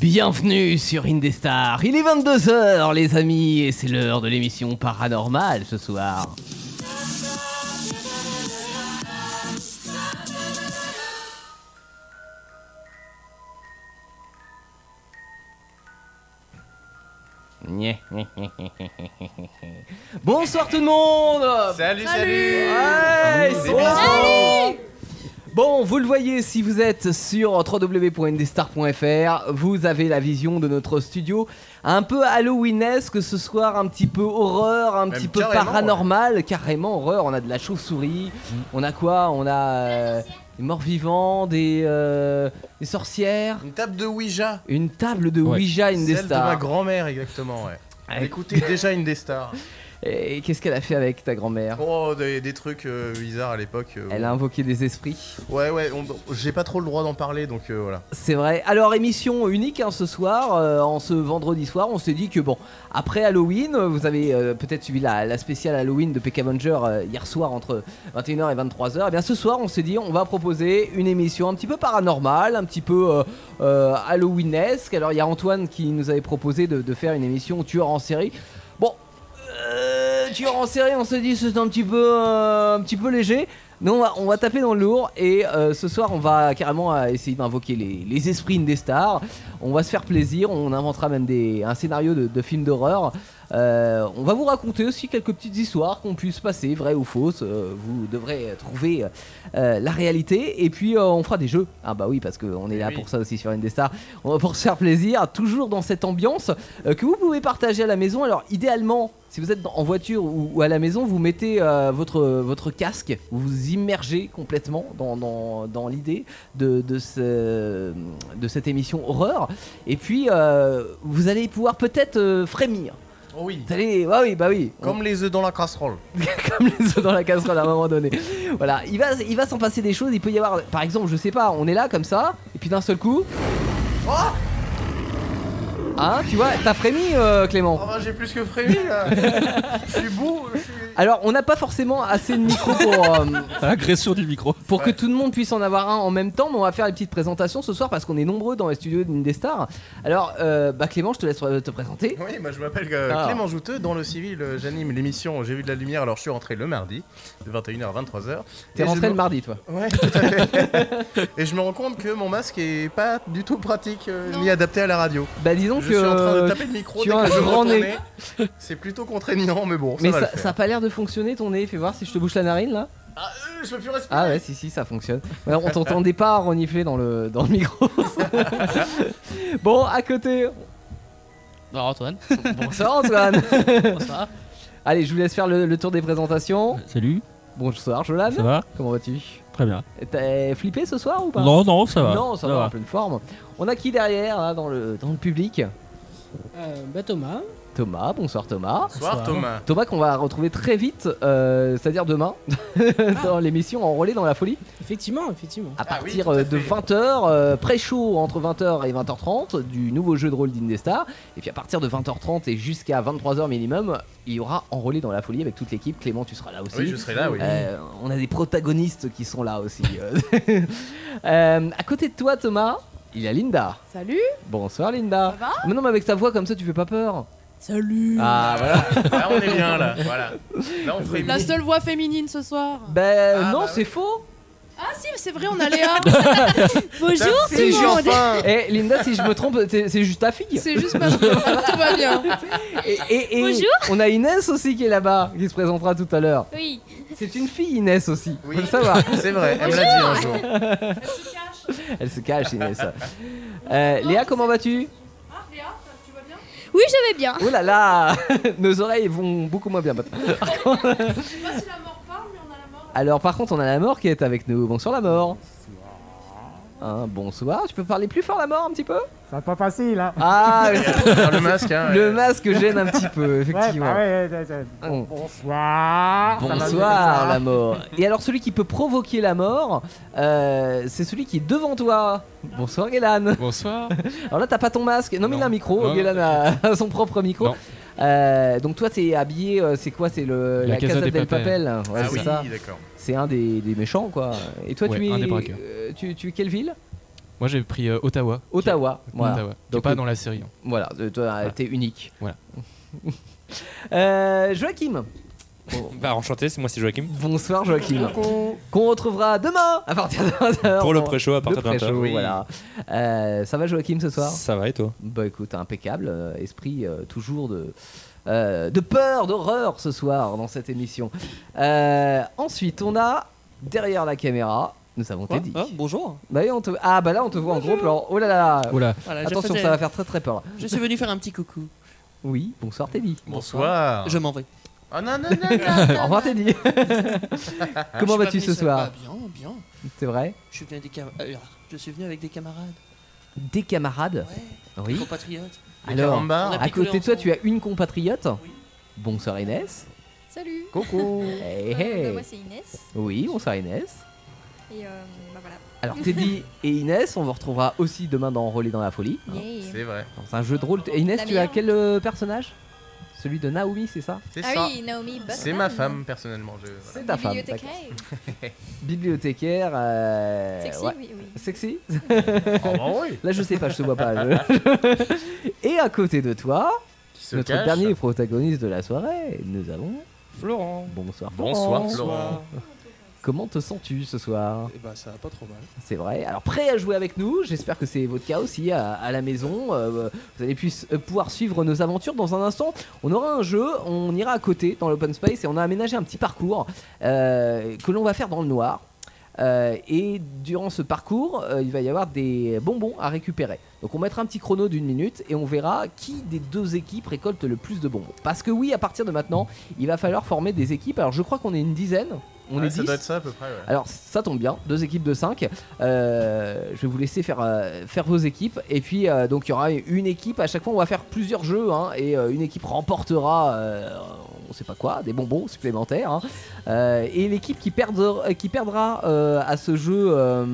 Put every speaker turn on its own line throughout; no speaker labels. Bienvenue sur Indestar. Il est 22h, les amis, et c'est l'heure de l'émission paranormale ce soir. Nyeh, nyeh, nyeh, nyeh, nyeh, nyeh, nyeh. Bonsoir tout le monde
Salut, salut,
Ouais,
Salut.
c'est bon. Bon, vous le voyez, si vous êtes sur www.ndstar.fr, vous avez la vision de notre studio un peu halloweenesque ce soir, un petit peu horreur, un petit peu
carrément, Mm.
paranormal, carrément horreur. On a de la chauve-souris, on a quoi On a euh, des morts vivants, des, euh, des sorcières,
Une table de Ouija.
une table de
Ouais.
Ouija
Celle de ma
Indestar.
grand-mère, exactement, ouais.
Ah,
Écoutez déjà une des stars.
Et qu'est-ce qu'elle a fait avec ta grand-mère
Oh, des, des trucs euh, bizarres à l'époque. euh,
Elle a invoqué des esprits.
Ouais, ouais, on- j'ai pas trop le droit d'en parler, donc euh, voilà.
C'est vrai. Alors émission unique hein, ce soir, euh, en ce vendredi soir, on s'est dit que bon, après Halloween, euh, vous avez euh, peut-être suivi la, la spéciale Halloween de PK Avenger euh, hier soir entre 21h et 23h. Et bien ce soir, on s'est dit on va proposer une émission un petit peu paranormale, un petit peu euh, euh, Halloweenesque. Alors il y a Antoine qui nous avait proposé de, de faire une émission tueur en série. Bon, euh, tueur en série, on se dit c'est un petit peu, euh, un petit peu léger. Nous, on va, on va taper dans le lourd et euh, ce soir, on va carrément euh, essayer d'invoquer les, les esprits des stars. On va se faire plaisir, on inventera même des, un scénario de, de film d'horreur. Euh, on va vous raconter aussi quelques petites histoires qu'on puisse passer, vraies ou fausses. Euh, vous devrez trouver euh, la réalité et puis euh, on fera des jeux. Ah bah oui, parce qu'on est là
oui.
pour ça aussi sur Indestar. On va pour se faire plaisir, toujours dans cette ambiance euh, que vous pouvez partager à la maison. Alors idéalement, si vous êtes dans- en voiture ou, ou à la maison, vous mettez euh, votre, votre casque, vous vous immergez complètement dans, dans- dans l'idée de, de, ce- de cette émission horreur. Et puis, euh, vous allez pouvoir peut-être euh, frémir.
Oh oui.
Vous allez, bah oui, bah oui.
Comme les œufs dans la casserole.
comme les œufs dans la casserole à un moment donné. Voilà, il va, il va s'en passer des choses. Il peut y avoir, par exemple, je sais pas, on est là comme ça, et puis d'un seul coup. Hein, tu vois, t'as frémi, euh, Clément.
Oh, bah, j'ai plus que frémi là. Je suis beau. je suis-
Alors, on n'a pas forcément assez de micros pour, euh,
Agression du micro.
pour que
Ouais.
tout le monde puisse en avoir un en même temps, mais on va faire les petites présentations ce soir parce qu'on est nombreux dans les studios d'Indestar. Alors, euh, bah, Clément, je te laisse euh, te présenter.
Oui, moi je m'appelle euh,
Ah.
Clément Jouteux. Dans le civil, euh, j'anime l'émission J'ai vu de la lumière. Alors je suis rentré le mardi, de 21h à 23h.
T'es
Et je
rentré
me-
le mardi, toi.
Ouais, tout à fait. et je me rends compte que mon masque est pas du tout pratique euh, ni adapté à la radio.
Bah, disons
je
que.
suis en train de
euh,
taper le micro
tu
dès
as
que
un
je
grand nez.
retournais. C'est plutôt contraignant, mais bon, ça
mais
va
ça,
le faire.
ça a pas l'air de fonctionner ton nez. Fais voir si je te bouche la narine là.
Ah, euh, je peux plus respirer.
Ah ouais, si, si, ça fonctionne. Ouais, on t'entendait pas renifler dans le, dans le micro. bon, à côté.
Bonsoir Bah, Antoine.
Bonsoir Antoine.
Bonsoir.
Allez, je vous laisse faire le, le tour des présentations.
Euh, Salut,
Bonsoir Jolan.
ça va
Comment vas-tu
Très bien.
T'es flippé ce soir ou pas
Non, non, ça va.
Non, ça, va, en pleine forme. On a qui derrière là, dans, le, dans le public
Euh, bah Thomas.
Thomas, bonsoir Thomas.
Bonsoir,
Bonsoir.
Thomas.
Thomas qu'on va retrouver très vite, euh, c'est-à-dire demain, dans l'émission Enrôlé dans la folie.
Ah. Effectivement, effectivement.
à
Ah oui,
partir
tout à
euh, de
fait.
20h, pré-show entre 20h et 20h30 du nouveau jeu de rôle d'Indestar. Et puis à partir de 20h30 et jusqu'à 23h minimum, il y aura Enrôlé dans la folie avec toute l'équipe. Clément, tu seras là aussi.
Oui, je serai là, oui.
Euh, on a des protagonistes qui sont là aussi. euh. Euh, à côté de toi, Thomas, il y a Linda.
Salut
Bonsoir, Linda.
Ça va
Mais non, mais avec ta voix comme ça, tu fais pas peur.
Salut
Ah, voilà.
Là, on est bien, là. Voilà. Là, on frémit.
La seule voix féminine ce soir
Ben
Ah,
non,
bah
c'est faux.
Ah si, mais c'est vrai, on a Léa Ah, Bonjour
C'est enfin
Et Eh, Linda, si je me trompe, t'es- c'est juste ta fille.
C'est juste ma tout va bien
Et, et- et
Bonjour.
on a Inès aussi qui est là-bas, qui se présentera tout à l'heure.
Oui
C'est une fille Inès aussi,
Oui.
faut le savoir.
C'est vrai, elle me l'a dit un jour.
Elle se cache
Elle se cache Inès. Euh, Léa, comment vas-tu
Ah Léa, tu vas bien
Oui, je vais bien.
Oh là là Nos oreilles vont beaucoup moins bien maintenant.
Je sais pas si la mort parle, mais on a la mort
Alors par contre, on a la mort qui est avec nous. Bonsoir la mort. Hein, bonsoir, tu peux parler plus fort la mort un petit peu
C'est pas facile, hein
Ah,
Faire le masque, hein.
le masque gêne un petit peu,
Ouais,
effectivement.
bah ouais, ouais, ouais.
Ah
Bon.
Bonsoir ça va,
Bonsoir
ça va
la mort. Et alors celui qui peut provoquer la mort, euh, c'est celui qui est devant toi. Bonsoir Gélan.
Bonsoir.
Alors là t'as pas ton masque. Non mais
Non.
il a un micro.
Non, non,
Gélan a, a son propre micro.
Non.
Euh, donc toi t'es habillé, euh, c'est quoi C'est le
La Casa
Casa
de
del Papel. hein.
Papel.
Ouais,
Ah
c'est
oui,
ça.
d'accord.
C'est un des, des méchants quoi. Et toi
Ouais,
tu es
un des braqueurs.
euh, tu, tu es quelle ville
Moi j'ai pris euh, Ottawa.
Ottawa,
Qui-
voilà.
Ottawa, qui est
Donc, euh,
pas
le-
dans la série. hein.
Voilà, euh, toi,
Voilà.
t'es unique.
Voilà.
Euh, Joachim.
Bah, enchanté, c'est moi, c'est Joachim.
Bonsoir Joachim. Qu'on retrouvera demain à partir de 20h.
Pour le pré-show à partir de 20h.
voilà. Euh, ça va Joachim ce soir
Ça va et toi
Bah écoute, impeccable. euh, esprit euh, toujours de, euh, de peur, d'horreur ce soir dans cette émission. Euh, ensuite, on a derrière la caméra, nous avons Teddy.
Ah, bonjour.
Bah oui, on te- Ah bah là, on te voit en gros plan. Oh là là
Oh là.
Voilà, je
Attention,
faisais-
ça va faire très très peur.
Je suis venu faire un petit coucou.
Oui, bonsoir Teddy.
Bonsoir.
Je m'en vais.
Ah non, non, non, non,
Au revoir Teddy. Comment
Je suis
vas-tu
pas
ce
venu seul.
soir
Bah, Bien, bien.
C'est vrai
Je suis venu avec des cam- euh, je suis venu avec des camarades.
Des camarades
Ouais.
Oui.
Compatriotes.
Alors,
On
carambars.
a
à
picolé
côté de toi,
ensemble.
tu as une compatriote
Oui.
Bonsoir Inès.
Salut
Coucou
Euh,
hey,
bah,
hey.
Moi c'est Inès
Oui, bonsoir Inès.
et euh, bah voilà.
Alors Teddy et Inès, on vous retrouvera aussi demain dans Enrôler dans la folie.
Ah,
Yeah. Oh,
C'est vrai.
Dans un jeu de rôle. Et Inès,
La
tu as
meilleure.
quel euh, personnage Celui de Naomi, c'est ça
C'est
Ah
ça.
oui, Naomi Buttman.
C'est ma femme, personnellement. Je, voilà.
C'est ta femme. d'accord.
Bibliothécaire.
Bibliothécaire. euh,
Sexy,
ouais.
oui, oui.
Sexy
Oh, bah oui.
Là, je sais pas, je te vois pas. je- Et à côté de toi,
Qui se
notre
cache.
dernier protagoniste de la soirée, nous avons.
Florent.
Bonsoir. Florent.
Bonsoir, Florent.
Comment te sens-tu ce soir
Eh ben,
Et bah, ça va pas trop mal.
C'est vrai. Alors, prêt à jouer avec nous J'espère que c'est votre cas aussi à, à la maison. Euh, vous allez puisse- euh, pouvoir suivre nos aventures dans un instant. On aura un jeu, on ira à côté dans l'open space et on a aménagé un petit parcours euh, que l'on va faire dans le noir. Euh, et durant ce parcours, euh, il va y avoir des bonbons à récupérer. Donc on mettra un petit chrono d'une minute et on verra qui des deux équipes récolte le plus de bonbons. Parce que oui, à partir de maintenant, il va falloir former des équipes. Alors je crois qu'on est une dizaine. On
Ouais,
est
ça
dix.
doit être ça à peu près. ouais.
Alors ça tombe bien, deux équipes de 5. je vais vous laisser faire, euh, faire vos équipes. Et puis euh, donc il y aura une équipe, à chaque fois on va faire plusieurs jeux. hein, et euh, une équipe remportera, euh, on sait pas quoi, des bonbons supplémentaires. hein. Euh, et l'équipe qui, perdre- euh, qui perdra euh, à ce jeu euh,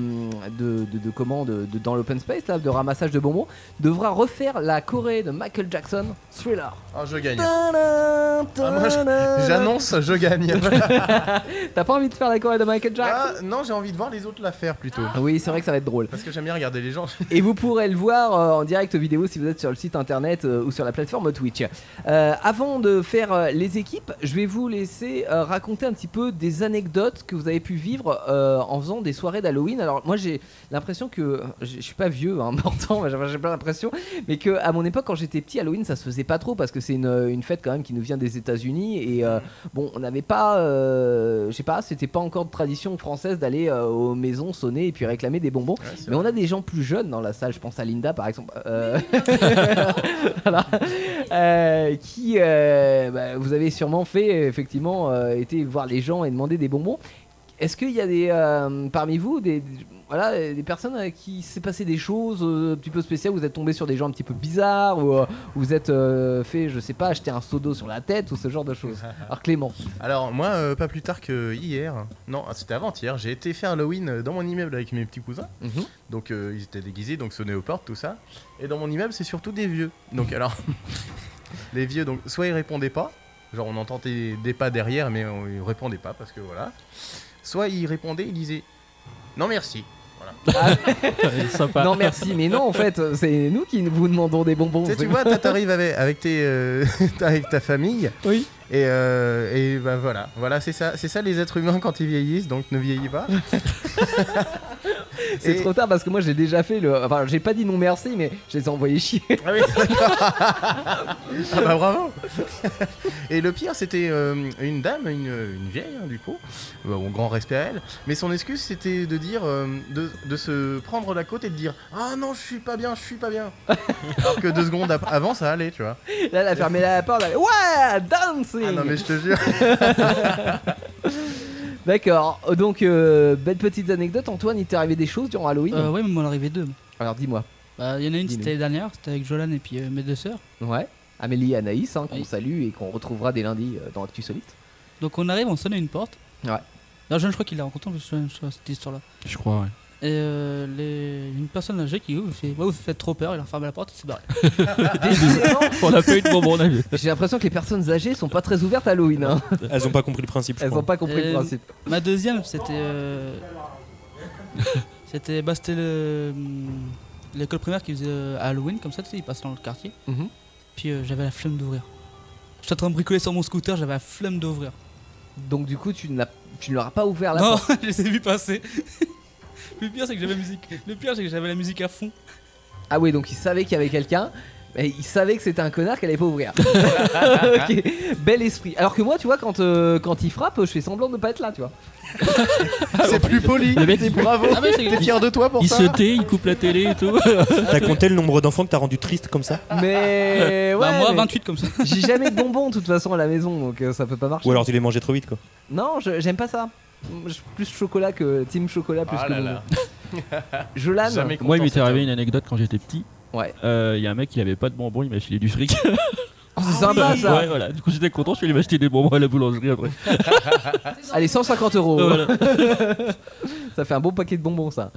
de, de, de comment, de- de- dans l'open space, là, de ramassage de bonbons, devra refaire la Corée de Michael Jackson, Thriller.
Oh, je gagne.
Tadam,
Ah, moi, je-
tadam.
J'annonce, je gagne.
T'as pas envie de faire la Corée de Michael Jackson Ah
Ah, non, j'ai envie de voir les autres la faire plutôt.
Oui, c'est vrai que ça va être drôle.
Parce que j'aime bien regarder les gens.
Et vous pourrez le voir euh, en direct vidéo si vous êtes sur le site internet euh, ou sur la plateforme Twitch. Euh, avant de faire euh, les équipes, je vais vous laisser euh, raconter un petit peu des anecdotes que vous avez pu vivre euh, en faisant des soirées d'Halloween. Alors moi j'ai l'impression que euh, je je suis pas vieux, hein, pourtant mais j'ai j'ai pas l'impression, mais que à mon époque quand j'étais petit, Halloween ça se faisait pas trop parce que c'est une, une fête quand même qui nous vient des États-Unis
Mm.
et euh, bon on n'avait pas, euh, je sais pas, c'était pas encore de tradition française d'aller euh, aux maisons sonner et puis réclamer des bonbons. Mais on a des gens plus jeunes dans la salle, je pense à Linda par exemple, euh, voilà. Euh, qui, euh, bah, vous avez sûrement fait, euh, effectivement, euh, été voir les gens et demander des bonbons. Est-ce qu'il y a des, euh, parmi vous des, des- voilà, euh, des personnes à qui s'est passé des choses euh, un petit peu spéciales Vous êtes tombé sur des gens un petit peu bizarres ou euh, vous êtes euh, fait, je sais pas, acheter un seau d'eau sur la tête ou ce genre de choses Alors Clément,
Alors, moi, euh, pas plus tard que hier, non, ah, c'était avant-hier, j'ai été faire Halloween euh, dans mon immeuble avec mes petits cousins.
Mhm.
Donc, euh, ils étaient déguisés, donc sonnaient aux portes, tout ça. Et dans mon immeuble, c'est surtout des vieux. Donc,
Mhm.
alors, les vieux, donc, soit ils répondaient pas, genre on entendait des pas derrière, mais on, ils répondaient pas parce que voilà. Soit ils répondaient, ils disaient non merci.
Sympa.
Ah. non merci, mais non en fait, c'est nous qui vous demandons des bonbons.
Tu sais, tu vois, toi, t'arrives avec, avec, tes, euh, avec ta famille.
Oui.
Et, euh, et bah voilà, voilà c'est ça, c'est ça les êtres humains quand ils vieillissent, donc ne vieillis pas.
C'est
Et-
trop tard parce que moi j'ai déjà fait le. Enfin, j'ai pas dit non merci, mais je les ai envoyés chier.
Ah oui, Ah bah bravo Et le pire, c'était euh, une dame, une, une vieille hein, du coup, Euh, bon grand respect à elle, mais son excuse c'était de dire, euh, de, de se prendre la côte et de dire Ah non, je suis pas bien, je suis pas bien Alors que deux secondes ap- avant ça allait, tu vois.
Là, elle a fermé la porte, elle a fait, Ouais, dancing
Ah non, mais je te jure
D'accord, donc, euh, belle petite anecdote, Antoine, il t'est arrivé des choses durant Halloween
Euh, ouais, mais m'en arrivait deux.
Alors dis-moi.
Bah, il y en a une,
Dis-nous.
c'était dernière, c'était avec Jolan et puis euh, mes deux sœurs.
Ouais. Amélie et Anaïs, hein, qu'on
Oui.
salue et qu'on retrouvera dès lundi euh, dans Actu Solite.
Donc on arrive, on sonne à une porte.
Ouais.
Non, je je crois qu'il est rencontré, je me souviens je me souviens de cette histoire-là.
Je crois, ouais.
Et euh, les- une personne âgée qui ouvre, il fait Ouais, vous faites trop peur, il a refermé la porte, il s'est barré.
Décidément,
On a pas eu de bonbons, on a vu.
J'ai l'impression que les personnes âgées sont pas très ouvertes à Halloween. hein.
Elles ont pas compris le principe, je
Elles
crois.
ont pas compris le
Euh,
principe.
Ma deuxième, c'était. euh, C'était bah, c'était le- hum, l'école primaire qui faisait euh, Halloween, comme ça, tu sais, ils passaient dans le quartier.
Mhm.
Puis euh, j'avais la flemme d'ouvrir. J'étais en train de bricoler sur mon scooter, j'avais la flemme d'ouvrir.
Donc du coup, tu ne l'as- tu ne leur as pas ouvert la
Non,
porte.
je les ai vus passer. le pire, c'est que j'avais la musique. Le pire, c'est que j'avais la musique à fond.
Ah oui, donc ils savaient qu'il y avait quelqu'un. Mais ils savaient que c'était un connard qu'elle allait pas ouvrir. Ok, Bel esprit. Alors que moi, tu vois, quand, euh, quand il frappe, je fais semblant de pas être là, tu vois.
C'est plus poli.
Ah Le mec, il-
Bravo.
Ah, mais c'est
T'es fier de toi pour
il
ça
se tait, il coupe la télé et tout.
T'as compté le nombre d'enfants que t'as rendu triste comme ça
Mais ouais,
Bah, moi,
mais
28 comme ça.
j'ai jamais de bonbons de toute façon à la maison, donc euh, ça peut pas marcher.
Ou alors tu les mangeais trop vite quoi.
Non, je- j'aime pas ça. Je suis plus chocolat que team chocolat plus
Ah
que
là
bonbons.
là.
Je l'âne.
Jamais
Moi, il
content,
m'était
cet
arrivé une anecdote quand j'étais petit.
Ouais.
Euh, Il y a un mec, il avait pas de bonbons, il m'a filé du fric. Ah
Oh, c'est sympa ça.
Ouais, voilà. Du coup, j'étais content, je suis allé m'acheter des bonbons à la boulangerie après.
Allez, 150 euros.
Voilà.
Ah,
ça fait un bon paquet de bonbons ça.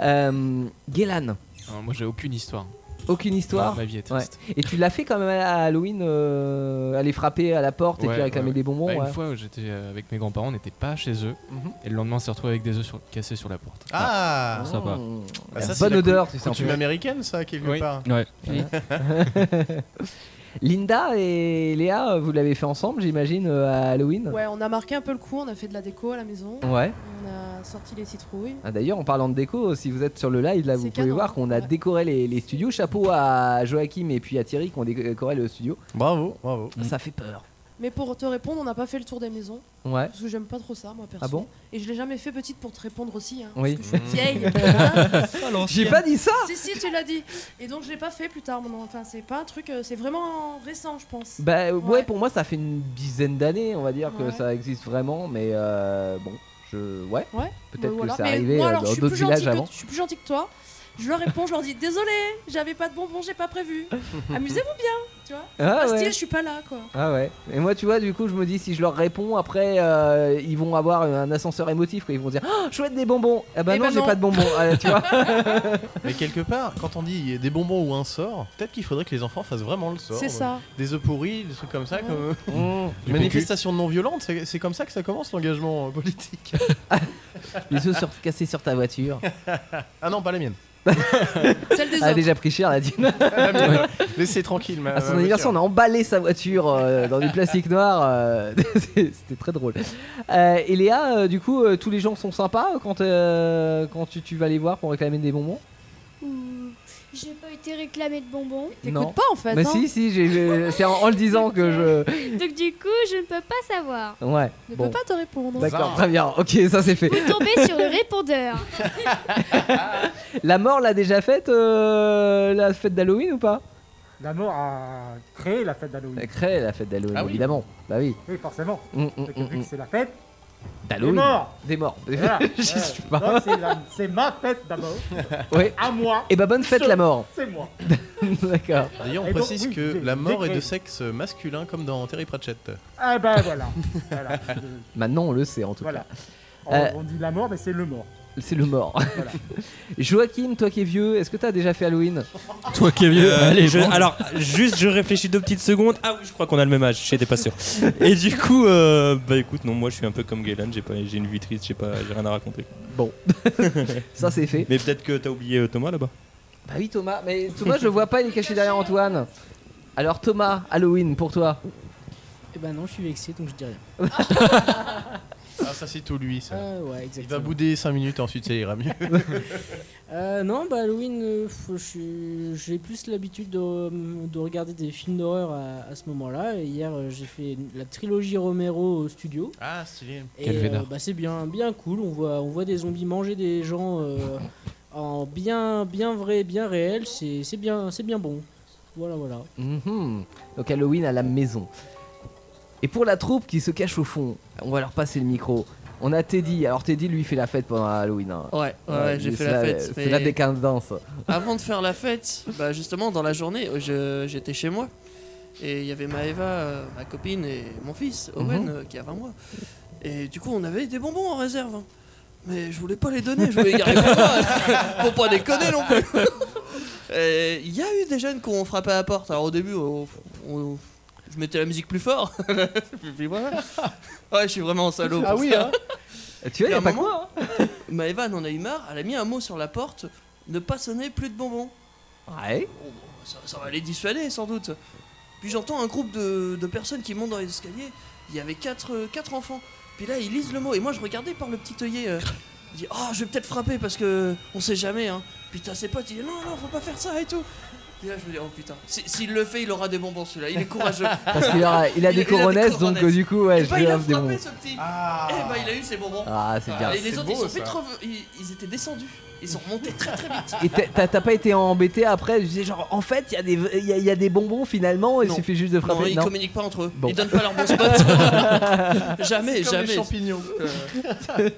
Euh, Guélan,
Non, Ah, moi j'ai aucune histoire.
aucune histoire.
Ma vie est triste.
Et tu l'as fait quand même à Halloween, euh, aller frapper à la porte et
Ouais,
puis réclamer
ouais,
des bonbons.
Bah,
ouais.
Une fois où j'étais euh, avec mes grands-parents, on n'était pas chez eux.
Mhm.
Et le lendemain, on s'est retrouvé avec des œufs sur- cassés sur la porte.
Ah
Ça va.
Mmh.
Bah, ça, c'est
Bonne
la
odeur, tu sens.
Coutume américaine, ça, quelque
Oui.
part.
Ouais.
Linda et Léa, euh, vous l'avez fait ensemble, j'imagine, euh, à Halloween.
Ouais, on a marqué un peu le coup, on a fait de la déco à la maison,
Ouais.
on a sorti les citrouilles.
Ah, D'ailleurs, en parlant de déco, si vous êtes sur le live, là, vous
C'est
pouvez
canon,
voir qu'on a
ouais.
décoré les, les studios. Chapeau à Joachim et puis à Thierry qui ont décoré le studio.
Bravo, bravo.
Mm.
Ça fait peur.
Mais pour te répondre, on n'a pas fait le tour des maisons,
Ouais.
parce que j'aime pas trop ça, moi, perso.
Ah bon
Et je l'ai jamais fait petite pour te répondre aussi, hein,
Oui. Mmh.
parce que je suis vieille. hein.
Ah, l'ancien.
J'ai pas dit ça
si, si, tu l'as dit. Et donc, je l'ai pas fait plus tard, mon Enfin, c'est pas un truc, euh, c'est vraiment récent, je pense.
Bah euh, ouais.
Ouais.
pour moi ça fait une dizaine d'années, on va dire que
Ouais.
ça existe vraiment, mais euh, bon, je ouais,
Ouais,
peut-être
Bah, voilà.
que c'est
Mais
arrivé
moi,
euh,
alors, je
dans
suis
d'autres
plus gentille
villages
que-
avant.
Je suis plus gentil que toi. Je leur réponds, je leur dis désolé, j'avais pas de bonbons, j'ai pas prévu. Amusez-vous bien, tu vois.
Ah
Style,
ouais.
je suis pas là, quoi.
Ah ouais. Et moi tu vois du coup je me dis si je leur réponds après euh, ils vont avoir un ascenseur émotif quoi. ils vont dire oh, chouette des bonbons. Ah bah
Eh
non
ben
j'ai
non.
pas de bonbons. Ah, tu vois.
Mais quelque part, quand on dit il y a des bonbons ou un sort, peut-être qu'il faudrait que les enfants fassent vraiment le sort. Euh,
C'est ça.
Des œufs pourris, des trucs comme ça.
Ouais.
Comme... euh,
Mmh.
Du
Manifestation non violente, c'est c'est comme ça que ça commence l'engagement euh, politique.
Ah, Les œufs sur- cassés sur ta voiture.
Ah non, pas la mienne.
Celle des
Elle a
autres.
Ah, déjà pris cher la
Euh,
dîne.
La mienne. Laissez tranquille. ma-
À son
bah,
ma
anniversaire, on
voiture.
a emballé sa voiture euh, dans du plastique noir. euh, c'est- C'était très drôle. Euh, et Léa, euh, du coup, euh, tous les gens sont sympas quand, euh, quand tu, tu vas les voir pour réclamer des bonbons
Ouh, J'ai pas été réclamé de bonbons.
Non.
T'écoutes pas, en fait.
Mais
hein.
si, si, j'ai- j'ai- c'est en, en le disant que je.
Donc du coup, je ne peux pas savoir.
Ouais,
Ne
bon.
peux pas te répondre.
D'accord, très bien, ok, ça c'est fait.
Vous tombez sur le répondeur.
La mort l'a déjà faite, euh, la fête d'Halloween ou pas
L'amour a créé la fête d'Halloween.
Elle crée la fête d'Halloween,
Ah oui.
évidemment. Bah oui.
Oui, forcément.
Mm, mm,
Donc,
mm,
vu
mm.
que c'est la fête, des
D'Halloween.
morts.
Des morts.
Voilà.
J'y
Ouais.
suis pas.
Donc, c'est la- C'est ma fête d'abord.
Ouais.
À moi,
Et bah bonne fête la mort.
c'est moi.
D'accord.
D'ailleurs, on
Et donc,
précise
oui,
que
j'ai-
la mort
j'ai
est
créé.
de sexe masculin, comme dans Terry Pratchett.
Ah ben voilà. Voilà. Euh,
Maintenant on le sait en tout cas.
voilà. On,
Euh,
on dit la mort, mais c'est le mort.
C'est le mort.
Voilà.
Joachim, toi qui es vieux, est-ce que t'as déjà fait Halloween
Toi qui es vieux,
Euh,
allez,
je-
bon.
Alors, juste, je réfléchis deux petites secondes. Ah oui, je crois qu'on a le même âge, j'étais pas sûr. Et du coup, euh, bah écoute, non, moi je suis un peu comme Galen, j'ai pas- j'ai une vie triste, j'ai pas- j'ai rien à raconter.
Ça c'est fait.
Mais peut-être que t'as oublié euh, Thomas là-bas.
Bah oui Thomas, mais Thomas je le vois pas, il est caché derrière Antoine. Alors Thomas, Halloween pour toi
Et ben non, je suis vexé donc je dis rien.
Ah, ça, c'est tout lui, ça.
Ah ouais,
Il va
exactement.
bouder 5 minutes, ensuite ça ira mieux.
Euh, non, bah Halloween, euh, faut- je suis- j'ai plus l'habitude de, euh, de regarder des films d'horreur à, à ce moment-là. Et Hier, euh, j'ai fait la trilogie Romero au studio.
Ah, stylé.
Et
Quel vénard.
bah, c'est bien, bien cool. On voit, on voit des zombies manger des gens euh, en bien, bien vrai, bien réel. C'est c'est bien, c'est bien bon. Voilà, voilà.
Mhm. Donc Halloween à la maison. Et pour la troupe qui se cache au fond, on va leur passer le micro. On a Teddy, alors Teddy lui fait la fête pendant Halloween. hein.
Ouais, ouais,
Ouais,
j'ai
lui,
fait
c'est
la fête.
C'est la
mais
décadence.
avant de faire la fête, bah justement, dans la journée, euh, je- j'étais chez moi. Et il y avait Maëva, euh, ma copine, et mon fils,
Mhm.
Owen, euh, qui a 20 mois. Et du coup, on avait des bonbons en réserve. hein. Mais je voulais pas les donner, je voulais les garder pour moi. Faut pas déconner non plus. Et Il y a eu des jeunes qui ont frappé à la porte. Alors au début, on- on- je mettais la musique plus fort. Puis voilà. Ouais, je suis vraiment salaud.
Ah
pour
oui,
ça.
hein
Tu vois,
Il y
y
a
a
un
pas
moment-
quoi hein.
Maëva en a eu marre, elle a mis un mot sur la porte ne pas sonner plus de bonbons. Oh,
Ouais.
ça, ça va les dissuader sans doute. Puis j'entends un groupe de, de personnes qui montent dans les escaliers. Il y avait quatre, euh, quatre enfants. Puis là, ils lisent le mot. Et moi, je regardais par le petit œillet. euh, je dis, oh, je vais peut-être frapper parce que on sait jamais. Hein. Puis t'as ses potes, il dit, non, non, faut pas faire ça et tout. Puis là, je me dis, oh putain, si- s'il le fait, il aura des bonbons celui-là. Il est courageux.
Parce qu'il aura- il a des coronesses, donc,
coronesses.
du coup, ouais,
Eh
je
ben,
lui
il a
offre des
frappé,
bonbons.
ce petit. Eh ben, il a eu ses bonbons.
Ah, c'est bien.
Et les
C'est
autres, ils,
beau,
sont vite
ça.
reve- ils, ils étaient descendus. Ils sont remontés très très vite.
Et t'as- t'as- t'as pas été embêté après Je disais genre en fait il y, a des- il y a- il y a des bonbons finalement, il
Non.
suffit juste de frapper.
Non, ils
Non.
communiquent pas entre eux.
Bon.
Ils donnent pas leur bon spot. jamais,
C'est comme
jamais.
les champignons. Euh.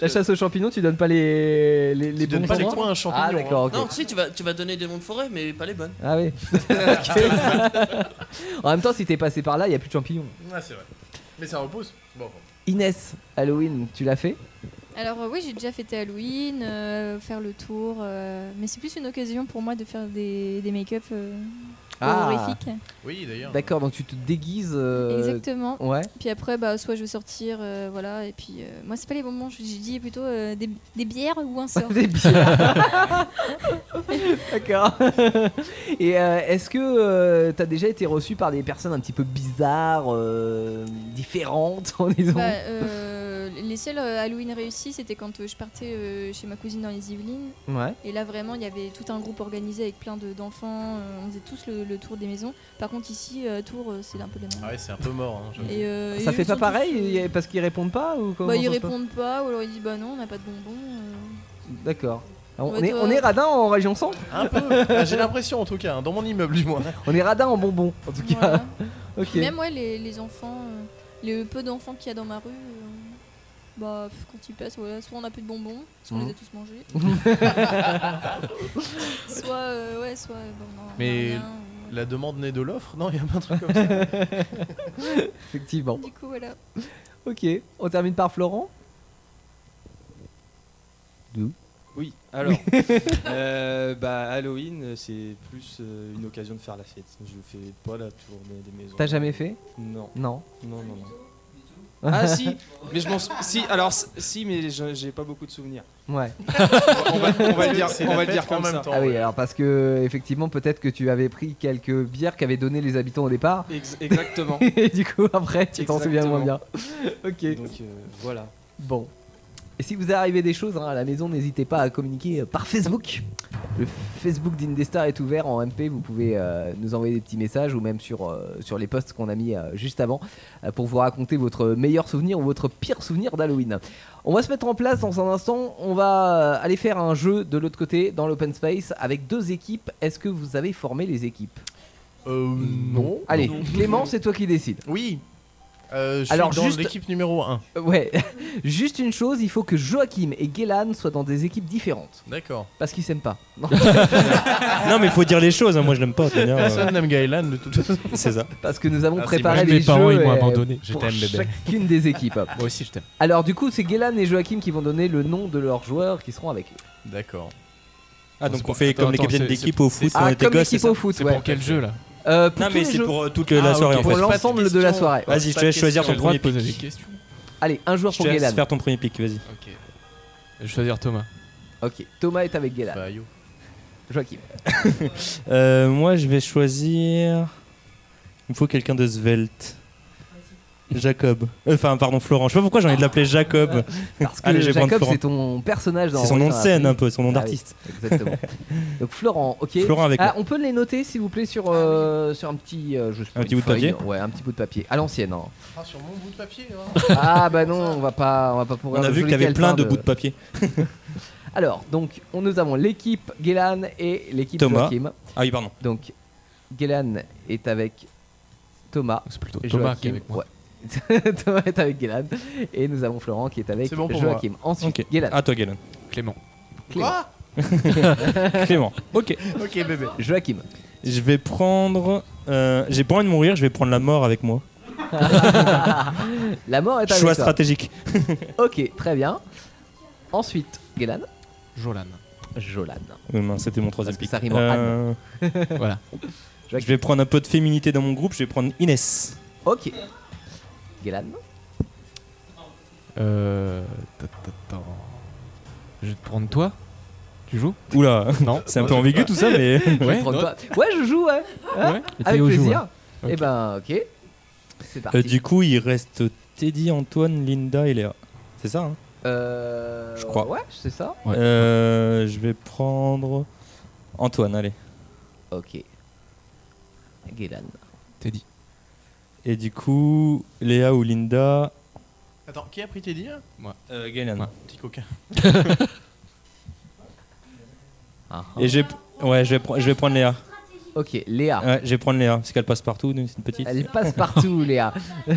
La chasse aux champignons, tu donnes pas les, les, les bonbons
les
à un Ah d'accord, ok.
hein. Non, tu sais, tu vas, tu vas donner des monts de forêt, mais pas les bonnes.
Ah oui. Ok. en même temps, si t'es passé par là, il y a plus de champignons.
Ouais, c'est vrai. Mais ça repousse. Bon, bon.
Inès, Halloween, tu l'as fait
Alors euh, oui, j'ai déjà fêté Halloween, euh, faire le tour, euh, mais c'est plus une occasion pour moi de faire des, des make-up euh, horrifiques.
Oui, d'ailleurs.
D'accord, donc tu te déguises. Ah. euh,
Exactement.
Ouais.
Puis après, bah, soit je vais sortir, euh, voilà, et puis euh, moi c'est pas les bonbons, je, je dis plutôt euh, des, des bières ou un sort.
Des bières. D'accord. Et euh, est-ce que euh, t'as déjà été reçu par des personnes un petit peu bizarres, euh, différentes, en disant
Bah, euh, les seuls euh, Halloween réussis, c'était quand euh, je partais euh, chez ma cousine dans les Yvelines.
Ouais.
Et là, vraiment, il y avait tout un groupe organisé avec plein de- d'enfants. euh, on faisait tous le, le tour des maisons. Par contre, ici, euh, Tours, euh, c'est un peu les mêmes.
Ah ouais, c'est un peu mort. hein, j'avoue.
Et, euh,
Ah, Ça
et
fait
eux
pas
sont
pareil
tous, euh,
y a- parce qu'ils répondent pas ou comment
Bah,
ça
ils
se passe
répondent pas, ou alors ils disent bah non, on n'a pas de bonbons.
D'accord. Ah, On,
Ouais,
est,
toi-
on est radin en région centre
Un peu. J'ai l'impression en tout cas, hein, dans mon immeuble du moins.
On est radin en bonbons en tout cas.
Voilà.
ok.
Puis euh. Même ouais, les, les enfants, euh, le peu d'enfants qu'il y a dans ma rue, euh, bah pff, quand ils passent, voilà, soit on n'a plus de bonbons, soit on
Mhm.
les a tous mangés. soit, euh, ouais, soit, euh, bon, non,
Mais
rien,
la demande naît de l'offre Non, il y a pas un truc comme ça.
Effectivement.
Du coup, voilà.
Ok, on termine par Florent.
Oui, alors, euh, bah, Halloween, c'est plus euh, une occasion de faire la fête. Je fais pas la tournée des maisons.
T'as jamais fait
Non.
Non.
Non, non, non. Ah si, mais je m'en sou- si alors s- si mais je- j'ai pas beaucoup de souvenirs.
Ouais.
On va, on va le dire,
C'est la
on va le
fête
dire
en
comme
même
ça.
temps.
Ah oui, alors parce que effectivement, peut-être que tu avais pris quelques bières qu'avaient donné les habitants au départ.
Ex- exactement.
Et du coup, après, tu t'en souviens moins bien.
ok. Donc euh, voilà.
Bon. Et si vous arrivez des choses hein, à la maison, n'hésitez pas à communiquer euh, par Facebook. Le Facebook d'Indestar est ouvert en MP. Vous pouvez euh, nous envoyer des petits messages ou même sur, euh, sur les posts qu'on a mis euh, juste avant euh, pour vous raconter votre meilleur souvenir ou votre pire souvenir d'Halloween. On va se mettre en place dans un instant. On va euh, aller faire un jeu de l'autre côté dans l'open space avec deux équipes. Est-ce que vous avez formé les équipes
Euh, non.
Allez,
Non.
Clément, c'est toi qui décides.
Oui. Euh, je suis dans l'équipe numéro 1.
Euh, Ouais. Juste une chose, il faut que Joachim et Guélan soient dans des équipes différentes.
D'accord.
Parce qu'ils s'aiment pas. Non.
Non, mais faut dire les choses, hein, moi je l'aime pas.
Personne
n'aime Gaëlan de toute façon.
C'est ça.
Parce que nous avons
Ah, c'est
préparé
moche.
les
Mes parents,
jeux
ils m'ont
euh,
abandonné. Je
pour
t'aime, bébé.
chacune des équipes.
Moi aussi, je t'aime.
Alors du coup, c'est Guélan et Joachim qui vont donner le nom de leurs joueurs qui seront avec eux.
D'accord.
Ah, donc on fait comme les capitaines d'équipe au foot quand on
Ah,
était
comme
gosse.
l'équipe au foot. ouais. Euh, pour
Non,
tous
mais
les
c'est
jeux.
pour euh, toute la soirée en fait.
Pour l'ensemble de la soirée. ouais.
Vas-y, je te laisse choisir ton premier pick.
Allez, un joueur
Je te
pour
laisse
Guélan.
faire ton premier pick, vas-y.
Je vais choisir Thomas.
Ok, Thomas est avec Guélan. Joachim.
Euh, moi, je vais choisir. Il me faut quelqu'un de svelte. Jacob. Euh, Enfin, pardon, Florent. Je sais pas pourquoi j'ai envie de l'appeler Jacob.
Parce que
Allez, je vais prendre
Jacob,
Florent.
c'est ton personnage dans
C'est son nom de
Romain
scène,
Raffi.
un peu, son nom
Ah oui,
d'artiste.
exactement. Donc Florent, ok.
Florent avec
Ah,
moi.
on peut les noter s'il vous plaît
Ah
sur, euh, sur un petit, euh, je sais pas,
Un petit
une
bout de
feuille.
papier
Ouais, un petit bout de papier. À l'ancienne. hein.
Ah, sur mon bout de papier. hein.
ah bah non, on va pas, on va pas pourrir
On a
le
vu que
joli
t'avais
calepin
plein de bouts de papier.
Alors, donc, on, nous avons l'équipe Guélan et l'équipe
Thomas.
Joachim.
Ah oui, pardon.
Donc, Guélan est avec Thomas.
C'est plutôt
et
Thomas
Joachim.
qui est avec moi.
Ouais. Thomas est avec Guélan. Et nous avons Florent qui est avec
C'est bon pour
Joachim.
moi.
Ensuite,
Ok.
Guélan.
À toi, Guélan.
Clément.
Quoi
Clément. Ok.
Ok, bébé.
Joachim.
Je vais prendre. euh, J'ai pas envie de mourir, je vais prendre la mort avec moi.
La mort est avec
Choix
toi.
stratégique.
ok, très bien. Ensuite, Guélan.
Jolan.
Jolan.
Oui, Euh, mince, c'était mon troisième pick.
ça rime en
Euh,
Anne.
voilà.
Je vais prendre un peu de féminité dans mon groupe, je vais prendre Inès.
Ok. Guélan.
Euh. ta- ta- ta- Je vais te prendre toi. Tu joues
Oula,
non.
c'est un peu ambigu tout ça, mais-
Je
ouais,
prends
non.
pas. ouais, je joue, ouais. Hein
Ouais. Et
Avec
Théo joue,
plaisir.
hein.
Et ben, ok. C'est parti.
Euh, du coup, il reste Teddy, Antoine, Linda et Léa. C'est ça, hein
Euh,
Je crois.
Ouais, c'est ça.
Euh, je vais prendre Antoine, allez.
Ok. Guélan.
Teddy. Et du coup, Léa ou Linda
Attends, qui a pris tes dires
Moi.
Euh, Galen.
Petit coquin.
Et je vais, ouais, je vais, pr- je vais prendre Léa.
Ah, Ok, Léa.
Ouais, je vais prendre Léa, parce qu'elle passe partout, donc c'est une petite.
Elle passe partout, Léa. si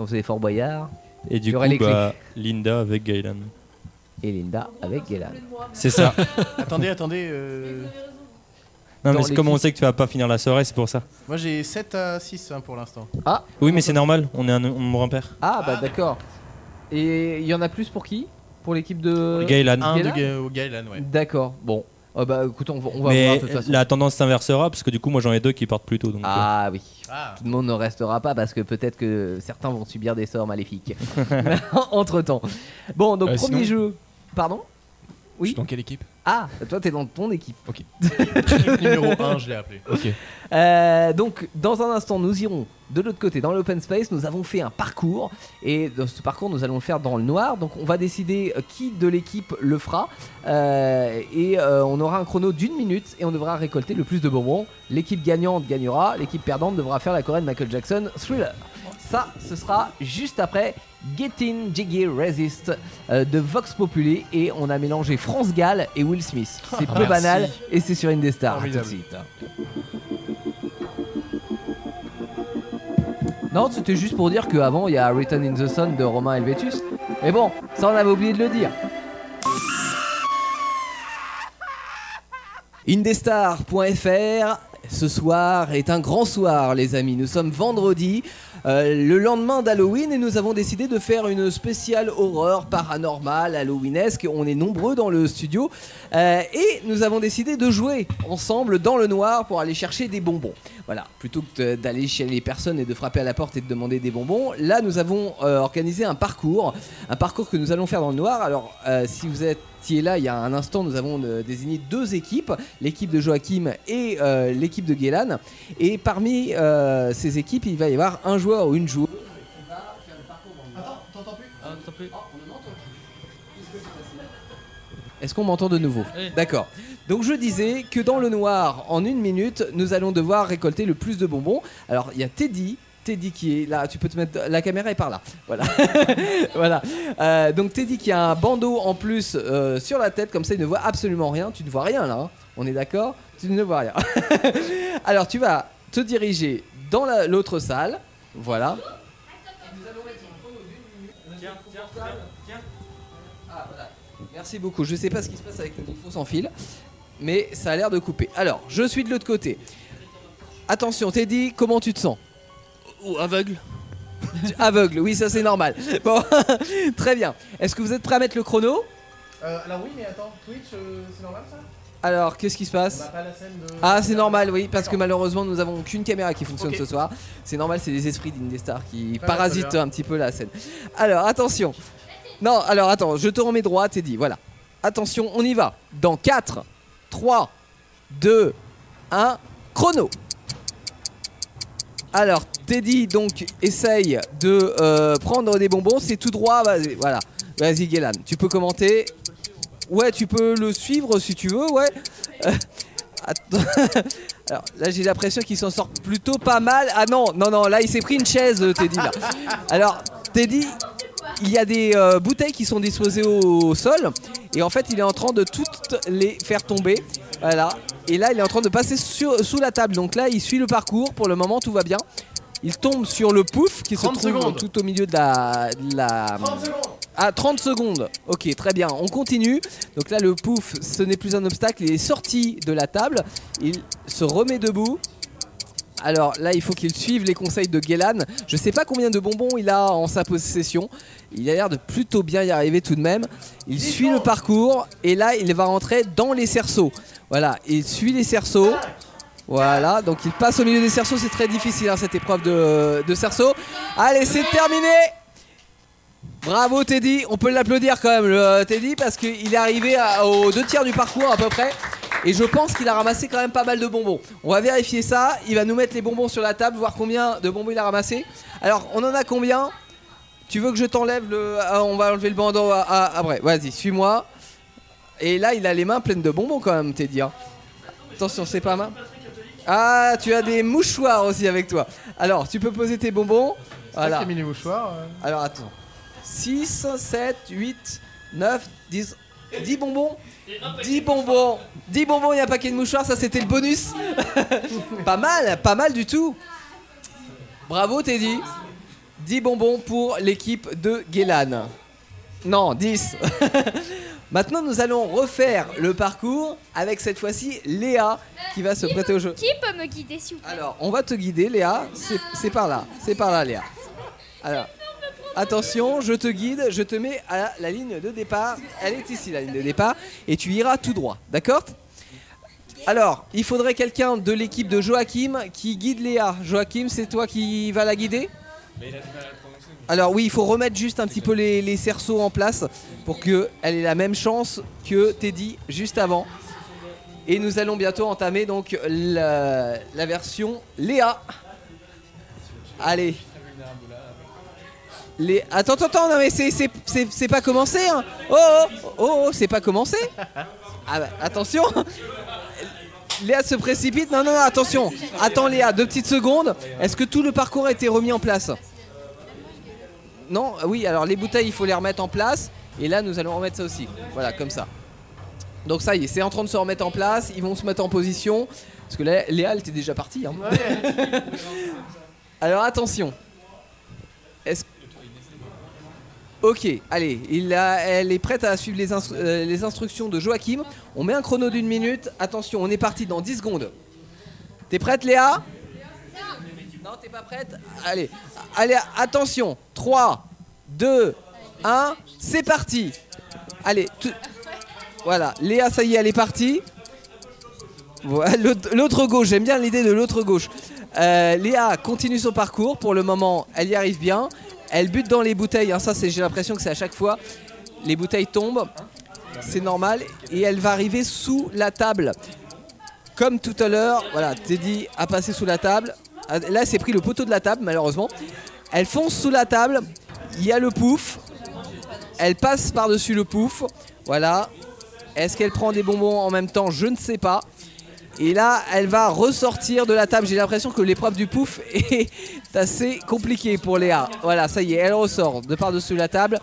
on faisait Fort Boyard.
Et
il
du
y
coup,
aurait les clés.
bah, Linda avec Galen.
Et Linda avec Guélan.
C'est ça.
attendez, attendez. euh,
non,
Dans
mais c'est comme on
l'équipe.
sait que tu vas pas finir la soirée, c'est pour ça.
Moi j'ai 7 à 6 hein, pour l'instant.
Ah
Oui, mais c'est normal, on est un on repère.
Ah, bah d'accord. Et il y en a plus pour qui Pour l'équipe de.
Gaëlan.
Un de Ga- au Gaëlan, ouais.
D'accord, bon. Ah bah écoute, on va, on va voir
mais
de toute façon.
la tendance s'inversera, parce que du coup, moi j'en ai deux qui partent plus tôt. Donc,
Ah oui. Tout le monde ne restera pas parce que peut-être que certains vont subir des sorts maléfiques. Entre temps. Bon, donc
Euh,
premier
sinon-
jeu. Pardon Oui.
Je suis dans quelle équipe
Ah, toi t'es dans ton équipe.
Ok.
Numéro un, je l'ai appelé.
Ok.
Euh, donc, dans un instant, nous irons de l'autre côté, dans l'open space. Nous avons fait un parcours. Et dans ce parcours, nous allons le faire dans le noir. Donc, on va décider euh, qui de l'équipe le fera. Euh, et euh, on aura un chrono d'une minute. Et on devra récolter le plus de bonbons. L'équipe gagnante gagnera. L'équipe perdante devra faire la Corée de Michael Jackson Thriller. Ça, ce sera juste après Getting Jiggy Resist euh, de Vox Populi. Et on a mélangé France Gall et Will Smith. C'est peu
Ah, Merci.
banal. Et c'est sur Indestar. À tout de
Formidable.
suite. Non, c'était juste pour dire qu'avant il y a Written in the Sun de Romain Helvétus. Mais bon, ça on avait oublié de le dire. Indestar.fr, ce soir est un grand soir les amis, nous sommes vendredi, euh, le lendemain d'Halloween et nous avons décidé de faire une spéciale horreur paranormale halloweenesque, on est nombreux dans le studio Euh, et nous avons décidé de jouer ensemble dans le noir pour aller chercher des bonbons. Voilà, plutôt que de- d'aller chez les personnes et de frapper à la porte et de demander des bonbons, là nous avons euh, organisé un parcours, un parcours que nous allons faire dans le noir. Alors euh, si vous êtes qui est là il y a un instant, nous avons euh, désigné deux équipes, l'équipe de Joachim et euh, l'équipe de Guélan. Et parmi euh, ces équipes, il va y avoir un joueur ou une joueuse. Est-ce qu'on m'entend de nouveau D'accord. Donc je disais que dans le noir, en une minute, nous allons devoir récolter le plus de bonbons. Alors il y a Teddy. Teddy qui est là, tu peux te mettre. La caméra est par là. Voilà. voilà. Euh, donc Teddy qui a un bandeau en plus euh, sur la tête, comme ça il ne voit absolument rien. Tu ne vois rien là, hein on est d'accord Tu ne vois rien. Alors tu vas te diriger dans la- l'autre salle. Voilà. Ah, voilà. Merci beaucoup. Je sais pas ce qui se passe avec le micro sans fil, mais ça a l'air de couper. Alors, je suis de l'autre côté. Attention, Teddy, comment tu te sens Ou aveugle. aveugle, oui, ça c'est normal. Bon, très bien. Est-ce que vous êtes prêts à mettre le chrono
Euh, alors oui, mais attends, Twitch, euh, c'est normal ça
Alors, qu'est-ce qui se passe
On a pas la scène de-
Ah, c'est normal, oui, parce que malheureusement, nous avons qu'une caméra qui fonctionne
Ok.
ce soir. C'est normal, c'est les esprits d'Indestar qui
Ah,
parasitent
très bien.
un petit peu la scène. Alors, attention. Non, alors attends, je te remets droit, Teddy, voilà. Attention, on y va. Dans 4, 3, 2, 1, chrono. Alors, Teddy, donc, essaye de euh, prendre des bonbons. C'est tout droit, vas-y, voilà. Vas-y, Guélan, tu peux commenter. Ouais, tu peux le suivre si tu veux, ouais. Euh, attends. Alors, là, j'ai l'impression qu'il s'en sort plutôt pas mal. Ah non, non, non, là, il s'est pris une chaise, euh, Teddy, là. Alors, Teddy, il y a des euh, bouteilles qui sont disposées au, au sol. Et en fait, il est en train de toutes les faire tomber. Voilà. Et là, il est en train de passer sur- sous la table. Donc là, il suit le parcours. Pour le moment, tout va bien. Il tombe sur le pouf qui se
30
trouve
secondes.
tout au milieu de la. de la-
30 secondes.
ah, 30 secondes. Ok, très bien. On continue. Donc là, le pouf, ce n'est plus un obstacle. Il est sorti de la table. Il se remet debout. Alors là, il faut qu'il suive les conseils de Guélan. Je sais pas combien de bonbons il a en sa possession. Il a l'air de plutôt bien y arriver tout de même. Il suit le parcours et là, il va rentrer dans les cerceaux. Voilà, il suit les cerceaux. Voilà, donc il passe au milieu des cerceaux. C'est très difficile hein, cette épreuve de, de cerceaux. Allez, c'est terminé. Bravo Teddy, on peut l'applaudir quand même le euh, Teddy parce qu'il est arrivé à- aux deux tiers du parcours à peu près et je pense qu'il a ramassé quand même pas mal de bonbons. On va vérifier ça, il va nous mettre les bonbons sur la table, voir combien de bonbons il a ramassé. Alors on en a combien Tu veux que je t'enlève le... ah, on va enlever le bandeau à... à- à- ouais, vas-y, suis-moi. Et là il a les mains pleines de bonbons quand même Teddy. hein. Attention, c'est pas mal. Ah, tu as des mouchoirs aussi avec toi. Alors tu peux poser tes bonbons. Voilà.
qui a mis les mouchoirs, euh.
Alors attends. 6, 7, 8, 9, 10. 10 bonbons 10 bonbons 10 bonbons et un paquet de mouchoirs, ça c'était le bonus Pas mal, pas mal du tout Bravo Teddy 10 bonbons pour l'équipe de Guélan. Non, 10 Maintenant nous allons refaire le parcours avec cette fois-ci Léa qui va se prêter au jeu.
Qui peut me guider, s'il vous plaît
Alors, on va te guider, Léa. C'est- C'est par là. C'est par là, Léa. Alors, attention, je te guide. Je te mets à la, la ligne de départ. Elle est ici, la ligne de départ. Et tu iras tout droit. D'accord Alors, il faudrait quelqu'un de l'équipe de Joachim qui guide Léa. Joachim, c'est toi qui vas la guider
Mais il a du mal à le prononcer.
alors oui, il faut remettre juste un petit peu les, les cerceaux en place pour qu'elle ait la même chance que Teddy juste avant. Et nous allons bientôt entamer donc la, la version Léa. Allez. Les... Attends, attends, attends, non mais c'est- c'est c'est- c'est pas commencé hein. Oh, oh, oh, oh, c'est pas commencé Ah bah, attention Léa se précipite, non, non, non, attention Attends Léa, deux petites secondes. Est-ce que tout le parcours a été remis en place non, ah oui, alors les bouteilles, il faut les remettre en place. Et là, nous allons remettre ça aussi. Voilà, comme ça. Donc ça y est, c'est en train de se remettre en place. Ils vont se mettre en position. Parce que là, Léa, elle était déjà partie. hein. alors attention. Est-ce Ok, allez, il a- elle est prête à suivre les, instru- euh, les instructions de Joachim. On met un chrono d'une minute. Attention, on est parti dans 10 secondes. T'es prête, Léa Non, t'es pas prête Allez, allez, attention. 3, 2, 1, c'est parti. Allez, tout- voilà, Léa, ça y est, elle est partie. Voilà, l'autre- L'autre gauche, j'aime bien l'idée de l'autre gauche. Euh, Léa continue son parcours, pour le moment, elle y arrive bien. Elle bute dans les bouteilles, hein, ça c'est- j'ai l'impression que c'est à chaque fois. Les bouteilles tombent, c'est normal, et elle va arriver sous la table comme tout à l'heure, voilà, Teddy a passé sous la table. Ah, Là, c'est pris le poteau de la table, malheureusement. Elle fonce sous la table. Il y a le pouf. Elle passe par-dessus le pouf. Voilà. Est-ce qu'elle prend des bonbons en même temps Je ne sais pas. Et là, elle va ressortir de la table. J'ai l'impression que l'épreuve du pouf est assez compliquée pour Léa. Voilà, ça y est, elle ressort de par-dessus la table.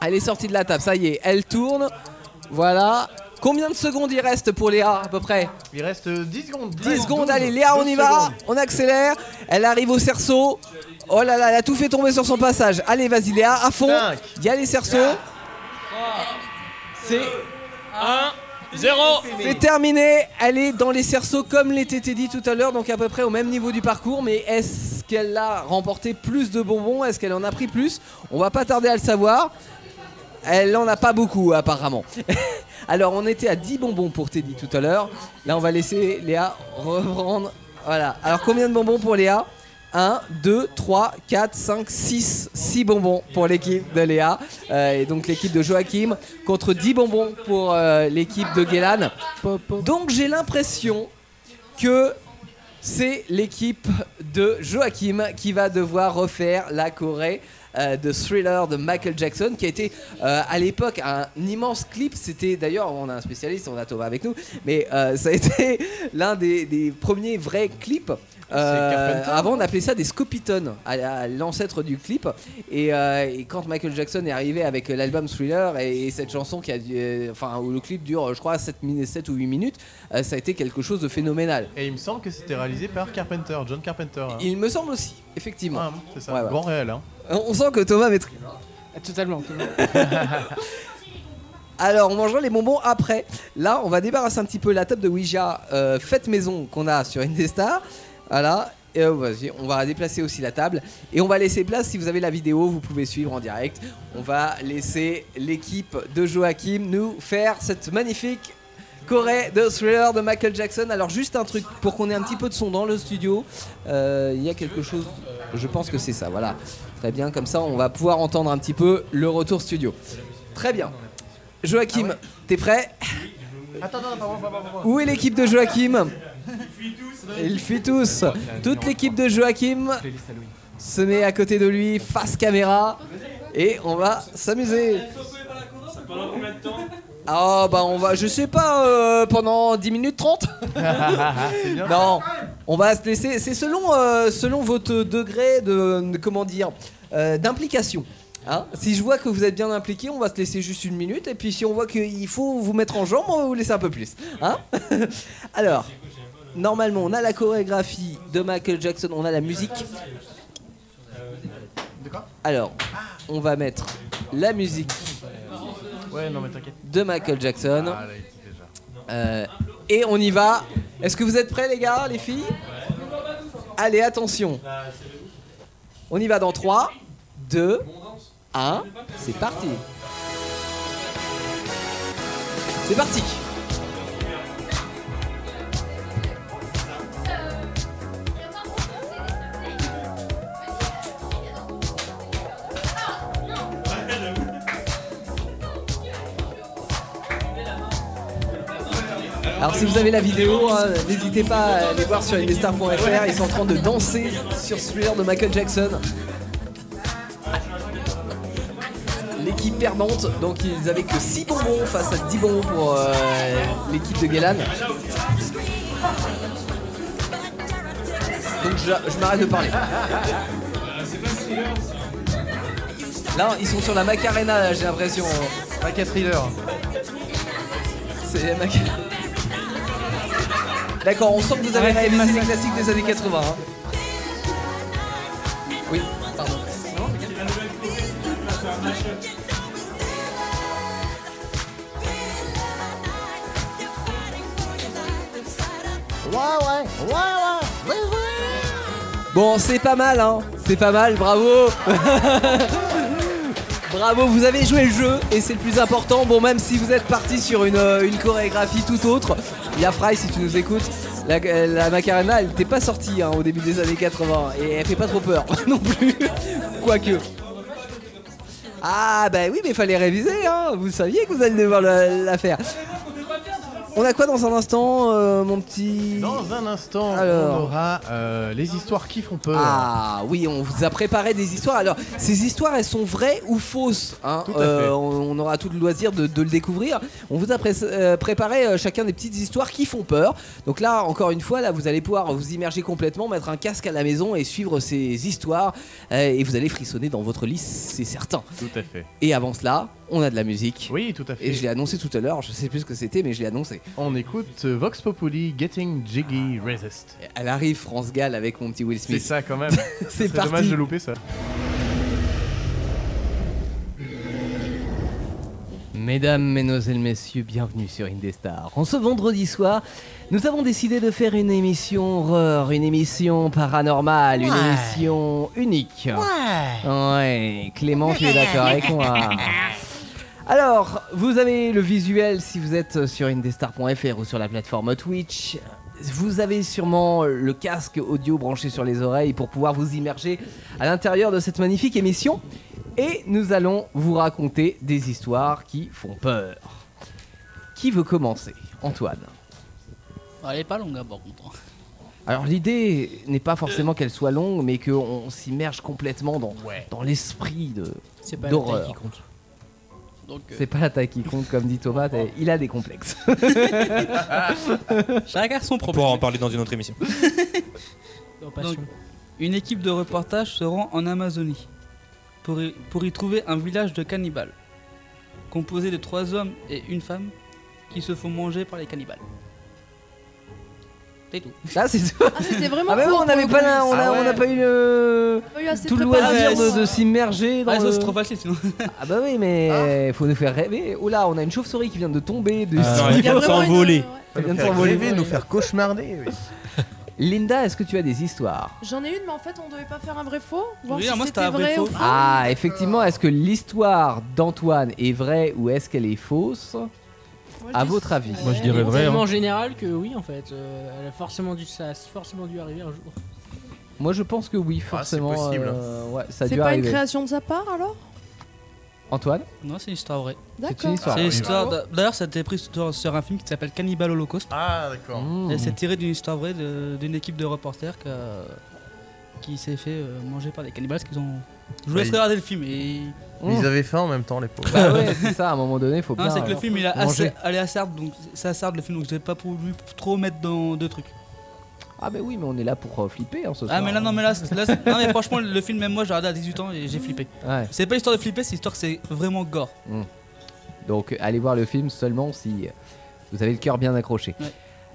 Elle est sortie de la table, ça y est, elle tourne. Voilà. Combien de secondes il reste pour Léa à peu près
Il reste 10 secondes.
10 secondes, allez Léa, on y va, on accélère, elle arrive au cerceau. Oh là là, elle a tout fait tomber sur son passage. Allez, vas-y Léa, à fond. Il y a les cerceaux.
1,
C'est
0.
C'est terminé, elle est dans les cerceaux comme l'était dit tout à l'heure, donc à peu près au même niveau du parcours, mais est-ce qu'elle a remporté plus de bonbons Est-ce qu'elle en a pris plus On va pas tarder à le savoir. Elle en a pas beaucoup apparemment. Alors on était à 10 bonbons pour Teddy tout à l'heure. Là on va laisser Léa reprendre. Voilà. Alors combien de bonbons pour Léa 1, 2, 3, 4, 5, 6. 6 bonbons pour l'équipe de Léa. Euh, et donc l'équipe de Joachim contre 10 bonbons pour euh, l'équipe de Guélan. Donc j'ai l'impression que c'est l'équipe de Joachim qui va devoir refaire la Corée euh, de Thriller de Michael Jackson qui a été euh, à l'époque un immense clip c'était d'ailleurs on a un spécialiste on a Thomas avec nous mais euh, ça a été l'un des, des premiers vrais clips Euh,
Carpenter,
avant on appelait ça des scopitones à, à l'ancêtre du clip et, euh, et quand Michael Jackson est arrivé avec l'album Thriller et, et cette chanson qui a du- euh, enfin où le clip dure je crois 7, ou 8 minutes euh, ça a été quelque chose de phénoménal
Et il me semble que c'était réalisé par Carpenter, John Carpenter. hein.
il me semble aussi, effectivement.
Ah, c'est ça, grand réel. Hein.
On on sent que Thomas maîtrise.
Totalement.
Bah,
Alors, on mangera les bonbons après. Là, on va débarrasser un petit peu la table de Ouija euh, faite maison qu'on a sur Indestar. Voilà. Et euh, vas-y, on va déplacer aussi la table. Et on va laisser place, si vous avez la vidéo, vous pouvez suivre en direct. On va laisser l'équipe de Joachim nous faire cette magnifique Corée de Thriller de Michael Jackson. Alors juste un truc pour qu'on ait un petit peu de son dans le studio. Euh, Il y a quelque chose. Je pense que c'est ça. Voilà. Très bien, comme ça on va pouvoir entendre un petit peu le retour studio. Très bien. Joachim, t'es prêt
Attends, attends, attends, attends, attends, attends.
Où est l'équipe de Joachim
Il
Ils fuient tous. Toute l'équipe de Joachim se met à côté de lui, face caméra, et on va
euh.
s'amuser.
Pendant combien de temps
Ah bah on va, je sais pas, euh, pendant 10 minutes 30
C'est bien.
Non, on va se laisser, c'est selon, euh, selon votre degré de, de- comment dire, euh, d'implication. Hein si je vois que vous êtes bien impliqué, on va se laisser juste une minute, et puis si on voit qu'il faut vous mettre en jambe, on va vous laisser un peu plus. Hein Alors, normalement on a la chorégraphie de Michael Jackson, on a la musique. Alors, on va mettre la musique
Ouais, non, mais t'inquiète.
de Michael Jackson.
Ah, là, il dit déjà.
Euh, et on y va. Est-ce que vous êtes prêts les gars, les filles Allez, attention. On y va dans 3, 2, 1. C'est parti. C'est parti. Alors si vous avez la vidéo, hein, n'hésitez pas à aller voir sur investar.fr. Ils sont en train de danser sur celui-là de Michael Jackson. L'équipe perdante, donc ils avaient que 6 bonbons face à 10 bonbons pour euh, l'équipe de Guélan. Donc je, je m'arrête de parler. Là, ils sont sur la Macarena, là, j'ai l'impression. Maca Thriller. C'est la Maca. D'accord, on sent que vous avez réalisé les classiques des années 80. hein. Oui, pardon.
Ouais, ouais, ouais, ouais, ouais, ouais.
Bon, c'est pas mal, hein. C'est pas mal, bravo. bravo, vous avez joué le jeu et c'est le plus important. Bon, même si vous êtes parti sur une, euh, une chorégraphie tout autre, il y a Fry, si tu nous écoutes, la, la Macarena, elle n'était pas sortie hein, au début des années 80 et elle fait pas trop peur non plus. Quoique. Ah, bah oui, mais fallait réviser, hein. Vous saviez que vous alliez devoir le- la faire. On a quoi dans un instant, euh, mon petit.
Dans un instant,
Alors.
on aura euh, les histoires euh. qui font peur.
Ah oui, on vous a préparé des histoires. Alors, ces histoires, elles sont vraies ou fausses hein
Tout à fait.
on, on aura tout le loisir de, de le découvrir. On vous a pré- euh, préparé euh, chacun des petites histoires qui font peur. Donc là, encore une fois, là, vous allez pouvoir vous immerger complètement, mettre un casque à la maison et suivre ces histoires. euh, et vous allez frissonner dans votre lit, c'est certain.
Tout à fait.
Et avant cela, on a de la musique.
Oui, tout à fait.
Et je l'ai annoncé tout à l'heure. Je sais plus ce que c'était, mais je l'ai annoncé.
On écoute euh, Vox Populi Getting Jiggy Resist.
Elle arrive France Gall avec mon petit Will Smith.
C'est ça quand même.
c'est
C'est
parti.
dommage de louper ça.
Mesdames, Mesdemoiselles, Messieurs, bienvenue sur Indestar. En ce vendredi soir, nous avons décidé de faire une émission horreur, une émission paranormale, une
Ouais.
émission unique.
Ouais.
Ouais, Clément, tu es d'accord avec moi Alors, vous avez le visuel si vous êtes sur indestar.fr ou sur la plateforme Twitch. Vous avez sûrement le casque audio branché sur les oreilles pour pouvoir vous immerger à l'intérieur de cette magnifique émission. Et nous allons vous raconter des histoires qui font peur. Qui veut commencer Antoine.
Elle est pas longue, hein, par contre.
Alors l'idée n'est pas forcément qu'elle soit longue, mais qu'on s'immerge complètement dans, dans l'esprit de
C'est pas la
d'horreur.
taille qui compte. Donc, euh,
C'est pas la taille qui compte, comme dit Thomas, t'as- il a des complexes.
Chacun son
On pourra en parler dans une autre émission.
Donc, une équipe de reportage se rend en Amazonie pour y, pour y trouver un village de cannibales, composé de trois hommes et une femme qui se font manger par les cannibales. C'est tout.
Ah, c'est
c'était vraiment
Ah, bah oui,
court
on n'avait
pour
pas,
le
la-
coup.
on a,
Ah ouais.
on a pas eu le.
On a pas eu assez
tout
de
le loisir
préparation.
de, de s'immerger dans.
Ah, ça,
le-
c'est trop facile sinon.
Ah, bah oui, mais
Ah.
faut nous faire rêver. Oula, on a une chauve-souris qui vient de tomber du
Ah,
studio.
elle vient de Il y a vraiment s'envoler. une- ouais.
Elle vient de
Nous faire
s'envoler.
rêver, nous faire cauchemarder. oui.
Linda, est-ce que tu as des histoires
J'en ai une, mais en fait, on devait pas faire un vrai faux. Voir
Oui,
si
ah, moi, c'était
c'était
un vrai
vrai
faux.
ou faux.
Ah, effectivement, est-ce que l'histoire d'Antoine est vraie ou est-ce qu'elle est fausse À votre avis
Moi, je
hein.
dirais vrai, hein.
Tellement en général que oui, en fait, euh, elle a forcément dû, ça a forcément dû arriver un jour.
Moi, je pense que oui,
Ah,
forcément.
possible.
euh, ouais, ça a
C'est
dû
pas
arriver.
une création de sa part alors
Antoine
Non, c'est une histoire vraie.
D'accord. C'est une histoire
C'est
vraie.
l'histoire d'a- D'ailleurs, ça a été pris sur, sur un film qui s'appelle Cannibal Holocaust.
Ah, d'accord.
Et c'est tiré d'une histoire vraie de- d'une équipe de reporters qui, a- qui s'est fait euh, manger par des cannibales parce qu'ils ont. Je vous
Bah,
laisse
ils-
regarder le film. Et...
Ils avaient faim en même temps, les pauvres.
Mmh. Bah ouais, c'est ça, à un moment donné, faut
Non,
bien.
c'est que le
euh,
film il a
manger.
assez, elle est assez hard, donc c'est assez hard, le film, donc j'ai pas voulu trop mettre dans deux trucs.
Ah, mais oui, mais on est là pour euh, flipper en ce
Ah
soir.
mais là non mais là, là, c'est- non mais franchement le film même moi j'ai regardé à 18 ans et j'ai flippé.
Ouais.
C'est pas l'histoire de flipper, c'est l'histoire que c'est vraiment gore.
Mm. Donc, allez voir le film seulement si euh, vous avez le cœur bien accroché.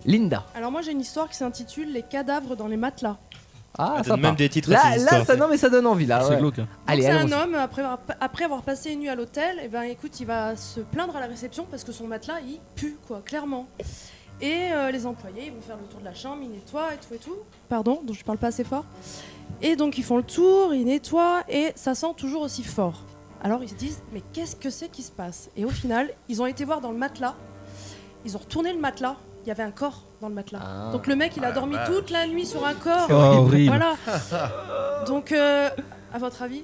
Linda.
Alors moi j'ai une histoire qui s'intitule Les cadavres dans les matelas.
Ah,
Elle
ça
donne même des titres à
Là,
ces
là
histoires.
ça, non, mais ça donne envie. Là,
C'est
ouais.
glauque, hein.
Allez,
Donc, c'est
allons-y.
un homme, après avoir, après avoir passé une nuit à l'hôtel, et ben écoute, il va se plaindre à la réception parce que son matelas il pue, quoi, clairement. Et euh, les employés, ils vont faire le tour de la chambre, ils nettoient et tout et tout. Pardon, dont je parle pas assez fort. Et donc ils font le tour, ils nettoient et ça sent toujours aussi fort. Alors ils se disent, mais qu'est-ce que c'est qui se passe Et au final, ils ont été voir dans le matelas, ils ont retourné le matelas, il y avait un corps dans le matelas.
Ah.
donc le mec, il
Ah
a
la
dormi
vache.
toute la nuit sur un corps.
C'est horrible.
Voilà. Donc, euh, à votre avis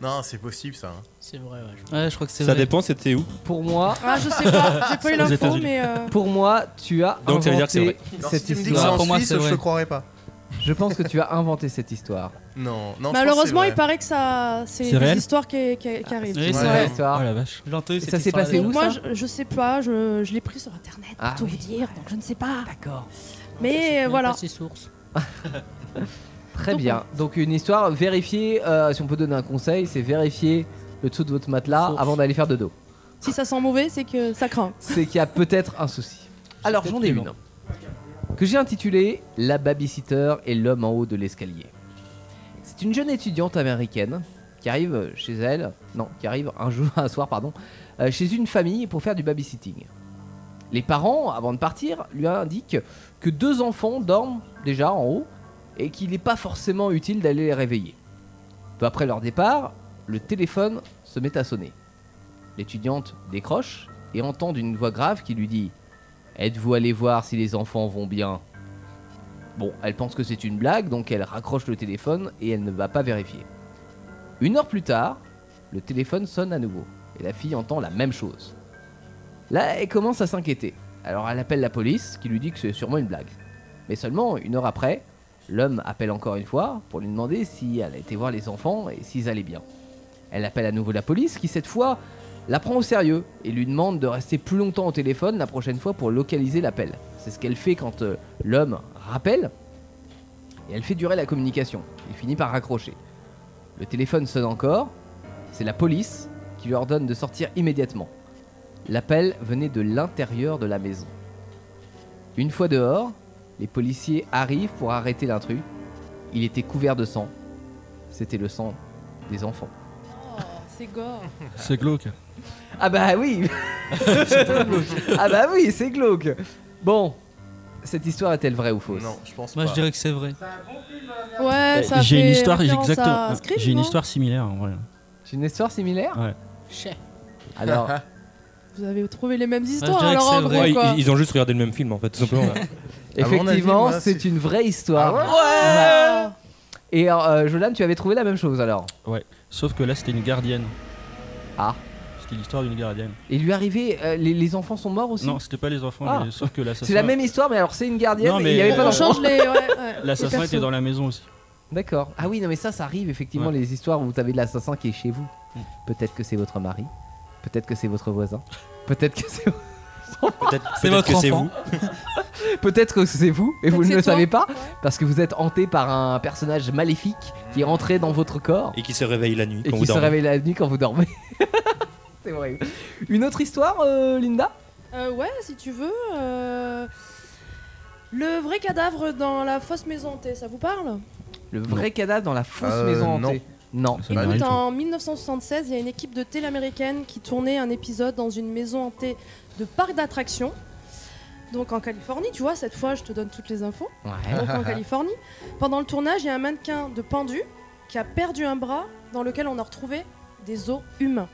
Non, c'est possible ça. hein.
C'est vrai, ouais. je crois que c'est
Ça
vrai.
dépend, c'était où
Pour moi.
Ah, je sais pas, j'ai pas eu
Aux
l'info,
États-Unis.
mais. euh,
Pour moi, tu as
Donc, ça veut
inventé
dire que c'est vrai.
Alors,
cette
si tu me dis que
histoire.
c'est en Pour moi, Suisse, c'est je vrai. te croirais pas.
Je pense que tu as inventé cette histoire.
Non, non.
Malheureusement, il paraît que ça, c'est
C'est
des
réel
histoires qui, qui- qui arrivent.
c'est
Ouais.
vrai. histoire.
Oh la vache.
J'ai entendu
Et
cette
ça s'est
histoire
passé
là.
où
Moi,
ça
je, je sais pas, je, je l'ai pris sur internet, pour
Ah
tout
oui.
vous dire, donc je ne sais pas.
D'accord.
Mais euh, voilà.
C'est source.
Très bien. Donc une histoire, vérifiez, euh, si on peut donner un conseil, c'est vérifier le dessous de votre matelas avant d'aller faire de dos.
Si ça sent mauvais, c'est que ça craint.
C'est qu'il y a peut-être un souci. Alors j'en ai une. Que j'ai intitulée La babysitter et l'homme en haut de l'escalier. C'est une jeune étudiante américaine qui arrive chez elle, non, qui arrive un jour, un soir, pardon, euh, chez une famille pour faire du babysitting. Les parents, avant de partir, lui indiquent que deux enfants dorment déjà en haut et qu'il n'est pas forcément utile d'aller les réveiller. Peu après leur départ, le téléphone se met à sonner. L'étudiante décroche et entend une voix grave qui lui dit Êtes-vous allé voir si les enfants vont bien Bon, elle pense que c'est une blague, donc elle raccroche le téléphone et elle ne va pas vérifier. Une heure plus tard, le téléphone sonne à nouveau et la fille entend la même chose. Là, elle commence à s'inquiéter. Alors elle appelle la police qui lui dit que c'est sûrement une blague. Mais seulement une heure après, l'homme appelle encore une fois pour lui demander si elle a été voir les enfants et s'ils allaient bien. Elle appelle à nouveau la police qui cette fois la prend au sérieux et lui demande de rester plus longtemps au téléphone la prochaine fois pour localiser l'appel. C'est ce qu'elle fait quand euh, l'homme rappelle et elle fait durer la communication. Il finit par raccrocher. Le téléphone sonne encore, c'est la police qui lui ordonne de sortir immédiatement. L'appel venait de l'intérieur de la maison. Une fois dehors, les policiers arrivent pour arrêter l'intrus. Il était couvert de sang. C'était le sang des enfants.
Oh, C'est gore.
C'est glauque.
Ah bah oui Ah bah oui, c'est glauque Bon, cette histoire est-elle vraie ou fausse
Non, je pense
Moi je dirais que c'est vrai.
Ouais, ça
J'ai une
fait
histoire
référence à
exactement.
Scream,
J'ai une
non
histoire similaire en vrai.
J'ai une histoire similaire
Ah,
Ouais.
Chais.
Alors,
Vous avez trouvé les mêmes histoires
dirais que
alors hein,
c'est
en
vrai.
vrai,
Ouais,
quoi.
ils, ils ont juste regardé le même film en fait, tout simplement.
effectivement, c'est une vraie histoire.
Ah
Ouais Et euh, Jolan, tu avais trouvé la même chose alors
Ouais. Sauf que là c'était une gardienne.
Ah.
C'était l'histoire d'une gardienne.
Il lui arrivait, euh, les, les enfants sont morts aussi
Non, c'était pas les enfants,
Ah.
mais sauf que l'assassin.
C'est la même histoire, mais alors c'est une gardienne,
Non,
et
mais-
il n'y avait pas
On
d'enfant.
change les- ouais, ouais, L'assassin les persos. était dans la maison aussi.
D'accord. Ah oui, non, mais ça, ça arrive effectivement,
Ouais.
les histoires où vous avez de l'assassin qui est chez vous.
Mm.
Peut-être que c'est votre mari, peut-être que c'est votre voisin, peut-être que c'est.
Peut-être- C'est peut-être votre que c'est enfant.
peut-être que c'est vous et vous
Peut-être
ne le
c'est toi.
savez pas parce que vous êtes hanté par un personnage maléfique qui est rentré dans votre corps
Et qui se réveille la nuit
et
quand
qui
vous
se
dormez.
réveille la nuit quand vous dormez. c'est horrible. Une autre histoire, euh, Linda
Euh, ouais, si tu veux. euh, Le vrai cadavre dans la fausse maison hantée, ça vous parle
Le vrai cadavre dans la fausse
Euh,
maison
non.
hantée. Non.
Ça me dit
Écoute,
rien
en 1976, il y a une équipe de télé américaine qui tournait un épisode dans une maison hantée de parc d'attractions. Donc en Californie, tu vois, cette fois je te donne toutes les infos.
Ouais.
Donc en Californie, pendant le tournage, il y a un mannequin de pendu qui a perdu un bras dans lequel on a retrouvé des os humains.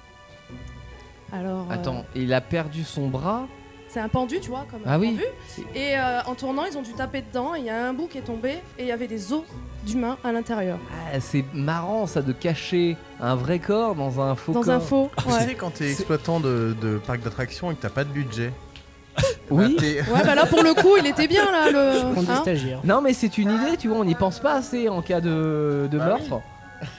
Alors. euh,
Attends, il a perdu son bras
C'est un pendu, tu vois, comme
Ah
un
oui.
pendu. Et euh, en tournant, ils ont dû taper dedans. et Il y a un bout qui est tombé et il y avait des os d'humains à l'intérieur.
Ah, c'est marrant ça de cacher un vrai corps dans un faux
Dans
corps.
un faux,
Tu sais, quand t'es exploitant de, de parc d'attractions et que t'as pas de budget.
Oui.
Ouais, bah là pour le coup, il était bien là. Le... hein
Non, mais c'est une idée, tu vois, on n'y pense pas assez en cas de,
Bah
de meurtre.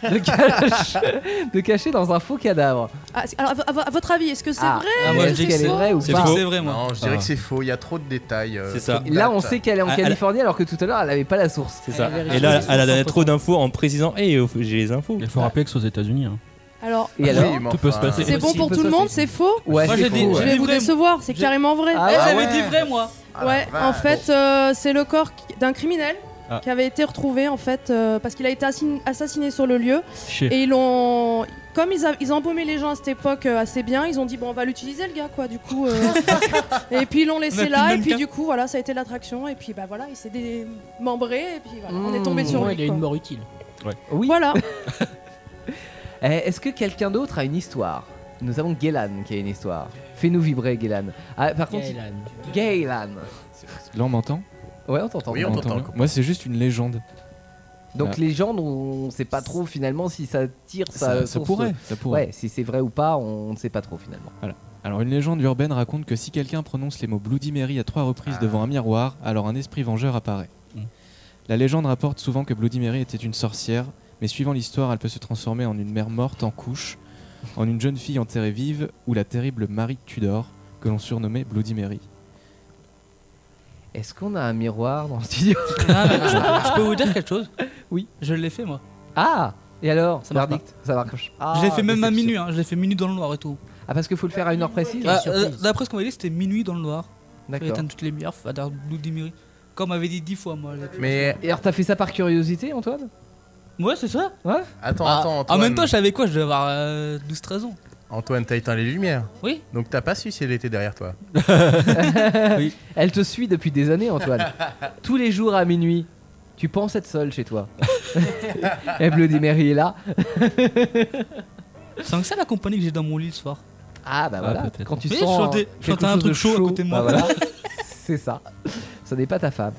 De, cache- de cacher dans un faux cadavre.
Ah, c'est- alors, à, vo- à votre avis, est-ce que c'est
Ah,
vrai
ah, moi,
Est-ce
je dis
que
qu'elle est
faux
vraie ou
C'est
pas
faux. C'est vrai, moi. Non, je dirais
Ah.
que c'est faux, il y a trop de détails. euh,
C'est ça.
trop de
Là,
dates.
on sait qu'elle est en
Ah, elle-
Californie alors que tout à l'heure, elle avait pas la source.
C'est ça. Et là, elle a donné trop d'infos en précisant Hey, euh, j'ai les infos.
Il faut rappeler que c'est aux États-Unis.
hein.
Alors,
Et alors
Tout peut se
Ah,
passer.
c'est bon pour tout le monde, c'est faux
Ouais, Moi, c'est j'ai faux, dit- ouais.
Je
j'ai
vais
dit
vous
vrai.
décevoir, c'est carrément vrai.
Ah Eh, ouais. j'avais dit vrai, moi.
Ah,
Ouais,
la
en
vache.
fait, euh, c'est le corps qui- d'un criminel
Ah.
qui avait été retrouvé en fait euh, parce qu'il a été assin- assassiné sur le lieu.
Chier.
Et ils l'ont. Comme ils, a- ils embaumaient les gens à cette époque euh, assez bien, ils ont dit bon on va l'utiliser le gars quoi du coup euh, et puis ils l'ont
On a
laissé
plus
là
le
et
même
puis
cas.
du coup voilà ça a été l'attraction et puis bah voilà il s'est démembré et puis voilà on est tombé
Mmh.
sur lui.
Ouais, il a
quoi.
une mort utile.
Oui.
Voilà.
Eh, Est-ce que quelqu'un d'autre a une histoire Nous avons Gélan qui a une histoire. Fais-nous vibrer, Gélan. Ah, par contre,
Gaëlan.
Gaëlan.
Là, on m'entend
Ouais, on t'entend.
On m'entend bien. Moi, c'est juste une légende.
Donc
Là.
les gens, on ne sait pas trop finalement si ça tire sa
Ça- ça
source.
pourrait, ça pourrait.
Ouais, si c'est vrai ou pas, on ne sait pas trop finalement.
Voilà. Alors, une légende urbaine raconte que si quelqu'un prononce les mots Bloody Mary à trois
Ah.
reprises devant un miroir, alors un esprit vengeur apparaît.
Mm.
La légende rapporte souvent que Bloody Mary était une sorcière, mais suivant l'histoire, elle peut se transformer en une mère morte en couche, en une jeune fille enterrée vive ou la terrible Marie Tudor, que l'on surnommait Bloody Mary.
Est-ce qu'on a un miroir dans le studio
Ah, mais je, peux, je peux vous dire quelque chose
Oui.
Je l'ai fait moi.
Ah Et alors
Ça marche
Verdict Ça marche. Ah,
je l'ai fait même à
déception.
minuit, hein, je l'ai fait minuit dans le noir et tout.
Ah, parce qu'il faut le faire à une heure précise
Ah, euh, D'après ce qu'on m'a dit, c'était minuit dans le noir.
D'accord.
Fallait éteindre toutes les lumières, faut faire Bloody Mary. Comme on m'avait dit dix fois moi.
Mais alors t'as fait ça par curiosité, Antoine
Ouais, c'est ça
Ouais
Attends,
Ah,
attends,
En
Antoine.
même temps, je savais quoi Je devais avoir 12-13 ans.
Antoine, t'as éteint les lumières.
Oui.
Donc t'as pas su si elle était derrière toi.
Elle te suit depuis des années, Antoine. Tous les jours à minuit, tu penses être seul chez toi. Et Bloody Mary est là.
C'est que ça la compagnie que j'ai dans mon lit le soir.
Ah bah voilà, quand tu
Mais
sens
je chantais,
quelque
je chantais un
chose de
truc chaud, à côté de
bah
moi.
voilà. c'est ça. Ça n'est pas ta femme.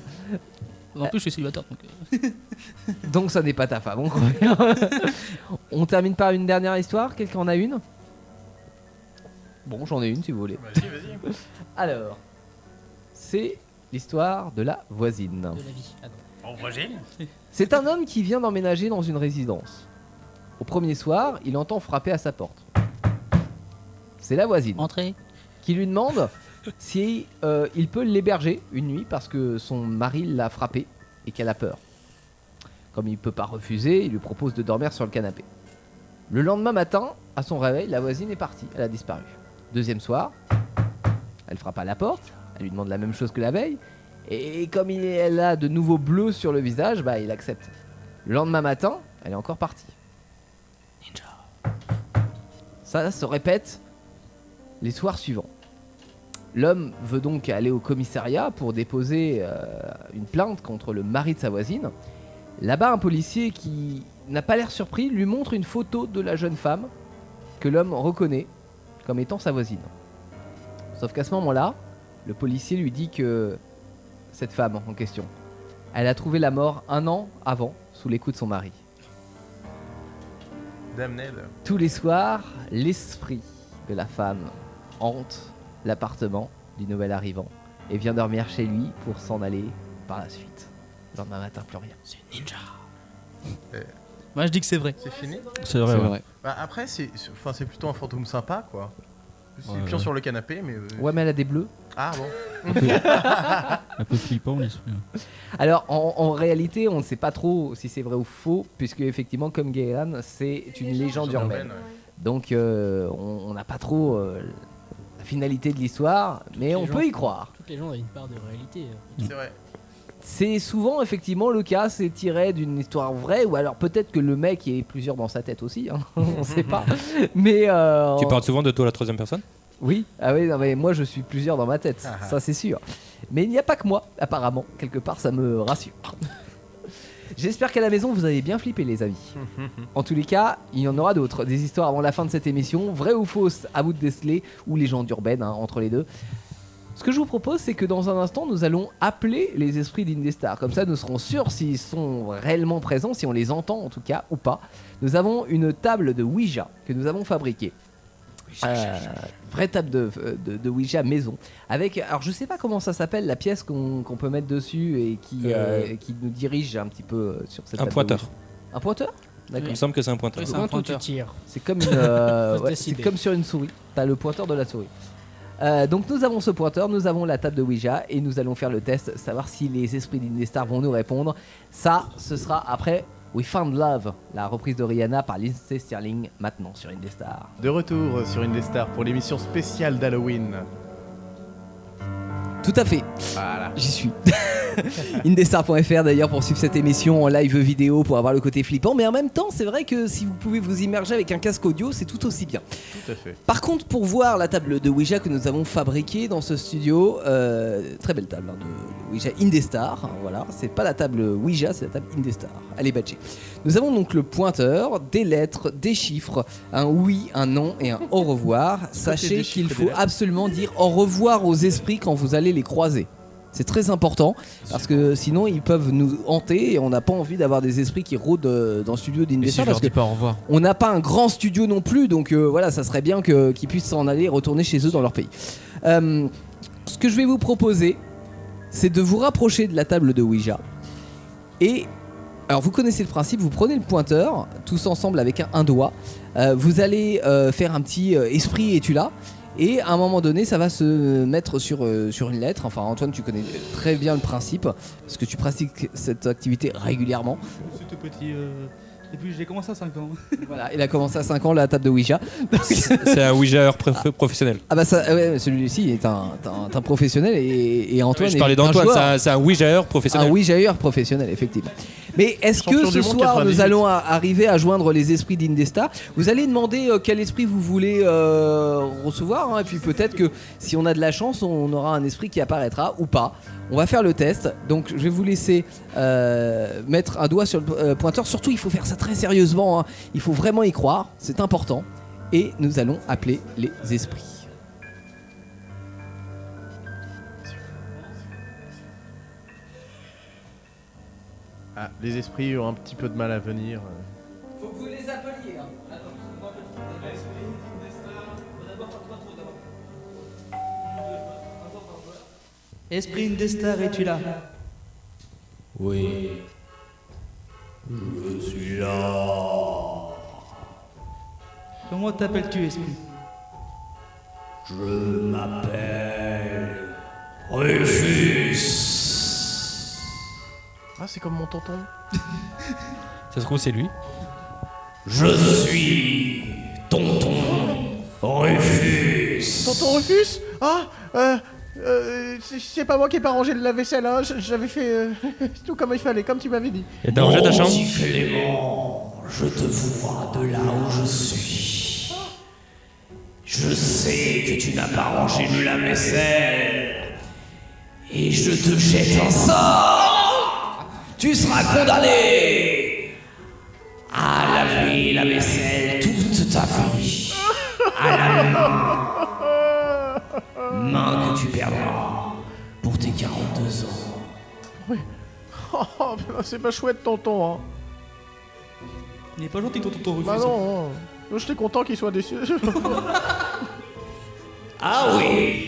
en plus, je suis célibataire. Donc... euh.
Donc ça n'est pas ta femme, on revient. on termine par une dernière histoire, quelqu'un en a une Bon, j'en ai une Bah, si vous voulez.
Vas-y, vas-y.
Alors, c'est l'histoire de la ah voisine.
On voit
C'est un homme qui vient d'emménager dans une résidence. Au premier soir, il entend frapper à sa porte. C'est la voisine. Qui lui demande si euh, il peut l'héberger une nuit parce que son mari l'a frappé et qu'elle a peur. Comme il ne peut pas refuser, il lui propose de dormir sur le canapé. Le lendemain matin, à son réveil, la voisine est partie. Elle a disparu. Deuxième soir, elle frappe à la porte. Elle lui demande la même chose que la veille. Et comme il, elle a de nouveaux bleus sur le visage, bah il accepte. Le lendemain matin, elle est encore partie. Ça se répète les soirs suivants. L'homme veut donc aller au commissariat pour déposer euh, une plainte contre le mari de sa voisine. Là-bas, un policier qui n'a pas l'air surpris lui montre une photo de la jeune femme que l'homme reconnaît comme étant sa voisine. Sauf qu'à ce moment-là, le policier lui dit que cette femme en question, elle a trouvé la mort un an avant sous les coups de son mari.
Damned.
Tous les soirs, l'esprit de la femme hante l'appartement du nouvel arrivant et vient dormir chez lui pour s'en aller par la suite. Le lendemain matin, plus rien. C'est ninja.
Moi, je dis que c'est vrai.
C'est fini
C'est vrai, C'est ouais. vrai.
Bah, après, c'est c'est- enfin, c'est plutôt un fantôme sympa, quoi. C'est
Ouais,
pion
ouais.
sur le canapé, mais. euh,
Ouais, mais elle a des bleus.
Ah
Un
bon
peu-
Un peu flippant, l'esprit.
Alors, en, en réalité, on ne sait pas trop si c'est vrai ou faux, puisque effectivement, comme Gaëlan, c'est une légende urbaine.
urbaine,
Donc, euh, on on n'a pas trop euh, la finalité de l'histoire, mais on
Les
peut
gens-
y croire.
Toutes les gens ont une part de réalité. euh,
C'est vrai.
C'est souvent effectivement le cas, c'est tiré d'une histoire vraie, ou alors peut-être que le mec y ait plusieurs dans sa tête aussi, hein, on ne sait pas. Mais euh,
Tu
on-
parles souvent de toi, la troisième personne
Oui, ah oui, non, mais moi je suis plusieurs dans ma tête,
Ah ah.
ça c'est sûr. Mais il n'y a pas que moi, apparemment, quelque part ça me rassure. J'espère qu'à la maison vous avez bien flippé les amis. En tous les cas, il y en aura d'autres, des histoires avant la fin de cette émission, vraies ou fausses, à vous de déceler, ou légendes urbaines, hein, entre les deux. Ce que je vous propose, c'est que dans un instant, nous allons appeler les esprits d'Indestar. Comme ça, nous serons sûrs s'ils sont réellement présents, si on les entend en tout cas ou pas. Nous avons une table de Ouija que nous avons fabriquée. Euh, vraie table de, euh, de, de Ouija maison. Avec, alors je sais pas comment ça s'appelle la pièce qu'on qu'on peut mettre dessus et qui,
Euh,
euh, qui nous dirige un petit peu euh, sur cette
Un
table de
pointeur.
Ouija. Un pointeur D'accord.
Il me semble que c'est un pointeur.
Oui, c'est un Comment pointeur. tu tires
C'est comme, une, euh,
Faut se
ouais,
décider.
c'est comme sur une souris. T'as le pointeur de la souris. Euh, donc nous avons ce pointeur, nous avons la table de Ouija et nous allons faire le test, savoir si les esprits d'Indestar vont nous répondre. Ça, ce sera après We Found Love, la reprise de Rihanna par Lindsay Sterling, maintenant sur Indestar.
De retour sur Indestar pour l'émission spéciale d'Halloween.
Tout à fait. J'y suis. Indestar.fr d'ailleurs pour suivre cette émission en live vidéo pour avoir le côté flippant. Mais en même temps, c'est vrai que si vous pouvez vous immerger avec un casque audio, c'est tout aussi bien.
Tout à fait.
Par contre, pour voir la table de Ouija que nous avons fabriquée dans ce studio, euh, très belle table hein, de Ouija Indestar. hein, voilà, c'est pas la table Ouija, c'est la table Indestar. Elle est badgée. Nous avons donc le pointeur, des lettres, des chiffres, un oui, un non et un au revoir. Sachez
des
qu'il
chiffres et
faut
des lettres.
absolument dire au revoir aux esprits quand vous allez les croiser. C'est très important parce que sinon ils peuvent nous hanter et on n'a pas envie d'avoir des esprits qui rôdent euh, dans le studio
Mais si
d'Indestar
je
parce
leur
que
dis pas au revoir.
on n'a pas un grand studio non plus, donc euh, voilà, ça serait bien que- qu'ils puissent s'en aller et retourner chez eux dans leur pays. Euh, ce que je vais vous proposer, c'est de vous rapprocher de la table de Ouija. Et, alors vous connaissez le principe, vous prenez le pointeur, tous ensemble avec un, un doigt, euh, vous allez euh, faire un petit euh, esprit et tu là et à un moment donné, ça va se mettre sur, euh, sur une lettre. Enfin, Antoine, tu connais très bien le principe, parce que tu pratiques cette activité régulièrement.
C'était petit. euh, Depuis que j'ai commencé à 5 ans.
Voilà, Il a commencé à 5 ans, la table de Ouija.
C'est un Ouija professionnel.
Ah bah ça, ah ouais, celui-ci est un, est un- est un professionnel et, et Antoine.
je parlais
est
d'Antoine, c'est
un joueur. Ah
un- Ah c'est un Ouija professionnel.
Un Ouija professionnel, effectivement. Mais est-ce que
Champion
ce
du monde
soir
98.
nous allons a- arriver à joindre les esprits d'Indesta Vous allez demander euh, quel esprit vous voulez euh, recevoir, hein, et puis peut-être que si on a de la chance, on aura un esprit qui apparaîtra ou pas. On va faire le test, donc je vais vous laisser euh, mettre un doigt sur le euh, pointeur. Surtout, il faut faire ça très sérieusement, hein. il faut vraiment y croire, c'est important. Et nous allons appeler les esprits.
Ah, les esprits ont un petit peu de mal à venir. euh.
Faut que vous les appeliez.
Esprit Indestar, es-tu là
Oui. Je suis là.
Comment t'appelles-tu, Esprit
Je m'appelle Rufus.
Ah, c'est comme mon tonton.
Ça se trouve, c'est lui.
Je suis tonton Rufus.
Tonton Rufus Ah euh, euh, c'est- C'est pas moi qui ai pas rangé le lave-vaisselle, hein. J- j'avais fait euh, tout comme il fallait, comme tu m'avais dit.
Et t'as rangé ta chambre
Mon petit Clément, je te vois de là où je suis. Je sais que tu n'as pas rangé le lave-vaisselle. Et je te jette un sort. Tu seras condamné à laver la vaisselle toute ta vie. À la main. Main que tu perdras pour tes 42 ans.
Oh, oh, putain, c'est pas chouette, tonton. Hein.
Il est pas gentil, ton tonton Rufus.
Bah non, hein. Moi, j'étais content qu'il soit déçu.
Ah oui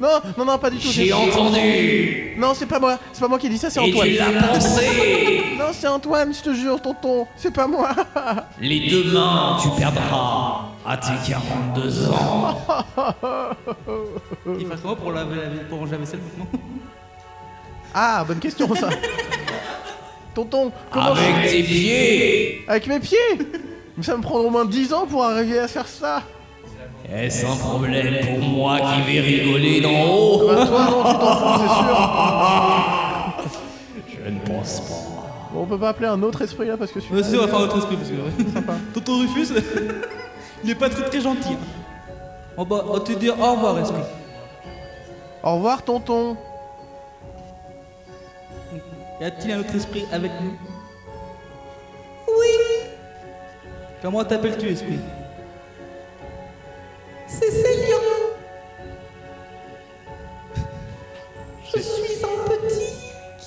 non, non, non, pas du tout.
J'ai
c'est-
entendu.
Non, c'est pas moi, c'est pas moi qui dis ça, c'est
Et
Antoine.
tu l'as pensé.
Non, c'est Antoine, je te jure, tonton, c'est pas moi.
Les deux mains, tu perdras à tes 42 ans.
Il fait comment pour, laver la, pour ranger la vaisselle maintenant
Ah, bonne question ça. Tonton, comment
Avec
je-
tes pieds.
Avec mes pieds Mais ça me prendra au moins 10 ans pour arriver à faire ça.
Est-ce un problème pour moi qui vais rigoler d'en haut
Bah, toi, non, tu t'en fous, c'est
Je ne pense pas.
Bon, on peut pas appeler un autre esprit là parce que celui-là.
Monsieur, on va faire autre esprit parce que. tonton Rufus, il est pas très très gentil. hein. On va, on va te dire au revoir, Esprit.
Au revoir, tonton.
Y a-t-il un autre esprit avec nous Oui Comment t'appelles-tu, esprit
C'est Célia.
Je suis un petit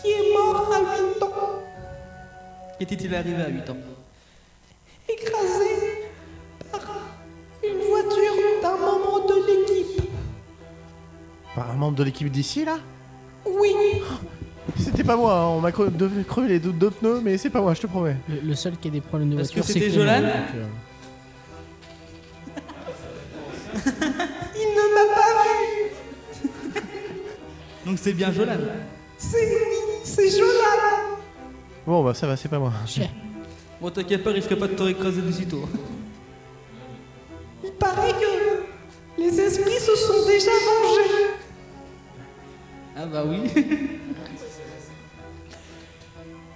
qui est mort à 8 ans,
Était-il arrivé à 8 ans
écrasé par une voiture d'un membre de l'équipe.
Par un membre de l'équipe d'ici là
Oui,
C'était pas moi, hein, on m'a creux- de- crevé les deux, deux pneus, mais c'est pas moi, je te promets.
Le, le seul qui a des problèmes de
Est-ce que
voiture, c'est
c'était
Clément,
Jolan
donc, euh,
il ne m'a pas vu.
Donc c'est bien Jolan.
C'est oui, c'est Jolan.
Bon, bah ça va, c'est pas moi.
Bon, t'inquiète pas, il risque pas de te récraser d'aussitôt.
Il paraît que les esprits se sont déjà vengés.
Ah bah oui.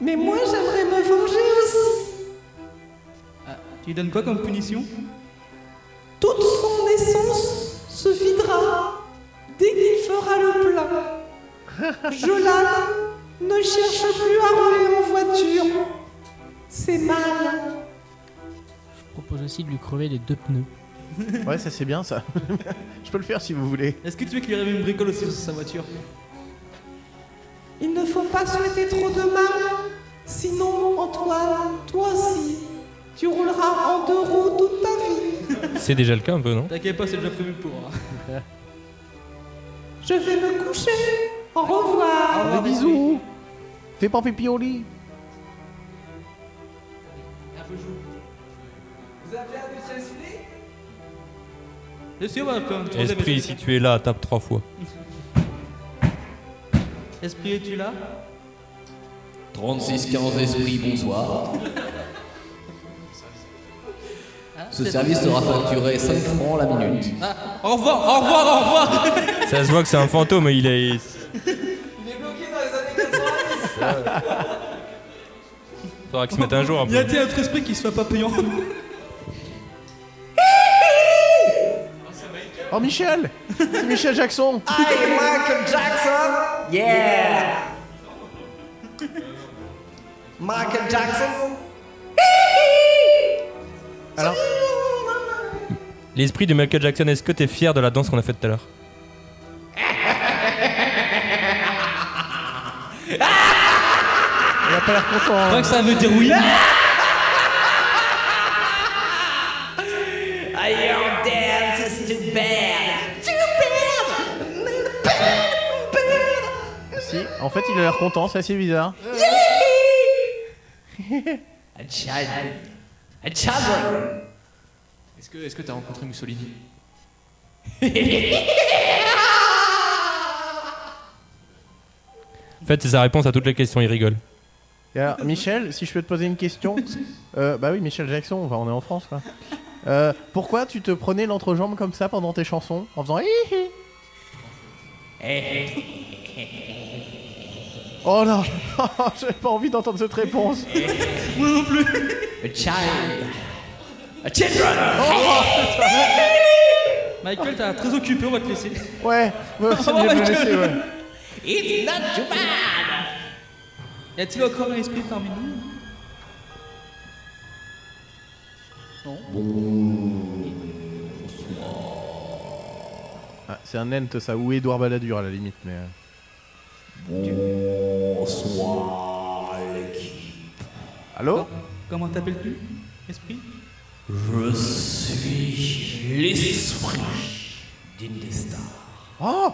Mais moi, j'aimerais me venger aussi.
Ah, tu lui donnes quoi comme punition
Toute son essence se videra dès qu'il fera le plein. Jolan ne cherche plus à rouler en voiture. C'est mal.
Je propose aussi de lui crever les deux pneus.
ouais, ça c'est bien ça. je peux le faire si vous voulez.
Est-ce que tu veux qu'il arrive une bricole aussi sur sa voiture
Il ne faut pas souhaiter trop de mal. Sinon, Antoine, toi aussi, tu rouleras en deux roues toute ta vie.
C'est déjà le cas un peu, non
T'inquiète pas, c'est déjà prévu pour. hein.
Je vais me coucher. Au revoir.
Des bisous Fais pas pipi au lit
Vous appelez à monsieur Esprit
Monsieur, on va un peu un tour de
Esprit, si tu es là, tape trois fois.
Esprit, es-tu là
36-15 esprits, bonsoir. Ce
c'est-
service sera facturé 5 francs la minute.
Ah, Au revoir, au revoir, au revoir
Ça se voit que c'est un fantôme, il est.
Il est bloqué dans les années 90
Faudra qu'il se mette un jour un
Y
peu.
a-t-il un autre esprit qui se fait pas payant
Oh Michel C'est Michel Jackson
I Michael Jackson Yeah Michael Jackson
Alors
L'esprit de Michael Jackson, est-ce que t'es fier de la danse qu'on a faite tout à l'heure
Il a pas l'air content. hein.
Je crois que ça veut dire oui.
Ah, Your dance is too bad
Tu perds. Perds, perds.
Si, en fait il a l'air content, c'est assez bizarre.
Yeah.
A child. A
Est-ce que est-ce que t'as rencontré Mussolini
Ah,
En fait, c'est sa réponse à toutes les questions, il rigole.
Et alors, Michel, si je peux te poser une question, euh, bah oui, Michel Jackson, enfin, on est en France quoi. Euh, pourquoi tu te prenais l'entrejambe comme ça pendant tes chansons en faisant Hi, hi
Eh.
Oh non, j'ai pas envie d'entendre cette réponse.
Moi non plus
A child.
A
children. Oh,
Michael, t'as très occupé, on va te laisser.
Ouais, ouais, c'est mieux de me laisser, ouais.
Oh, It's not too bad Y a-t-il encore un esprit parmi nous
Ah, c'est un Nent ça, ou Edouard Balladur à la limite, mais. euh,
Bonsoir l'équipe.
Allô
Comment t'appelles-tu Esprit
Je suis l'esprit d'Indestar.
Oh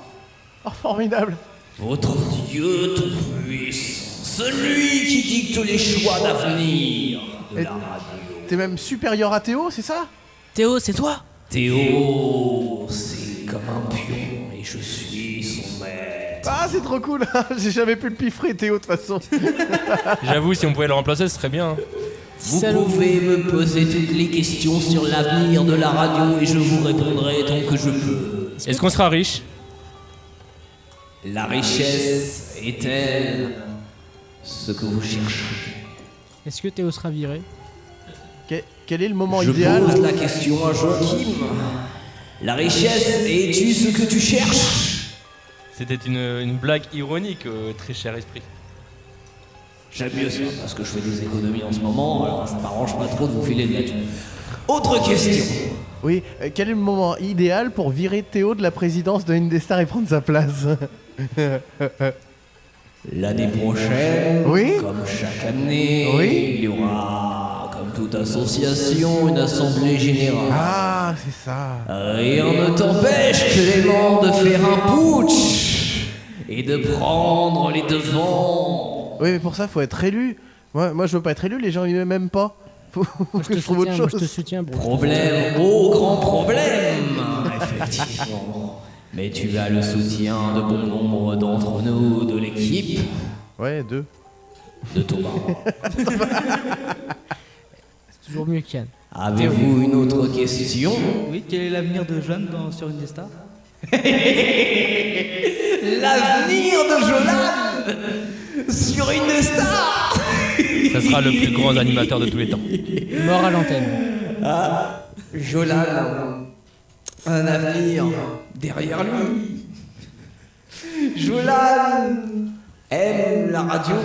Oh, formidable
Votre Dieu tout-puissant, celui qui dicte les choix d'avenir de
Et-
la radio.
T'es même supérieur à Théo, c'est ça
Théo, c'est toi
Théo, c'est comme un pion et je suis son maître.
Ah, c'est trop cool J'ai jamais pu le piffrer, Théo, de toute façon.
J'avoue, si on pouvait le remplacer, ce serait bien. hein.
Vous pouvez me poser toutes les questions sur l'avenir de la radio et je vous répondrai tant que je peux.
Est-ce qu'on sera riche
La richesse est-elle ce que vous cherchez
Est-ce que Théo sera viré
Que- Quel est le moment
Je
idéal
pose la question à Joachim. La richesse es-tu ce que tu cherches
C'était une, une blague ironique, euh, très cher esprit.
J'aime mieux ça parce que je fais des économies en ce moment, alors ça m'arrange pas trop de vous filer de la thune. Autre question.
Oui, euh, quel est le moment idéal pour virer Théo de la présidence de Indestar et prendre sa place
L'année prochaine,
Oui
comme chaque année,
Oui
il y aura, comme toute association, une assemblée générale.
Ah, c'est ça.
Rien ne t'empêche, Clément, de faire un putsch et de prendre les devants.
Oui, mais pour ça, faut être élu. Moi, moi je veux pas être élu, les gens, ils veulent même pas. Faut que je, trouve autre chose.
Problème, oh grand problème Effectivement. Mais tu as le soutien de bon nombre d'entre nous, de l'équipe.
Ouais, deux.
De Thomas.
Toujours mieux qu'Yann.
Avez-vous une autre question
Oui, quel est l'avenir de Jeanne dans, sur Indestar
L'avenir de Jolan sur une star
Ça sera le plus grand animateur de tous les temps.
Mort à l'antenne.
Ah, Jolan, un avenir derrière lui. Jolan aime la radio.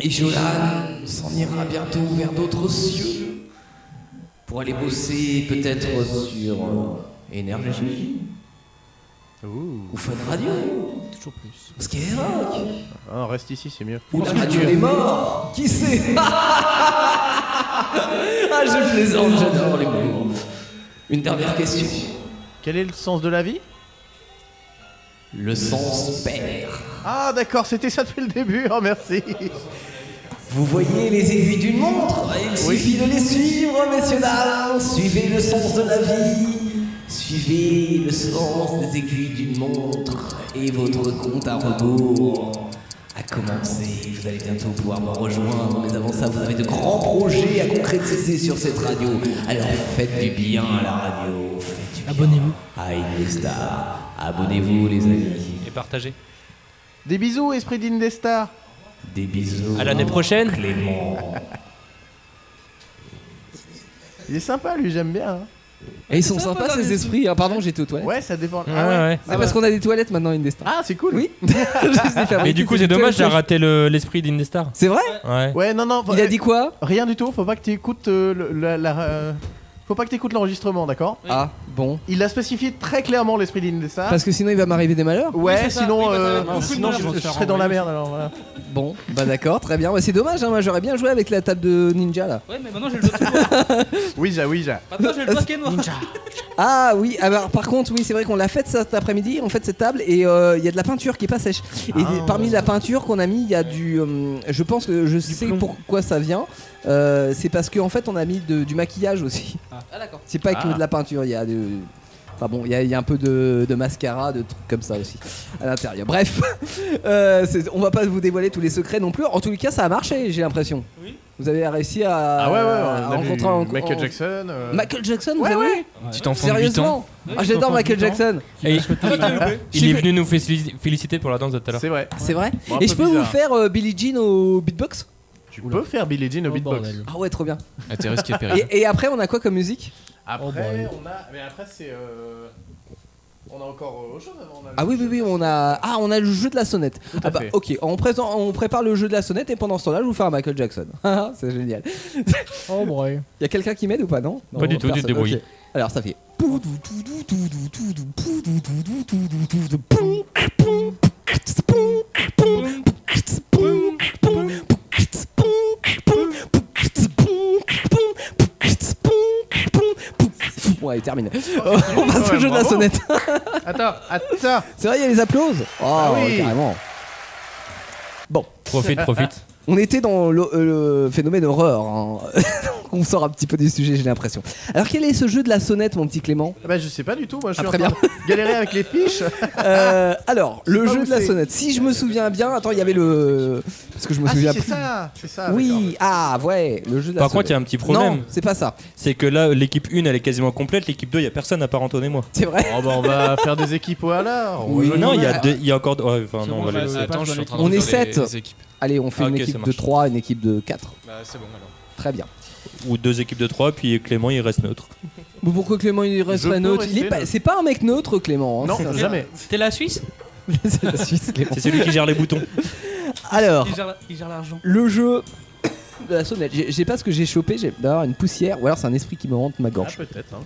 Et Jolan s'en ira bientôt vers d'autres cieux pour aller bosser peut-être sur euh, Énergie ou Fun Radio.
Toujours plus.
Skyrock
Ah, reste ici, c'est mieux.
ou la radio des morts. Qui sait Ah, je plaisante, j'adore les mots. Une dernière question.
Quel est le sens de la vie
Le sens perd.
Ah, d'accord, c'était ça depuis le début. Oh, merci.
Vous voyez les aiguilles d'une montre Il
Oui.
suffit de les suivre, messieurs, dames. Suivez le sens de la vie. Suivez le sens des aiguilles d'une montre. Et votre compte à rebours a commencé. Vous allez bientôt pouvoir me rejoindre. Mais avant ça, vous avez de grands projets à concrétiser sur cette radio. Alors faites du bien à la radio. Faites du bien
Abonnez-vous.
à Indestar. Abonnez-vous, les amis.
Et partagez.
Des bisous, esprit d'Indestar.
Des bisous.
À l'année prochaine.
Clément.
Il est sympa, lui, j'aime bien. hein.
Et ils sont sympas ces esprits. hein. Pardon, j'étais aux toilettes.
Ouais, ça dépend.
Ah ouais. C'est parce qu'on a des toilettes maintenant, Indestar.
Ah, c'est cool.
Oui. Je les ai
Mais
fabriquées,
du coup, c'est
des
dommage, j'ai
toilettes.
raté le- l'esprit d'Indestar.
C'est vrai
Ouais.
Ouais, non, non.
Il a dit quoi
Rien du tout, faut pas que tu écoutes euh, le- la. la- euh, Faut pas que tu écoutes l'enregistrement, d'accord
Ah, bon.
Il a spécifié très clairement l'esprit d'Indestar.
Ah. Parce que sinon, il va m'arriver des malheurs
Ouais,
bah,
sinon, euh, sinon je, je serais dans la merde alors voilà.
Bon, bah d'accord, très bien. Bah, c'est dommage, hein, moi j'aurais bien joué avec la table de ninja là.
Ouais, mais maintenant j'ai le doigt
Ouija, Ouija.
Maintenant j'ai le doigt noir.
Ah oui, ah, bah, par contre, oui, c'est vrai qu'on l'a faite cet après-midi, on fait cette table et euh, il y a de la peinture qui est pas sèche. Et
Ah,
parmi la peinture qu'on a mis, il y a du. euh, je pense que je sais pourquoi ça vient. Euh, c'est parce qu'en fait, on a mis de- du maquillage aussi.
Ah, d'accord.
C'est pas que
Ah.
de la peinture, il y a de. Enfin bon, il y, a- il y a un peu de, de mascara, de trucs comme ça aussi à l'intérieur. Bref, euh, c'est- on va pas vous dévoiler tous les secrets non plus. En tout cas, ça a marché, j'ai l'impression. Vous avez réussi à,
Ah ouais, ouais, on
à
a vu
rencontrer un-
Michael
en-
Jackson. euh,
Michael Jackson, vous
Ouais,
avez
ouais.
vu
Petit enfant de huit
Sérieusement
ans.
Ah, J'adore Michael Jackson.
Et-
Je
il
suis
est
fait-
venu nous félici- féliciter pour la danse de tout à l'heure.
C'est vrai.
C'est vrai.
Bon, un
Et
peu
je peux vous
bizarre.
faire euh, Billie Jean au beatbox
Tu peux faire Billie Jean au beatbox.
Ah ouais, trop bien.
Ah, t'es risqué, Perry.
Et, et après, on a quoi comme musique Oh, bah
Après, on a. Mais après, c'est. euh, On a encore euh, autre chose avant. on a le-
Ah oui, oui, oui, on a. Ah, on a le jeu de la sonnette. Ah bah,
fait.
ok, on, présent- on prépare le jeu de la sonnette et pendant ce temps-là, je vous fais un Michael Jackson. Ah, C'est génial.
Oh, boy.
Y a quelqu'un qui m'aide ou pas, non, non
Pas du tout, tu te
personne.
débrouilles.
Ok. Alors, ça fait. Ouais, terminé. on passe au
Ouais,
jeu de la
Oh, bravo.
sonnette.
Attends, attends.
C'est vrai, il y a les applauses Oh,
Ah oui.
carrément. Bon.
Profite, profite.
On était dans le, euh, le phénomène horreur. hein. On sort un petit peu du sujet, j'ai l'impression. Alors, quel est ce jeu de la sonnette, mon petit Clément
Bah, je sais pas du tout, moi je
Ah,
suis en
très
train
bien.
de galérer avec les fiches.
Euh, Alors, le
pas
jeu
où
de la
c'est.
sonnette. Si je me souviens bien, attends, il y avait le. Parce que je me
Ah, si,
souviens
c'est
plus.
ça, c'est ça. d'accord.
Oui, ah ouais, le jeu de la
Par contre, il y a un
sonnette.
petit problème.
Non, c'est pas ça.
C'est que là, l'équipe 1, elle est quasiment complète. L'équipe 2, il n'y a personne à part Antoine et moi.
C'est vrai Ah.
Oh, bah, on va faire des équipes au hasard. on va jouer
Oh, Non, il y, a
nous-mêmes.
deux- il y a encore. ouais, enfin, non, on va
bon,
laisser.
je- Attends, je suis en train de
On est
faire les-
7.
les équipes.
Allez, on fait
Ah,
une
ok, ça
équipe de
marche.
3, une équipe de 4.
Bah, c'est bon alors.
Très bien.
Ou deux équipes de 3, puis Clément, il reste neutre.
Mais pourquoi Clément il reste
Je
pas
peux
neutre Il est
rester
pas-
neutre.
C'est pas un mec neutre, Clément. hein, c'est un-
T'es la Suisse
C'est la Suisse, Clément.
C'est celui qui gère les boutons.
Alors,
Il gère la- il gère l'argent.
le jeu de la sonnette. J'ai- Je sais pas ce que j'ai chopé, j'ai d'avoir une poussière ou alors c'est un esprit qui me rentre ma gorge.
peut-être. hein.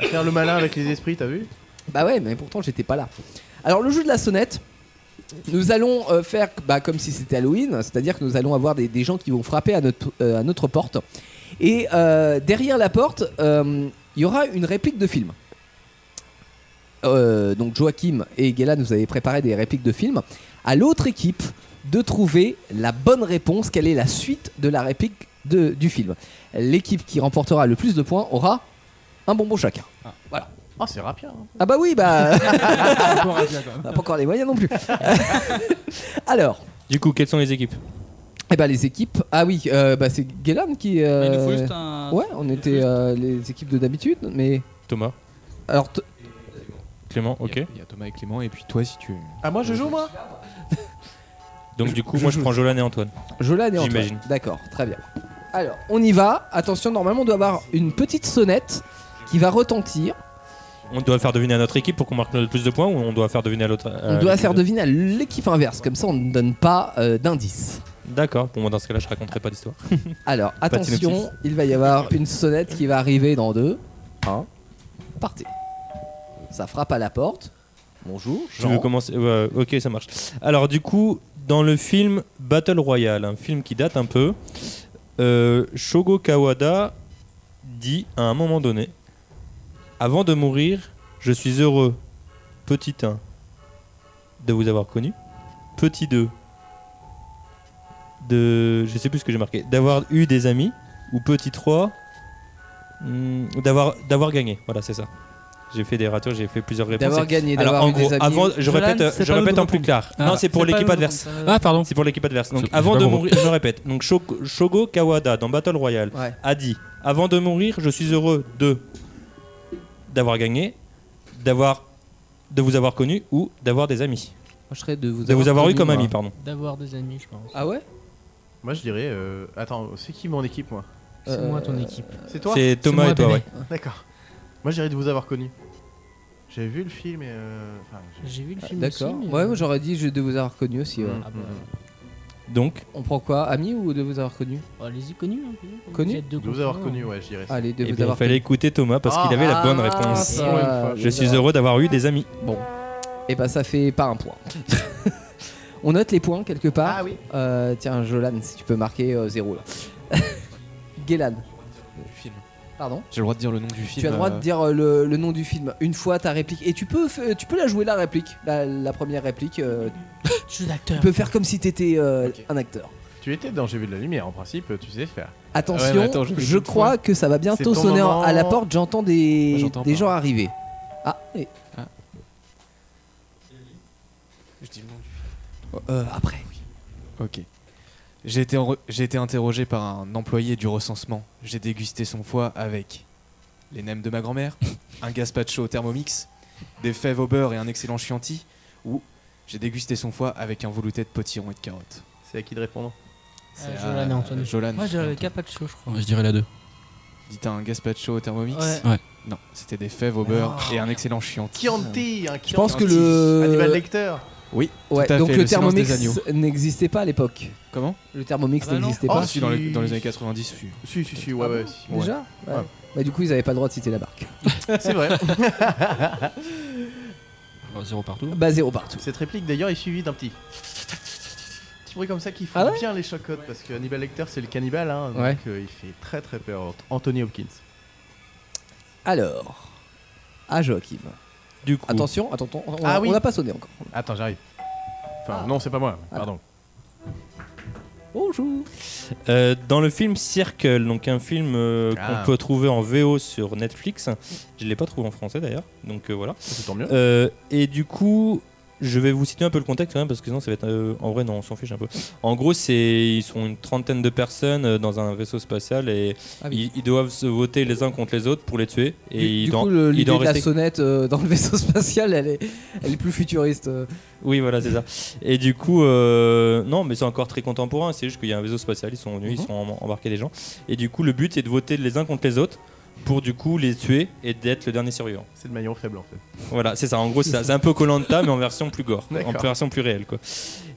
À faire le malin avec les esprits, t'as vu
Bah ouais, mais pourtant j'étais pas là. Alors le jeu de la sonnette, nous allons euh, faire bah, comme si c'était Halloween, c'est-à-dire que nous allons avoir des, des gens qui vont frapper à notre, euh, à notre porte. Et euh, derrière la porte, euh, il y aura une réplique de film. Euh, donc Joachim et Gela nous avaient préparé des répliques de films. À l'autre équipe de trouver la bonne réponse, quelle est la suite de la réplique de- du film. L'équipe qui remportera le plus de points aura un bonbon chacun. Voilà.
Ah, c'est rapide. hein.
Ah bah oui, bah.
Encore un bien, quand
On n'a pas encore les moyens non plus. Alors.
Du coup, quelles sont les équipes
Eh bah les équipes. Ah oui, euh, bah c'est Guélan qui. euh,
Il nous faut juste un-
Ouais, on était euh, les équipes de d'habitude, mais.
Thomas.
Alors. t-
Clément, ok.
Il y a Thomas et Clément, et puis toi si tu.
Ah, moi je joue, moi
Donc, du coup, moi je prends Jolan et Antoine.
Jolan et Antoine.
J'imagine.
D'accord, très bien. Alors, on y va. Attention, normalement, on doit avoir une petite sonnette qui va retentir.
On doit faire deviner à notre équipe pour qu'on marque le plus de points ou on doit faire deviner à l'autre euh,
On doit faire deviner à l'équipe inverse, comme ça on ne donne pas euh, d'indice.
D'accord, pour moi dans ce cas-là, je raconterai pas d'histoire.
Alors,
Pas de
attention,
synopsis.
il va y avoir une sonnette qui va arriver dans deux. Un. Partez. Ça frappe à la porte. Bonjour.
Je veux
Jean.
commencer. ouais, ok, ça marche. Alors, du coup, dans le film Battle Royale, un film qui date un peu, euh, Shogo Kawada dit à un moment donné Avant de mourir, je suis heureux, petit 1, de vous avoir connu. Petit 2, de. Je sais plus ce que j'ai marqué. D'avoir eu des amis. Ou petit 3, hmm, d'avoir d'avoir gagné. Voilà, c'est ça. J'ai fait des ratours, j'ai fait plusieurs réponses.
D'avoir
Et-
gagné,
Alors,
d'avoir
en
eu
gros,
des amis.
avant, je
Jolan,
répète, euh,
c'est
je
pas
répète
nous
en
de
plus
répondre.
clair.
Ah,
non, c'est pour
c'est pas
l'équipe
nous de
adverse.
répondre. Ah, pardon.
C'est pour l'équipe adverse. Donc,
C'est- j'ai
avant
pas
de
compris.
mourir, je répète. Donc, Shoko- Shogo Kawada dans Battle Royale
Ouais.
a dit Avant de mourir, je suis heureux de d'avoir gagné, d'avoir de vous avoir connu ou d'avoir des amis.
Moi, je serais de vous
de vous avoir eu comme ami, pardon.
D'avoir des amis, je pense.
Ah ouais
Moi je dirais. euh, Attends, c'est qui mon équipe, moi
C'est Euh, moi, ton équipe.
C'est toi
C'est Thomas C'est moi, et toi, bébé. ouais.
D'accord. Moi je dirais de vous avoir connu. J'avais vu le film et. euh, enfin,
J'ai vu le euh.
Ah, D'accord. Ouais, moi, j'aurais dit je de vous avoir connu aussi. ouais.
Ah bah.
Mm. Donc
On prend quoi Ami ou de vous avoir connu
Allez-y, connu. hein, puis, hein,
Connu
vous êtes deux hein.
De vous avoir
concurrents.
connu, ouais, je dirais. ça. Ah,
Allez, de
Eh
vous
bien, il
avoir Ah,
fallait écouter Thomas parce qu'il avait la bonne réponse.
ça, Pour une fois.
Je suis heureux d'avoir eu des amis.
Bon. Et bah, ça fait pas un point. On note les points quelque part. Ah oui. tiens, Jolan, si tu peux marquer euh, zéro là. Guélan.
film.
Pardon
J'ai le droit de dire le nom du film.
Tu as le droit
euh,
de dire euh, le, le nom du film une fois ta réplique. Et tu peux, f- euh, tu peux la jouer la réplique, la, la première réplique. euh,
Je suis l'acteur.
Tu peux faire comme si t'étais euh, un acteur.
Ah
Tu étais dans J'ai vu de la lumière, en principe, tu sais faire.
Attention, je, crois que ça va bientôt sonner en- à la porte. J'entends des,
Moi, j'entends
des
pas.
gens arriver. Ah, et-
Je dis le nom du
euh, après.
Ok. J'ai été, en- j'ai été interrogé par un employé du recensement. J'ai dégusté son foie avec les nems de ma grand-mère, un gazpacho au thermomix, des fèves au beurre et un excellent chianti, ou j'ai dégusté son foie avec un velouté de potiron et de carottes.
C'est à qui de répondre
Euh,
C'est à-
Jolan et Antoine.
Jolan.
Moi, j'aurais le Capaccio, je crois.
Je dirais la 2.
Dites un gazpacho au thermomix
Ouais. Ah. Ouais.
Non, c'était des fèves au beurre
Oh,
et un excellent chianti.
Chianti, un
Je pense que
Chianti.
le.
Animal lecteur.
Oui,
Ouais,
tout à
donc
fait,
le,
le silence des
Thermomix
agneaux.
n'existait pas à l'époque.
Comment
Le Thermomix
Ah bah non.
n'existait
Oh,
pas. Ah
si, dans les- dans les années 90, oui.
Si, si, si, ouais, ouais. si.
Déjà
Ouais.
Ouais. Bah, du coup, ils avaient pas le droit de citer la marque.
C'est vrai.
Ah,
zéro partout.
Bah, zéro partout.
Cette réplique d'ailleurs est suivie d'un petit. Petit bruit comme ça qui fout bien les chocottes parce que Hannibal Lecter c'est le cannibale, hein, donc
Ah Ouais.
euh, il fait très très peur. Anthony Hopkins.
Alors, ah, à Joachim.
Du coup.
Attention, attends, on- on n'a
Ah oui.
pas sonné encore. Ah.
Attends, j'arrive. Enfin,
Ah.
non, c'est pas moi, pardon.
Bonjour.
Euh, dans le film Circle, donc un film euh,
Ah.
qu'on peut trouver en VO sur Netflix. Je ne l'ai pas trouvé en français d'ailleurs, donc euh, voilà.
C'est tant mieux.
Euh, et du coup, je vais vous citer un peu le contexte quand même, parce que sinon ça va être. euh, en vrai, non, on s'en fiche un peu. En gros, c'est ils sont une trentaine de personnes euh, dans un vaisseau spatial et
Ah oui.
ils, ils doivent se voter les uns contre les autres pour les tuer. Et
Du-
ils
du
doivent-
coup, le-
ils
l'idée
doivent
de la
rester-
sonnette euh, dans le vaisseau spatial, elle est, elle est plus futuriste. euh.
Oui, voilà, c'est ça. Et du coup, euh, non, mais c'est encore très contemporain. C'est juste qu'il y a un vaisseau spatial, ils sont venus, ils
Mhm.
sont em- embarqués des gens. Et du coup, le but, c'est de voter les uns contre les autres pour du coup les tuer et d'être le dernier survivant.
C'est le maillon faible en fait.
Voilà, c'est ça. En gros, c'est ça. C'est un peu Colanta, mais en version plus gore, en
D'accord.
version plus réelle, quoi.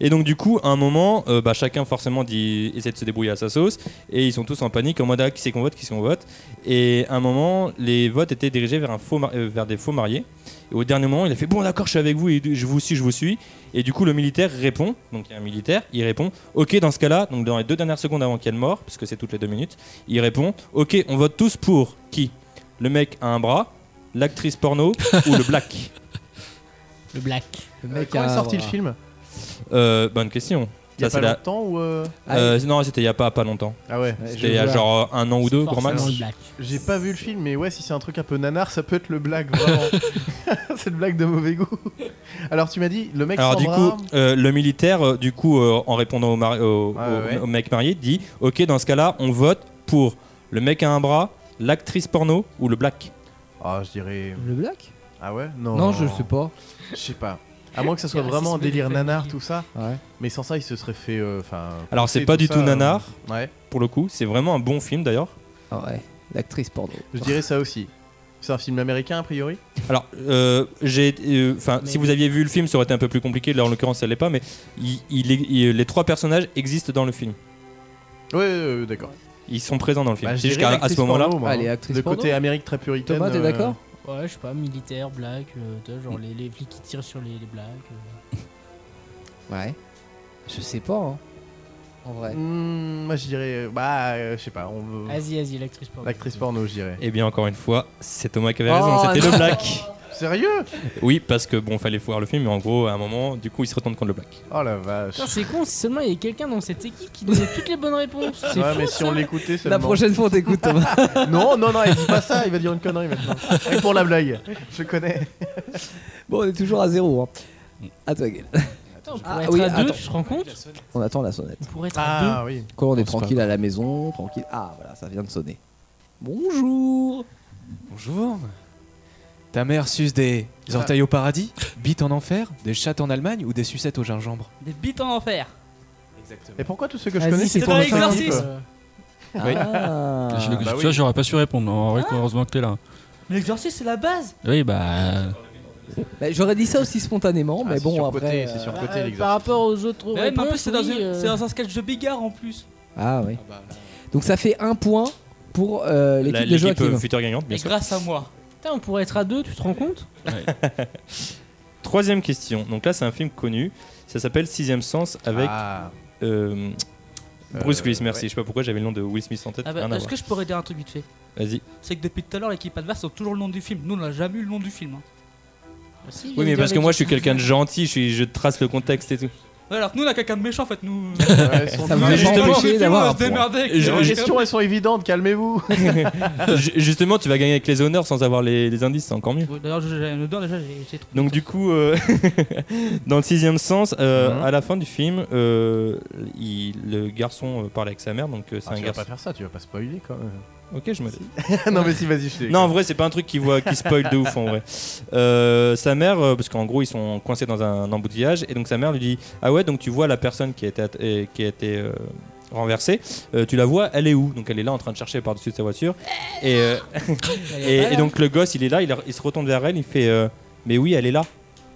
Et donc, du coup, à un moment, euh, bah, chacun forcément dit, essaie de se débrouiller à sa sauce, et ils sont tous en panique en mode ah, qui c'est qu'on vote, qui c'est qu'on vote. Et à un moment, les votes étaient dirigés vers un faux, mari- euh, vers des faux mariés. Et au dernier moment, il a fait bon, d'accord, je suis avec vous, et je vous suis, je vous suis. Et du coup, le militaire répond, donc il y a un militaire, il répond, ok, dans ce cas-là, donc dans les deux dernières secondes avant qu'il y ait le mort, parce que c'est toutes les deux minutes, il répond, ok, on vote tous pour qui Le mec a un bras, l'actrice porno ou le black
Le black.
Le mec Euh, quand est sorti le film
Euh, Bonne question.
Il y a
Ça,
pas
c'est la-
longtemps ou euh,
Ah
Euh, Non, c'était il y a pas, pas longtemps.
Ah ouais.
C'était il y a genre euh, un an ou deux, grand max.
J'ai pas vu le film, mais ouais, si c'est un truc un peu nanar, ça peut être le blague, vraiment. Cette blague de mauvais goût. Alors tu m'as dit, le mec
Alors
sans
du
bras,
coup, euh, le militaire, euh, du coup, euh, en répondant au, mari- au-
Ouais,
au-
ouais.
au mec marié, dit Ok, dans ce cas-là, on vote pour le mec à un bras, l'actrice porno ou le black.
Ah, je dirais.
Le black
Ah ouais Non.
Non, je sais pas.
Je sais pas. À moins que ça soit
Il y a un
vraiment un
racisme de
délire
famille.
nanar, tout ça.
Ouais.
Mais sans ça, il se serait fait. euh, Enfin.
Alors c'est
pousser,
pas du
ça,
tout
euh,
nanar,
Ouais.
pour le coup. C'est vraiment un bon film d'ailleurs.
Ah ouais, l'actrice porno.
Je dirais ça aussi. C'est un film américain, a priori
Alors, euh, j'ai, euh, enfin, si vous aviez vu le film, ça aurait été un peu plus compliqué. Là, en l'occurrence, ça l'est pas, mais il- il est- il- les trois personnages existent dans le film.
Ouais, ouais, ouais, d'accord.
Ils sont présents dans le film.
Bah, je
c'est
dirais
juste qu'à à
l'actrice
ce moment-là,
porno, moi, hein. Le côté Amérique très puritaine.
Thomas, t'es
euh,
d'accord Mm.
Ouais, je sais pas, militaire, black, euh, tu vois, genre les, les flics qui tirent sur les, les blacks. euh.
Ouais. Je sais pas, hein. En vrai.
Hmm, moi, je dirais. Bah, euh, je sais pas. On veut...
Vas-y, vas-y, l'actrice porno.
L'actrice porno, je dirais.
Eh bien, encore une fois, c'est Thomas qui avait
Oh,
raison, c'était
non.
le Black.
Sérieux
Oui, parce que bon, fallait voir le film, mais en gros, à un moment, du coup, il se retourne contre le Black.
Oh la vache.
Putain, C'est con, si seulement il y a quelqu'un dans cette équipe qui donnait toutes les bonnes réponses. C'est
Ah Ouais,
fou,
mais si
ça.
on l'écoutait
La
seulement.
prochaine fois, on t'écoute, Thomas.
non, non, non, il dit pas ça, il va dire une connerie maintenant. Et pour la blague, je connais.
Bon, on est toujours à zéro. Hein.
Mm.
À toi, Gaël.
Attends, on pourrait
Ah
être
oui,
à deux,
attends.
tu te rends compte
On attend la sonnette.
On pourrait être à Ah, deux. oui.
Quand on est
On sait pas.
tranquille à la maison, tranquille. Ah, voilà, ça vient de sonner. Bonjour
Bonjour Ta mère suce des
Ah.
orteils au paradis, bite en enfer, des chattes en Allemagne ou des sucettes au gingembre
Des bites en enfer.
Et pourquoi tous ceux que je
Vas-y,
connais, c'est
c'est dans
pour le
l'exercice.
principe euh,
Oui.
Ah.
Je,
Bah
tu
oui.
vois, j'aurais pas su répondre. Oh, Heureusement que t'es là.
Mais l'exercice, c'est la base.
Oui, bah.
Bah, J'aurais dit ça aussi spontanément,
Ah,
mais bon, après. euh,
Euh, Par rapport aux autres
Ouais, mais
réponses,
en plus, c'est dans,
oui,
une-
euh,
c'est dans un sketch de Bigard en plus.
Ah, oui.
bah,
Donc, ça fait un point pour euh,
La-
l'équipe de
L'équipe
Joachim.
euh, future gagnante, bien
Et
sûr.
grâce à moi.
Putain, on pourrait être à deux, tu te rends compte
Troisième question. Donc là, c'est un film connu. Ça s'appelle Sixième Sens avec
Ah.
euh, Bruce
Euh,
Willis. Merci.
ouais.
Je sais pas pourquoi j'avais le nom de Will Smith en tête.
Ah bah,
rien à
Est-ce
voir.
que je pourrais dire un truc vite fait
Vas-y.
C'est que depuis tout à l'heure, l'équipe adverse a toujours le nom du film. Nous, on n'a jamais eu le nom du film. hein.
Oui, mais parce que moi, je suis quelqu'un de gentil. Je, suis, je trace le contexte et tout.
Ouais, alors que nous, on a quelqu'un de méchant en fait. Nous.
sont
Nous,
tous-
on est
justement,
chez nous, on va
d'avoir
se
un point.
démerder. avec- hein.
Je-
Les
je-
questions, elles sont évidentes, calmez-vous.
Ju- Justement, tu vas gagner avec les honneurs sans avoir les, les indices. C'est encore mieux.
Ouais, D'ailleurs, j'ai une odeur déjà, j'ai j'ai trop.
Donc du coup, euh, dans le sixième sens, euh,
Mhm.
à la fin du film, euh, il- le garçon euh, parle avec sa mère, donc euh, c'est
Ah,
un
tu vas pas
garçon.
faire ça, tu vas pas spoiler quand même.
Ok, je me dis.
non, mais si, vas-y, je t'ai.
Non, en vrai, c'est pas un truc qui voit, qui spoil de ouf en vrai. Euh, sa mère, euh, parce qu'en gros, ils sont coincés dans un embouteillage, et donc sa mère lui dit Ah ouais, donc tu vois la personne qui a été, atta- euh, qui a été euh, renversée, euh, tu la vois, elle est où Donc elle est là en train de chercher par-dessus de sa voiture, et, euh,
Elle est
et,
pas là.
et donc le gosse, il est là, il, il se retourne vers elle, il fait euh, Mais oui, elle est là.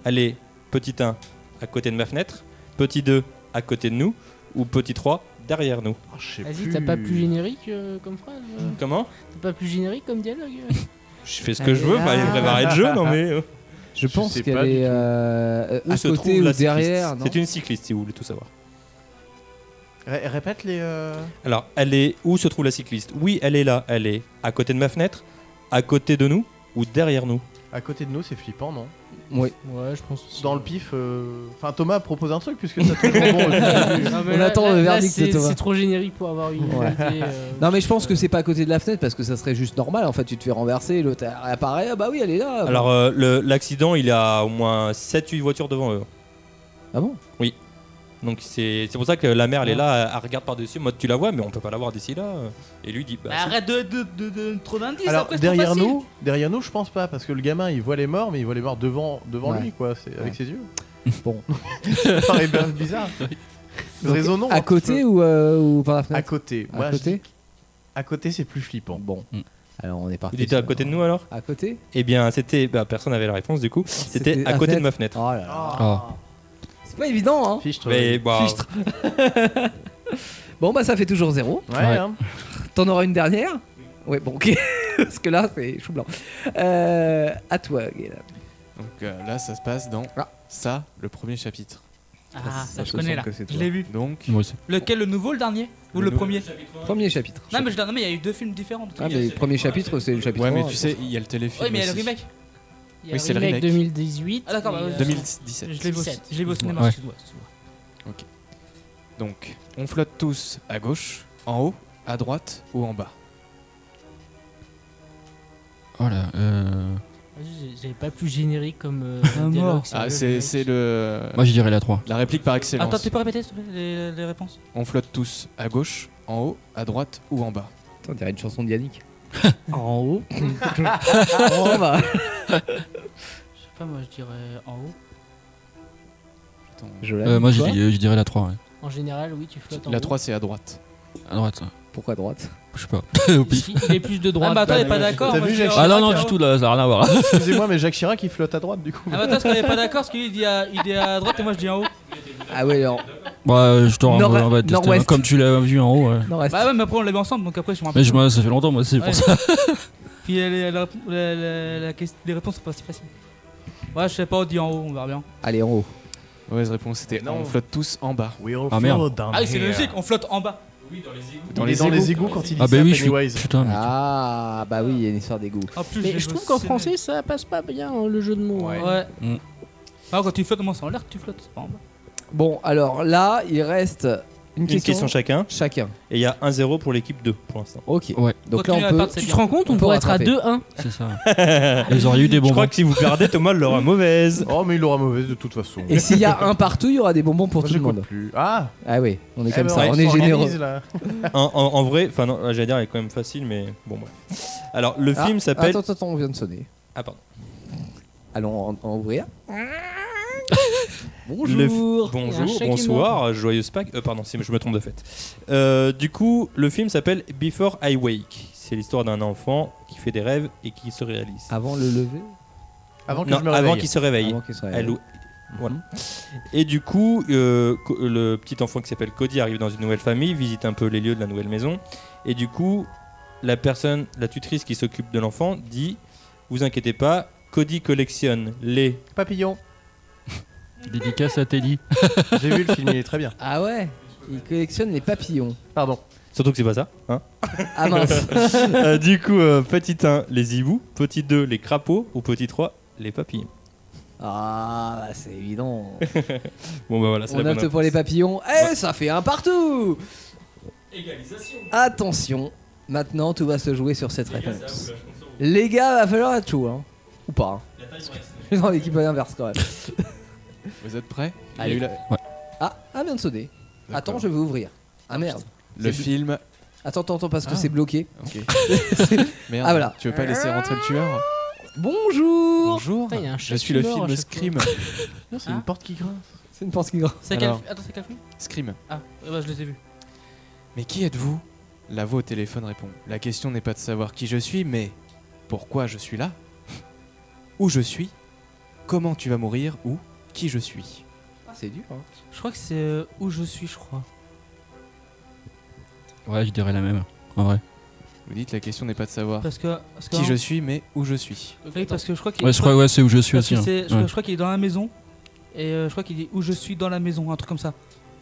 Elle est petit 1 à côté de ma fenêtre, petit 2 à côté de nous, ou petit 3 derrière nous.
Vas-y, t'as pas plus générique euh, comme phrase euh
Comment
T'as pas plus générique comme dialogue euh
Je fais ce que je veux, bah, il devrait arrêter de jeu, non mais. euh.
Je pense
sais
qu'elle
pas du
est
tout.
euh,
Où
à
se
côté
trouve
ou
la cycliste
derrière. non
C'est une cycliste si vous voulez tout savoir.
Ré- répète les. euh,
Alors, elle est où se trouve la cycliste Oui, elle est là, elle est à côté de ma fenêtre, à côté de nous ou derrière nous
À côté de nous, c'est flippant, non
Oui.
Ouais, je pense.
Dans le pif. euh, Enfin, Thomas propose un truc puisque ça tourne euh, bon.
Non, mais là-
euh,
là-
Euh,
là, c'est- C'est trop générique pour avoir une
Ouais.
idée. euh,
Non mais je pense que c'est pas à côté de la fenêtre parce que ça serait juste normal en fait tu te fais renverser l'autre apparaît ah bah oui elle est là
Alors, euh, le- l'accident, il a au moins 7-8 voitures devant eux.
Ah bon Ah.
Oui. Donc, c'est c'est pour ça que la mère, elle est là, elle, elle regarde par-dessus, en mode tu la vois, mais on peut pas la voir d'ici là. Et lui dit bah.
Mais Arrête de, de, de, de- trop d'indices.
Alors
après, c'est trop
derrière
facile.
nous, derrière nous, je pense pas parce que le gamin il voit les morts, mais il voit les morts devant, devant
Ouais.
lui quoi, c'est-
Ouais.
avec ses yeux.
Bon.
ça paraît bien bizarre.
Donc,
Raisonnons. un
à
petit
côté
peu.
ou, euh, ou par la fenêtre
À côté.
À
Moi, je
côté
Mm.
dis- À côté, c'est plus flippant.
Bon. Alors on est parti.
Il était à côté de nous alors
À côté
Eh bien, c'était. Bah, personne n'avait la réponse du coup. C'était
c'était
à
la
côté de
fenêtre.
ma fenêtre.
Oh là là. C'est pas évident, hein
Fichtre.
Mais, bah,
Fichtre. bon, bah ça fait toujours zéro.
Ouais, Ouais. hein.
T'en auras une dernière Ouais, bon, ok. Parce que là, c'est chou blanc. Euh, à toi, Gaël. Ah.
Donc euh, là, ça se passe dans ça, le premier chapitre.
Ah, ça, je connais là. Je l'ai vu.
Donc,
Lequel, le nouveau, le dernier Ou
Le
le,
nouveau.
premier
Premier chapitre.
Non, mais je non, mais il y a eu deux films différents.
Ah, mais premier chapitre, c'est le chapitre.
Ouais, mais
un,
tu
je
sais,
pense.
il y a le téléfilm.
Oui, mais il y a le
aussi.
remake.
Il y a Oui, le c'est le remake remake.
2018.
Ah, d'accord, bah,
et,
ouais.
euh,
2017.
Je l'ai vu au- je l'ai vu au cinéma,
Ouais.
excuse-moi. excuse-moi.
Ok. Donc, on flotte tous à gauche, en haut, à droite ou en bas.
Oh là, euh...
J'avais pas plus générique comme euh,
mort.
dialogue, sérieux,
Ah, c'est
mec.
c'est le.
Moi, je dirais la trois.
La réplique par excellence.
Attends, tu peux répéter s'il te plaît, les, les réponses
On flotte tous à gauche, en haut, à droite ou en bas.
Attends, on dirait une chanson de Yannick.
en haut.
En bas.
Je sais pas, moi je dirais en haut.
Euh, moi, je, dis- euh, je dirais la 3, ouais.
En général, oui, tu flottes en
La
haut.
3, c'est à droite.
À droite. ouais.
Pourquoi droite
Je sais pas. Au pif.
Il il est plus de droite.
Ah, bah, attends, il est pas d'accord.
T'as
moi,
vu,
je
Jacques
dirais-
Ah non, non, du tout, là, ça n'a rien à voir.
Ah, Excusez-moi, mais Jacques Chirac il flotte à droite du coup.
Ah, bah, attends, parce qu'on est pas d'accord, parce qu'il dit à- il est à droite et moi je dis en haut.
Ah ouais, alors.
Bah, euh, je te
Nord-
renvoie, on va tester,
Nord-Ouest.
hein, comme tu l'as vu en haut. ouais.
Bah ouais, mais après on l'a vu ensemble, donc après je me rappelle.
Mais je, me- ça fait longtemps, moi, c'est
Ouais.
pour ça.
Puis euh, les, la- la- la- la question- les réponses sont pas si faciles. Ouais, je sais pas, on dit en haut, on verra bien.
Allez, en haut.
Mauvaise réponse, c'était
Non.
on flotte tous en bas.
Ah, merde. float
Ah, oui, c'est logique, on flotte en bas. Oui, dans les
Dans
égouts.
les égouts.
Ah, bah oui, je suis. Putain, mais.
Ah, bah oui, il y a une histoire d'égout.
En plus,
Mais je trouve qu'en français, ça passe pas bien hein, le jeu de mots.
Ouais.
hein.
Mm.
Ah, quand tu flottes, comment c'est en l'air que tu flottes C'est pas en bas.
Bon, alors là, il reste une,
Une question chacun.
Chacun.
Et il y a 1-0 pour l'équipe 2 pour l'instant.
Ok.
Ouais.
Donc là, on peut.
Tu te rends compte, on,
peut
pourrait être à
rattraper.
2-1.
C'est ça.
Ils
Ah, auraient eu des
Je
bonbons.
crois que si vous perdez, Thomas l'aura mauvaise.
Oh, mais il l'aura mauvaise de toute façon.
Et s'il y a un partout, il y aura des bonbons pour
Moi,
tout le
j'écoute
monde.
plus. Ah
Ah oui, on est
Eh
comme
ben,
ça,
on
on est
s'organise,
généreux.
là.
en, en- en vrai, enfin, non, j'allais dire, elle est quand même facile, mais bon, bref. Alors, le
Ah,
film s'appelle.
Attends, attends, attends, on vient de sonner.
Ah, pardon.
Allons en, en ouvrir.
Le f-
Bonjour.
Il y a un
Bonjour,
chat
bonsoir, euh, joyeuse Pâques. Euh, pardon, si je me trompe de fait. Euh, du coup, le film s'appelle Before I Wake. C'est l'histoire d'un enfant qui fait des rêves et qui se réalise.
Avant le lever
Avant que
Non,
je me réveille.
avant qu'il se réveille.
Avant qu'il se réveille. Mhm.
Allô. Voilà. Et du coup, euh, co- le petit enfant qui s'appelle Cody arrive dans une nouvelle famille, visite un peu les lieux de la nouvelle maison. Et du coup, la personne, la tutrice qui s'occupe de l'enfant dit Vous inquiétez pas, Cody collectionne les.
Papillon.
Dédicace à Teddy.
J'ai vu le film, il est très bien.
Ah ouais Il collectionne les papillons.
Pardon.
Surtout que c'est pas ça. Hein
Ah mince.
Euh, du coup, euh, petit 1, les hiboux. Petit 2, les crapauds. Ou petit 3, les papillons.
Ah, bah, c'est évident.
Bon, bah voilà, c'est
on
la bonne
opte pour les papillons. Eh, ça fait un partout
Égalisation.
Attention, maintenant tout va se jouer sur cette
gars,
réponse.
ça va, je compte sur vous.
Les gars, va falloir être chaud, hein. Ou pas. hein.
La taille
Parce
reste.
que- Non, l'équipe est inverse quand même.
Vous êtes prêts Il y a
Allez.
eu la-
Ah, ah, vient de sonner. Attends, je vais ouvrir. Ah merde.
Le
C'est-
film.
Attends, attends, attends, parce que
Ah.
c'est bloqué.
Ok.
C'est-
Merde.
Ah voilà.
Tu veux pas laisser rentrer le tueur
Bonjour
Bonjour.
Putain, il y a un
Je
chat
suis le
qui meurt à
film
chaque
Scream.
fois.
Non, c'est une porte qui grince.
C'est une pense qui grince.
C'est quel...
Alors.
Attends, c'est quel film
Scream.
Ah, ouais, bah, je les ai vus.
Mais qui êtes-vous La voix au téléphone répond. La question n'est pas de savoir qui je suis, mais pourquoi je suis là Où je suis Comment tu vas mourir Ou qui je suis
C'est dur, hein.
Je crois que c'est euh, où je suis, je crois.
Ouais, je dirais la même. En vrai.
Vous dites la question n'est pas de savoir
Parce que. Parce que
qui je suis, mais où je suis.
Oui, parce que je crois qu'il.
Ouais, je crois- ouais, c'est où je suis
Parce
aussi,
que
hein.
c'est- Je,
Ouais.
je crois qu'il est dans la maison. Et euh, je crois qu'il dit où je suis dans la maison, un truc comme ça.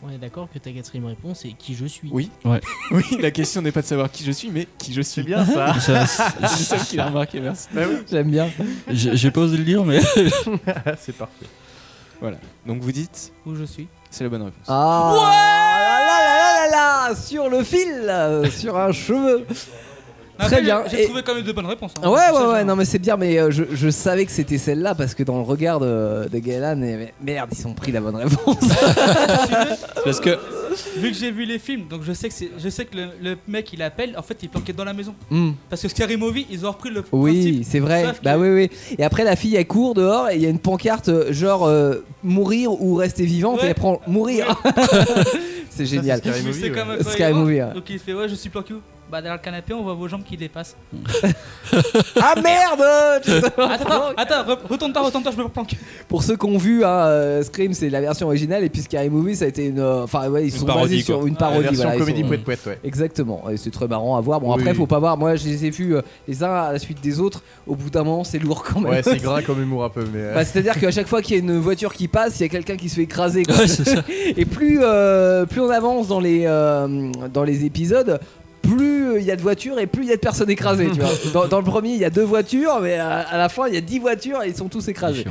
On est d'accord que ta quatrième réponse est qui je suis.
Oui.
Ouais.
oui, la question n'est pas de savoir qui je suis, mais qui je suis.
bien, ça. Ben
Ça,
C'est le seul qui l'a remarqué, merci.
J'aime bien.
J'ai j'ai pas osé le dire, mais.
c'est parfait.
Voilà. Donc vous dites,
Où je suis.
c'est la bonne réponse.
Ah là, là, là, là, là, Sur le fil euh, Sur un cheveu
Mais
Très
après,
bien.
J'ai j'ai
Et-
trouvé quand même de bonnes réponses. hein.
Ouais, ouais,
Ça, j'ai-
ouais, non, mais c'est bien, mais euh, je, je savais que c'était celle-là parce que dans le regard de, de Gaëlan, et- mais merde, ils ont pris la bonne réponse.
Parce que.
Vu que j'ai vu les films, donc je sais que c'est- je sais que le, le mec il appelle, en fait il est planqué dans la maison.
Hmm.
Parce que Scary Movie, ils ont repris le.
Oui, c'est vrai.
Sauf que-
Bah oui, oui. Et après, la fille, elle court dehors et il y a une pancarte euh, genre euh, mourir ou rester vivante et elle prend mourir. c'est génial.
Scary Movie,
C'est
ouais.
comme quand
Sky
il rentre,
Movie, ouais.
Donc il fait ouais, je suis planqué où Bah derrière le canapé, on voit vos jambes qui dépassent.
ah merde Tu sais pas
attends, attends, re- retourne-toi, retourne-toi, je me planque.
Pour ceux qui ont vu hein, euh, Scream, c'est la version originale, et puis Scary Movie, ça a été une. euh, Enfin, ouais, ils
Une
sont
parodie,
basés sur
quoi.
une
Ah,
parodie.
la version
voilà, ils
comédie
sont-
pouette-pouette, ouais.
Exactement, et c'est très marrant à voir. Bon,
Oui,
après,
oui.
faut pas voir. Moi, je les ai vus euh, les uns à la suite des autres. Au bout d'un moment, c'est lourd quand même.
Ouais, c'est gras comme humour un peu, mais. euh,
Bah, C'est-à-dire qu'à chaque fois qu'il y a une voiture qui passe, il y a quelqu'un qui se fait écraser. quoi.
Ouais, c'est ça.
Et plus, euh, plus on avance dans les, euh, dans les épisodes, plus euh, il y a de voitures et plus il y a de personnes écrasées. tu vois. Dans, dans le premier, il y a deux voitures, mais euh, à, à la fin, il y a dix voitures et ils sont tous écrasés.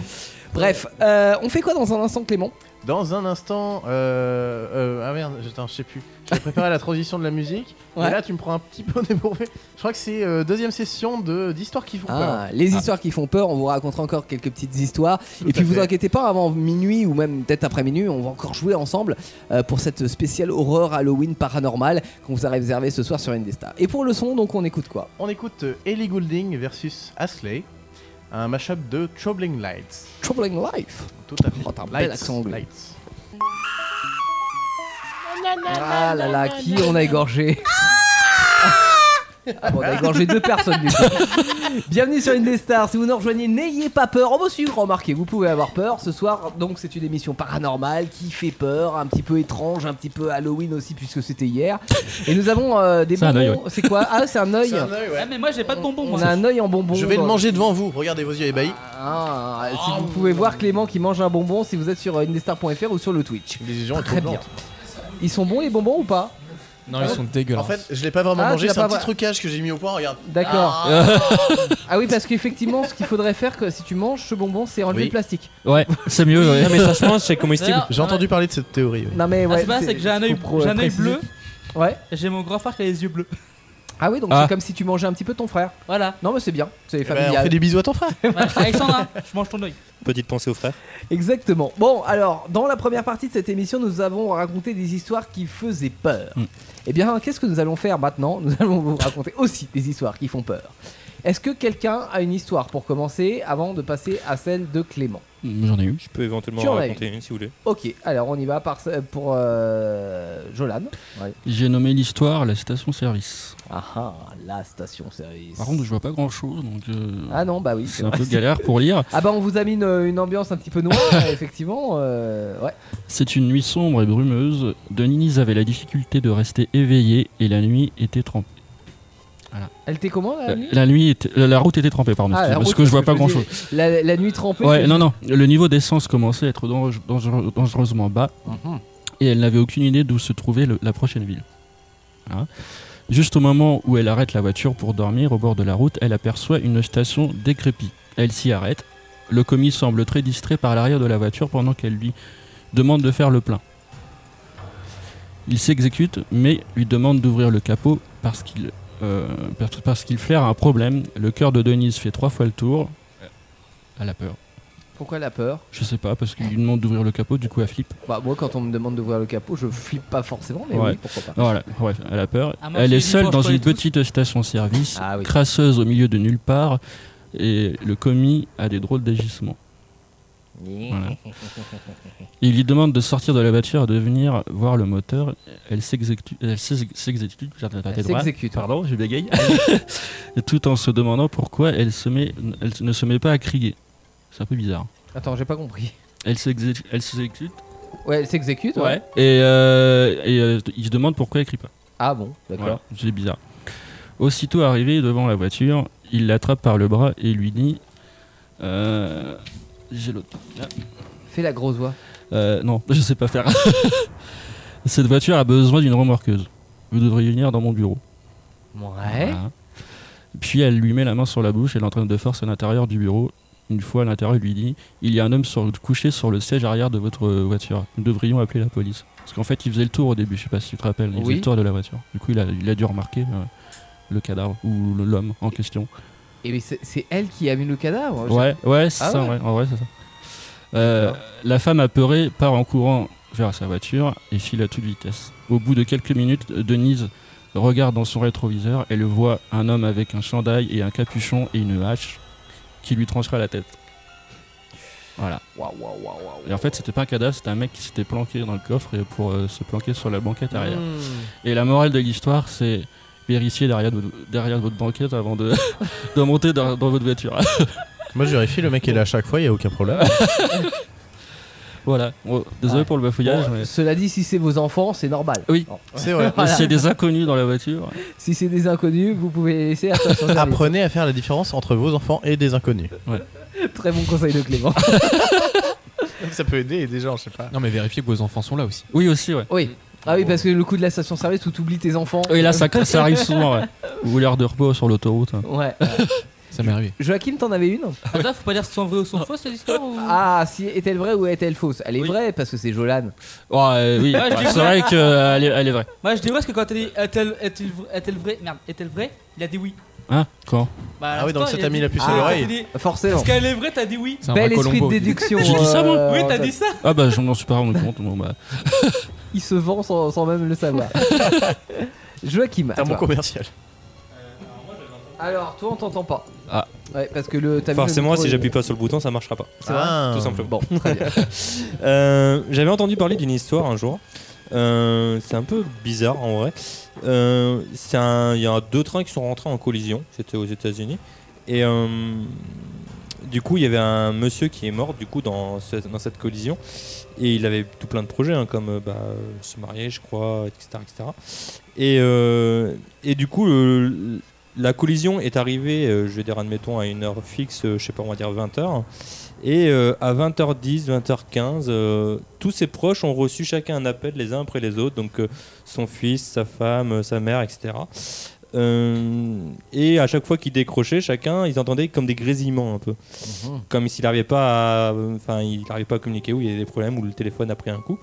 Bref, euh, on fait quoi dans un instant, Clément
Dans un instant, euh, euh, ah merde, j'étais- je sais plus. J'avais préparé la transition de la musique.
Ouais.
Et là, tu me prends un petit peu dépourvu. Je crois que c'est euh, deuxième session de d'histoire qui font
Ah,
peur.
les histoires qui font peur, on vous racontera encore quelques petites histoires. et puis
à
vous
fait.
inquiétez pas, avant minuit ou même peut-être après minuit, on va encore jouer ensemble euh, pour cette spéciale horreur Halloween paranormale qu'on vous a réservée ce soir sur Indestar. Et pour le son, donc on écoute quoi
On écoute euh, Ellie Goulding versus Ashley, un mashup de Troubling Lights.
Troubling Life. Oh,
Tout à fait.
un bel accent anglais.
Lights.
Ah là là, qui on a égorgé Ah, bon, on a égorgé deux personnes du coup. Bienvenue sur Indestar. Si vous nous rejoignez, n'ayez pas peur. Oh, bah si, remarquez, vous pouvez avoir peur. Ce soir, donc, c'est une émission paranormale qui fait peur, un petit peu étrange, un petit peu Halloween aussi, puisque c'était hier. Et nous avons euh, des
C'est un
bonbons.
œil, ouais.
C'est quoi Ah, c'est un œil.
C'est un œil, ouais.
Ah, mais moi j'ai pas de bonbons,
On
moi.
a un œil en bonbon.
Je vais le
dans-
manger devant vous. Regardez vos yeux ébahis.
Ah, si vous pouvez voir Clément qui mange un bonbon si vous êtes sur euh, indestar.fr ou sur le Twitch. Très bien. Ils sont bons les bonbons ou pas
Non, ils sont
En
dégueulasses.
fait, je l'ai pas vraiment
Ah, tu
mangé.
l'as
C'est un
pas
petit
vra-
trucage que j'ai mis au point. Regarde.
D'accord.
Ah.
Ah oui, parce qu'effectivement, ce qu'il faudrait faire que, si tu manges ce bonbon, c'est enlever
Oui.
le plastique.
Ouais, c'est mieux. Ouais.
Non, mais franchement, c'est comestible.
D'ailleurs,
J'ai entendu parler de cette théorie. oui.
Non mais
Ah,
ouais.
c'est pas, c'est que j'ai un
faut
œil
pro-
j'ai un œil
préciser.
bleu.
Ouais.
J'ai mon grand frère qui a les yeux bleus.
Ah oui, donc
Ah.
c'est comme si tu mangeais un petit peu ton frère.
Voilà.
Non, mais c'est bien. C'est
ben,
familial.
on fait des bisous à ton frère.
Ouais, Alexandra, je mange ton œil.
Petite pensée au frère.
Exactement. Bon, alors, dans la première partie de cette émission, nous avons raconté des histoires qui faisaient peur.
Hmm.
Eh bien, qu'est-ce que nous allons faire maintenant Nous allons vous raconter aussi des histoires qui font peur. Est-ce que quelqu'un a une histoire pour commencer avant de passer à celle de Clément
J'en ai eu.
Je peux éventuellement
Tu
en
en as
raconter une si vous voulez.
Ok, alors on y va par, pour euh, Jolan.
J'ai nommé l'histoire la station-service.
Ah ah, la station-service.
Par contre, je vois pas grand chose, donc. euh,
Ah non, bah oui.
C'est un
vrai.
peu galère pour lire.
Ah bah on vous a mis une, une ambiance un petit peu noire, effectivement. euh, ouais.
C'est une nuit sombre et brumeuse. Denise avait la difficulté de rester éveillée et la nuit était trempée. Voilà.
Elle t'est comment la
La,
nuit
la nuit était- la- la route était trempée, pardon,
Ah, la
parce
route,
que je vois pas
me
grand
dis,
chose.
La, la nuit trempée.
Ouais,
c'est-
non, non. Le niveau d'essence commençait à être dangereux- dangereux- dangereusement bas
Mhm.
et elle n'avait aucune idée d'où se trouvait le- la prochaine ville. Voilà. Juste au moment où elle arrête la voiture pour dormir au bord de la route, elle aperçoit une station décrépite. Elle s'y arrête. Le commis semble très distrait par l'arrière de la voiture pendant qu'elle lui demande de faire le plein. Il s'exécute, mais lui demande d'ouvrir le capot parce qu'il euh, parce- parce qu'il flaire un problème. Le cœur de Denise fait trois fois le tour. Elle a peur.
Pourquoi la peur
Je sais pas, parce qu'il lui demande d'ouvrir le capot, du coup elle flippe.
Bah moi quand on me demande d'ouvrir le capot, je flippe pas forcément, mais
Ouais.
oui, pourquoi pas.
Voilà, ouais, elle a peur.
Ah, moi,
elle
je
est
lui dis
seule
pas,
dans
je connais
une
tous.
petite station-service,
Ah oui.
crasseuse au milieu de nulle part, et le commis a des drôles d'agissements. Voilà. Il lui demande de sortir de la voiture et de venir voir le moteur. Elle s'exécute. Elle s'ex- s'exécute. j'ai raté
Elle
droit.
s'exécute.
Pardon, je bégaye. Et Tout en se demandant pourquoi elle, se met, elle ne se met pas à crier. C'est un peu bizarre.
Attends, j'ai pas compris.
Elle s'exé- elle s'exécute.
Ouais, elle s'exécute. Ouais.
Ouais. Et, euh, et, euh, il se demande pourquoi elle crie pas.
Ah bon, d'accord.
Voilà, c'est bizarre. Aussitôt arrivé devant la voiture, il l'attrape par le bras et lui dit. euh, J'ai l'autre. Là.
Fais la grosse voix.
Euh, non, je sais pas faire. Cette voiture a besoin d'une remorqueuse. Vous devriez venir dans mon bureau.
Ouais.
Voilà. Puis elle lui met la main sur la bouche et l'entraîne de force à l'intérieur du bureau. Une fois à l'intérieur, il lui dit Il y a un homme sur- couché sur le siège arrière de votre voiture. Nous devrions appeler la police. Parce qu'en fait, il faisait le tour au début, je sais pas si tu te rappelles. Il faisait
Oui.
le tour de la voiture. Du coup, il a, il a dû remarquer euh, le cadavre ou le- l'homme en question.
Et mais c'est- c'est elle qui a mis le cadavre. j'ai-
Ouais, ouais, c'est
Ah
ça,
ouais.
ouais, en vrai, c'est ça. Euh, la femme apeurée part en courant vers sa voiture et file à toute vitesse. Au bout de quelques minutes, Denise regarde dans son rétroviseur et le voit un homme avec un chandail et un capuchon et une hache qui lui tranchera la tête. Voilà. Et en fait, c'était pas un cadavre, c'était un mec qui s'était planqué dans le coffre et pour euh, se planquer sur la banquette arrière.
Hmm.
Et la morale de l'histoire, c'est vérifiez derrière, de- derrière votre banquette avant de, de monter dans, dans votre voiture.
Moi, je vérifie, le mec est là à chaque fois, il n'y a aucun problème.
voilà, Bon, désolé
Ouais.
pour le bafouillage.
Bon,
mais-
Cela dit, si c'est vos enfants, c'est normal.
Oui,
C'est vrai.
Voilà.
Mais s'il y a des inconnus dans la voiture,
Si c'est des inconnus, vous pouvez les laisser à sa station service.
Apprenez à faire la différence entre vos enfants et des inconnus.
Très bon conseil de Clément.
Ça peut aider des gens, je sais pas.
Non, mais vérifiez que vos enfants sont là aussi.
Oui, aussi, ouais.
Oui. Ah oui, parce que le coup de la station service où t'oublies tes enfants.
Et là, ça, ça arrive souvent, ouais. Ou l'heure de repos sur l'autoroute.
Ouais.
Ça m'est arrivé.
Joachim, t'en avais une
Là, Ah, faut pas dire sont vraies ou sont fausses cette histoire ou...
Ah, si, est-elle vraie ou est-elle fausse Elle est vraie parce que c'est Jolan.
euh, oui,
Ouais, Ah, je dis
c'est
vrai.
vrai qu'elle est, elle est vraie.
Moi, Bah, je dis ouais, parce que quand elle dit est-elle est-il vra- est-elle vraie Merde, est-elle vraie Il a dit oui.
Hein Quand
Bah,
Ah oui, donc
l'instant,
ça
il
t'a
a
mis
dit-
la puce à
Ah,
l'oreille.
t'as dit-
Forcément.
Parce qu'elle est vraie, t'as dit oui.
C'est un Bel vrai esprit de Colombo, dit. déduction, J'ai dit ça, moi euh,
Oui, t'as
Antoine.
dit ça
Ah bah, je m'en suis pas rendu compte. Bon, bah.
Il se vend sans, sans même le savoir. Joachim. à
T'as mon
toi.
commercial.
Alors, toi, on t'entend pas.
Ah.
Ouais, parce que le. t'as mis le
Forcément,
micro-
si j'appuie pas sur le bouton, ça marchera pas.
C'est vrai Ah.
Tout simplement.
Bon, très bien.
Euh, J'avais entendu parler d'une histoire un jour. Euh, c'est un peu bizarre en vrai. Euh, c'est un- Il y a deux trains qui sont rentrés en collision. C'était aux États-Unis. Et euh, du coup, il y avait un monsieur qui est mort du coup dans, ce- dans cette collision. Et il avait tout plein de projets, hein, comme euh, bah, euh, se marier, je crois, etc. etc. Et, euh, et du coup, le- la collision est arrivée, euh, je vais dire, admettons, à une heure fixe, euh, je sais pas, on va dire 20h. Et euh, à 20h10, 20h15, euh, tous ses proches ont reçu chacun un appel les uns après les autres, donc euh, son fils, sa femme, euh, sa mère, etc. Euh, et à chaque fois qu'ils décrochaient chacun, ils entendaient comme des grésillements un peu.
Mhm.
Comme s'il n'arrivait pas à, enfin, il n'arrivait pas à communiquer, ou il y avait des problèmes, ou le téléphone a pris un coup.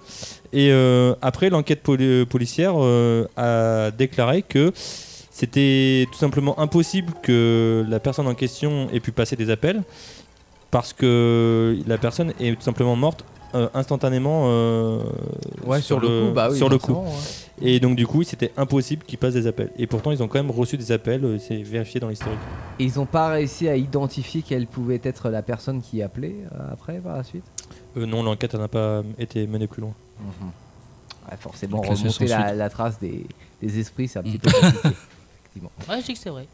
Et euh, après, l'enquête poli- policière euh, a déclaré que c'était tout simplement impossible que la personne en question ait pu passer des appels parce que la personne est tout simplement morte euh, instantanément euh,
Ouais, sur le coup, bah oui,
sur le coup.
forcément,
Et donc du coup, c'était impossible qu'ils passent des appels. Et pourtant, ils ont quand même reçu des appels, euh, c'est vérifié dans l'historique.
Et ils ont pas réussi à identifier quelle pouvait être la personne qui appelait euh, après, par la suite
Euh, non, l'enquête n'a pas été menée plus loin.
Ouais, forcément,
Donc, là, c'est
Mhm. remonter
sans
la,
suite.
la trace des, des esprits, c'est un petit peu compliqué. effectivement.
Ouais, je dis que c'est vrai.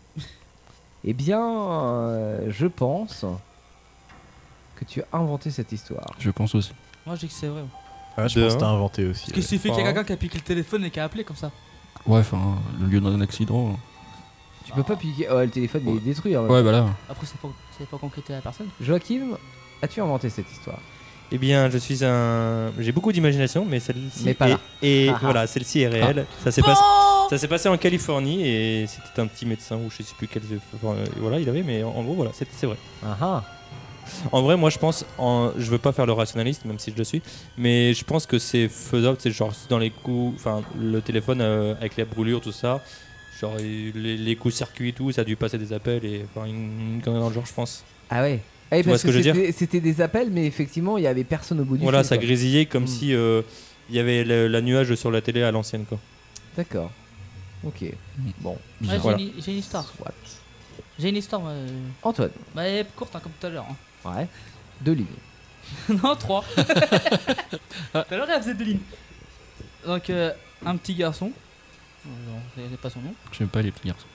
Eh bien, euh, je pense que tu as inventé cette histoire.
Je pense aussi.
Moi, je dis que c'est vrai. hein.
Ah, je
De
pense que
un.
t'as inventé aussi.
Parce que c'est fait qu'il y a quelqu'un qui a piqué le téléphone et qui a appelé comme ça.
Ouais, enfin, le lieu d'un accident. hein.
Tu peux pas piquer. Ouais, le téléphone il est détruit. hein. en même
Ouais,
temps.
bah là.
Après, c'est pas, c'est pas concrété à la personne.
Joachim, as-tu inventé cette histoire
Eh bien, je suis un. J'ai beaucoup d'imagination, mais celle-ci.
Mais pas là.
est- Et
Ah ah.
voilà, celle-ci est réelle.
Ah.
Ça s'est passé. Ça s'est passé en Californie et c'était un petit médecin ou je sais plus quel. enfin, euh, voilà, il avait, mais en- en gros, voilà, c'était- c'est vrai.
Ah,
En vrai, moi, je pense. En... Je veux pas faire le rationaliste, même si je le suis, mais je pense que c'est faisable. C'est genre dans les coups. Enfin, le téléphone euh, avec la brûlure, tout ça. Genre il- les, les coups circuits, et tout. Ça a dû passer des appels et enfin une une connerie dans le genre, je pense.
Ah ouais. Ah oui,
Tu vois
parce
ce que je veux dire
c'était- c'était des appels, mais effectivement, il y avait personne au bout du
Voilà,
fil,
ça
quoi. Hmm. Mm.
grésillait comme si euh, il y avait le- la nuage sur la télé à l'ancienne, quoi.
D'accord. Ok. Bon.
Ouais,
Voilà.
j'ai, une, j'ai une histoire. J'ai une histoire. moi, euh.
Antoine.
Bah, elle est courte hein, comme tout à l'heure. hein.
Ouais. Deux lignes.
non, trois. Tout à l'heure, elle faisait deux lignes. Donc, euh, un petit garçon. euh, Non, je sais pas son nom.
J'aime pas les petits garçons.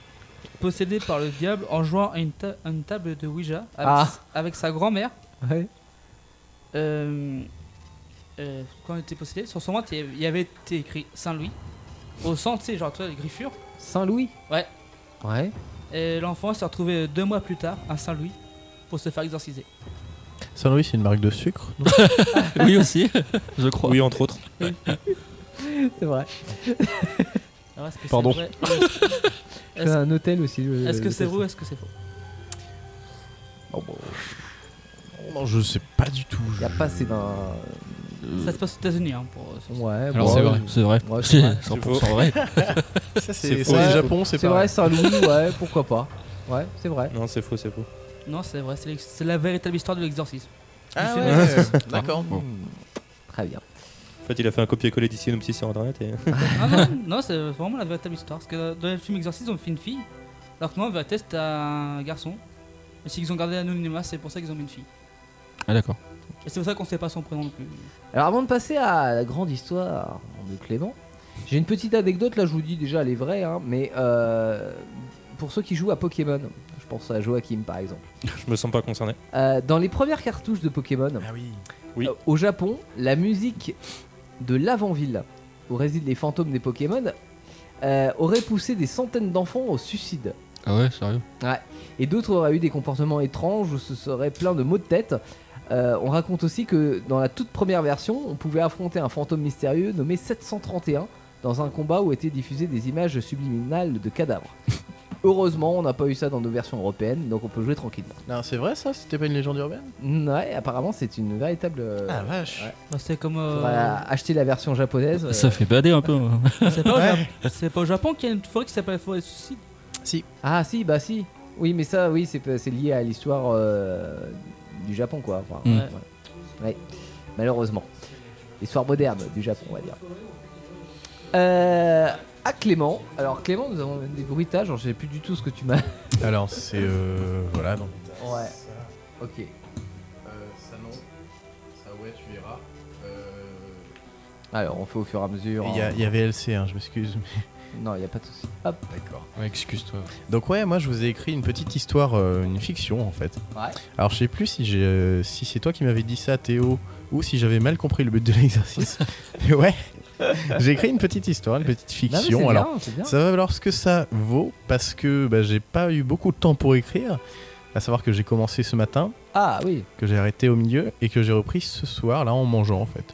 Possédé par le diable en jouant à une, ta- à une table de Ouija avec,
Ah.
avec sa grand-mère.
Ouais.
Euh, euh, quand il était possédé, sur son ventre, il y avait- il y avait été écrit Saint-Louis. Au centre, tu sais, genre, tu vois, les griffures.
Saint-Louis
Ouais.
Ouais.
Et l'enfant s'est retrouvé deux mois plus tard à Saint-Louis pour se faire exorciser.
Saint-Louis, c'est une marque de sucre. non
oui, aussi, je crois.
Oui, entre autres.
C'est vrai.
Alors, Ah, est-ce que c'est
Pardon.
vrai ou est-ce que-
Euh,
C'est un hôtel aussi, euh, le-
Est-ce que
le
c'est
hôtel.
vrai ou est-ce que c'est faux
Non, je sais pas du tout.
Oh, Il a pas assez d'un.
Ça se passe aux États-Unis. Hein, pour, euh, sur-
Ouais,
Alors, c'est vrai, c'est vrai.
Ouais,
c'est
c'est vrai.
100% vrai.
Ça, c'est-
Ouais,
ça, le Japon, c'est
C'est
pas
vrai,
vrai.
Saint-Louis, ouais, pourquoi pas. Ouais, c'est vrai.
Non, c'est faux, c'est faux.
Non, c'est vrai, c'est l'ex- c'est la véritable histoire de l'exorcisme.
Ah
Il fait
ouais,
l'exorcisme.
d'accord.
Bon.
Très bien.
En fait, il a fait un copier-coller d'ici nous petit sur internet et.
Ah non, non, c'est vraiment la véritable histoire. Parce que dans le film Exorcisme, on fait une fille. Alors que non, en vérité, c'était un garçon. Mais s'ils ont gardé l'anonymat, c'est pour ça qu'ils ont mis une fille.
Ah, d'accord.
Et c'est pour ça qu'on sait pas son prénom non plus.
Alors avant de passer à la grande histoire de Clément, J'ai une petite anecdote, là je vous dis déjà elle est vraie, hein, mais euh, pour ceux qui jouent à Pokémon, je pense à Joachim par exemple.
Je me sens pas concerné.
Euh, dans les premières cartouches de Pokémon,
Ah
euh, au Japon, la musique de l'avant-ville, où résident les fantômes des Pokémon, euh, aurait poussé des centaines d'enfants au suicide.
Ah ouais, sérieux
Ouais. Et d'autres auraient eu des comportements étranges ou se seraient plein de maux de tête. Euh, on raconte aussi que dans la toute première version, on pouvait affronter un fantôme mystérieux nommé 731 dans un combat où étaient diffusées des images subliminales de cadavres. Heureusement, on n'a pas eu ça dans nos versions européennes, donc on peut jouer tranquillement.
Non, c'est vrai ça C'était pas une légende urbaine
Ouais, apparemment c'est une véritable. euh,
Ah, vache.
ouais.
Bah, c'est comme. euh,
Faudra acheter la version japonaise. euh,
Ça fait bader un peu. hein.
C'est pas, au Jap- c'est pas au Japon qu'il y a une forêt qui s'appelle la forêt suicide
Si.
Ah si, bah si. Oui, mais ça, oui, c'est c'est lié à l'histoire euh, du Japon, quoi. Enfin,
Mm.
ouais. Ouais. Malheureusement. L'histoire moderne du Japon, on va dire. Euh, à Clément. Alors Clément, nous avons des bruitages. Alors, je sais plus du tout ce que tu m'as.
Alors, c'est. euh, voilà, non.
Ouais. Ok.
ça non. Euh, Ça ouais, tu verras.
Alors on fait au fur et à mesure.
Il y, a-
hein.
il y avait LC, hein, je m'excuse. mais-
Non, il y a pas de souci. Hop.
D'accord.
excuse-toi.
Donc ouais, moi je vous ai écrit une petite histoire, euh, une fiction en fait.
Ouais.
Alors je sais plus si, j'ai, euh, si c'est toi qui m'avais dit ça, Théo, ou si j'avais mal compris le but de l'exercice. Mais ouais, j'ai écrit une petite histoire, une petite
mais
fiction.
c'est
Alors
bien, c'est bien.
ça va valoir ce que ça vaut parce que bah, j'ai pas eu beaucoup de temps pour écrire. À savoir que j'ai commencé ce matin,
Ah oui.
que j'ai arrêté au milieu et que j'ai repris ce soir là en mangeant en fait.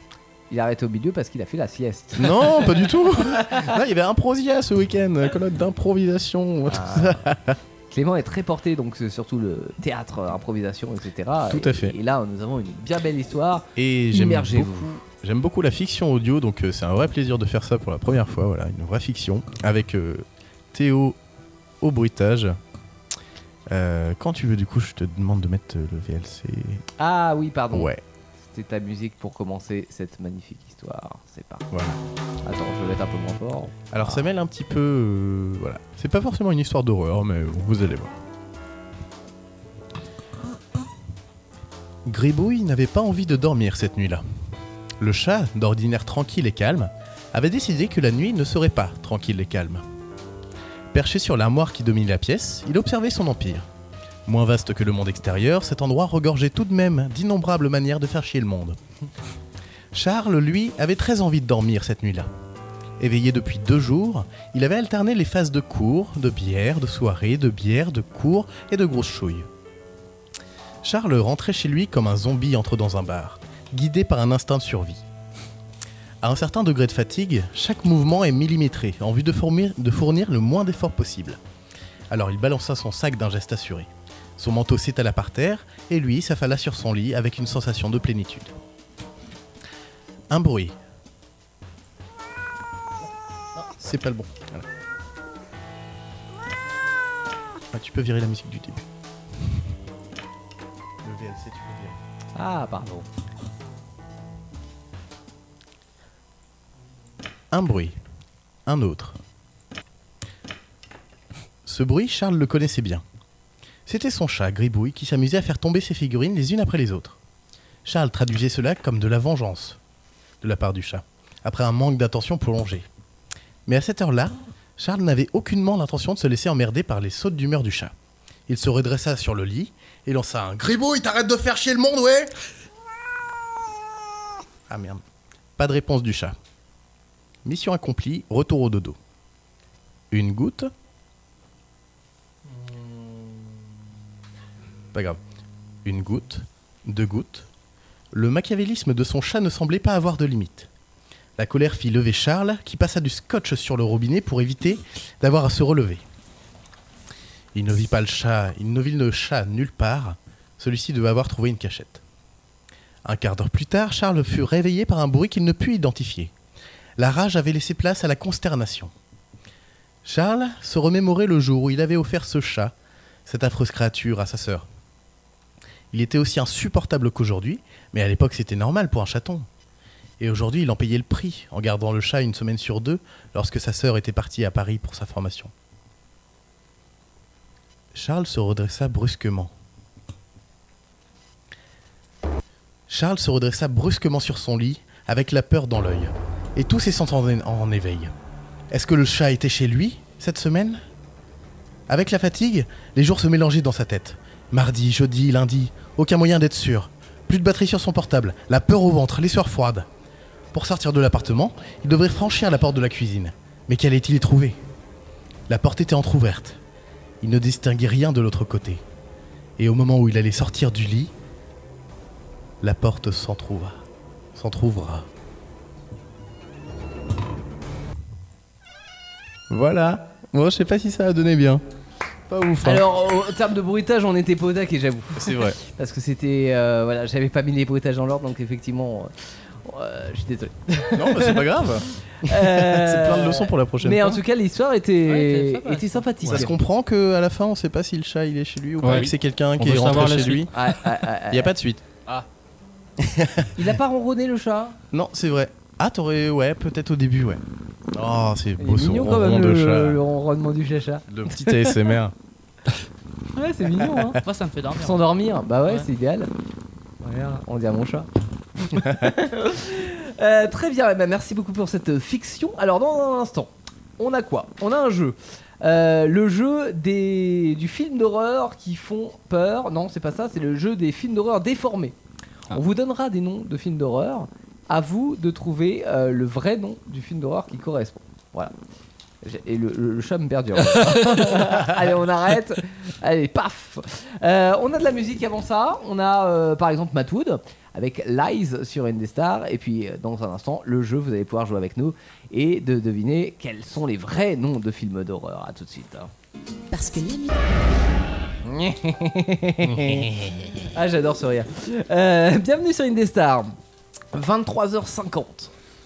Il arrête au milieu parce qu'il a fait la sieste.
Non, pas du tout. Non, il y avait Improsia ce week-end, euh, colloque d'improvisation. tout ça.
Ah. Clément est très porté, donc c'est surtout le théâtre, euh, improvisation, etc.
Tout
Et-
à fait.
Et là, nous avons une bien belle histoire.
Et j'aime
Immergez-vous.
beaucoup, j'aime beaucoup la fiction audio, donc euh, c'est un vrai plaisir de faire ça pour la première fois. Voilà, une vraie fiction avec euh, Théo au bruitage. Euh, quand tu veux, du coup, je te demande de mettre euh, le VLC.
Ah oui, pardon.
Ouais.
C'était ta musique pour commencer cette magnifique histoire. C'est parti.
Voilà.
Attends, je vais mettre un peu moins fort.
Alors ça mêle un petit peu, euh, voilà. C'est pas forcément une histoire d'horreur, mais vous allez voir. Gribouille n'avait pas envie de dormir cette nuit-là. Le chat, d'ordinaire tranquille et calme, avait décidé que la nuit ne serait pas tranquille et calme. Perché sur l'armoire qui domine la pièce, il observait son empire. Moins vaste que le monde extérieur, cet endroit regorgeait tout de même d'innombrables manières de faire chier le monde. Charles, lui, avait très envie de dormir cette nuit-là. Éveillé depuis deux jours, il avait alterné les phases de cours, de bière, de soirée, de bière, de cours et de grosses chouilles. Charles rentrait chez lui comme un zombie entre dans un bar, guidé par un instinct de survie. À un certain degré de fatigue, chaque mouvement est millimétré en vue de fournir, de fournir le moins d'efforts possible. Alors il balança son sac d'un geste assuré. Son manteau s'étala par terre et lui s'affala sur son lit avec une sensation de plénitude. Un bruit. C'est pas le bon. Voilà. Ah, tu peux virer la musique du début. Le VLC, tu peux virer.
Ah, pardon.
Un bruit. Un autre. Ce bruit, Charles le connaissait bien. C'était son chat, Gribouille, qui s'amusait à faire tomber ses figurines les unes après les autres. Charles traduisait cela comme de la vengeance de la part du chat, après un manque d'attention prolongé. Mais à cette heure-là, Charles n'avait aucunement l'intention de se laisser emmerder par les sautes d'humeur du chat. Il se redressa sur le lit et lança un Gribouille, t'arrêtes de faire chier le monde, ouais Ah merde. Pas de réponse du chat. Mission accomplie, retour au dodo. Une goutte Pas grave. Une goutte, deux gouttes. Le machiavélisme de son chat ne semblait pas avoir de limite. La colère fit lever Charles, qui passa du scotch sur le robinet pour éviter d'avoir à se relever. Il ne vit pas le chat, il ne vit le chat nulle part. Celui-ci devait avoir trouvé une cachette. Un quart d'heure plus tard, Charles fut réveillé par un bruit qu'il ne put identifier. La rage avait laissé place à la consternation. Charles se remémorait le jour où il avait offert ce chat, cette affreuse créature, à sa sœur. Il était aussi insupportable qu'aujourd'hui, mais à l'époque c'était normal pour un chaton. Et aujourd'hui il en payait le prix en gardant le chat une semaine sur deux lorsque sa sœur était partie à Paris pour sa formation. Charles se redressa brusquement. Charles se redressa brusquement sur son lit, avec la peur dans l'œil. et tous ses sens en, en éveil. Est-ce que le chat était chez lui cette semaine Avec la fatigue, les jours se mélangeaient dans sa tête. Mardi, jeudi, lundi, aucun moyen d'être sûr. Plus de batterie sur son portable, la peur au ventre, les sueurs froides. Pour sortir de l'appartement, il devrait franchir la porte de la cuisine. Mais qu'allait-il y trouver La porte était entr'ouverte. Il ne distinguait rien de l'autre côté. Et au moment où il allait sortir du lit, la porte s'entrouvra. S'entrouvra. Voilà. Bon, je sais pas si ça a donné bien. Pas ouf. hein.
Alors, au terme de bruitage, on était pas au taquet, j'avoue.
C'est vrai.
Parce que c'était. euh, voilà, j'avais pas mis les bruitages dans l'ordre, donc effectivement. euh, euh, je suis désolé. Euh,
Non, bah, c'est pas grave. C'est plein de leçons pour la prochaine
Mais en
fois.
tout cas, l'histoire était,
Ouais,
était, sympathique.
Ça se comprend qu'à la fin, on sait pas si le chat il est chez lui ou pas,
Ouais.
que c'est quelqu'un
On
qui
veut
est
savoir
rentré
la
chez
suite.
lui.
Ah, ah, ah, ah.
Il n'y a pas de suite.
Ah. Il a pas ronronné le chat
Non, c'est vrai. Ah, t'aurais. Ouais, peut-être au début, ouais. Oh,
Il
c'est
est
beau ce
mignon quand même
ronron de
le, le
chat.
ronronnement du chacha.
Le petit ASMR.
Ouais, c'est mignon. Hein.
Moi, ça me fait dormir.
Pour s'endormir, bah ouais,
Ouais.
c'est idéal. Regarde, on dit à mon chat. Euh, très bien, eh ben, merci beaucoup pour cette euh, fiction. Alors, dans un instant, on a quoi On a un jeu. Euh, le jeu des, du film d'horreur qui font peur. Non, c'est pas ça, c'est le jeu des films d'horreur déformés. On vous donnera des noms de films d'horreur. À vous de trouver euh, le vrai nom du film d'horreur qui correspond. Voilà. J'ai- Et le, le- le chat me perdure. Allez, on arrête. Allez, paf. Euh, on a de la musique avant ça. On a euh, par exemple Matwood avec Lies sur Indestar. Et puis euh, dans un instant, le jeu, vous allez pouvoir jouer avec nous et de deviner quels sont les vrais noms de films d'horreur. À tout de suite. hein.
Parce que l'ami.
ah, j'adore ce rire. Euh, bienvenue sur Indestar. 23h50,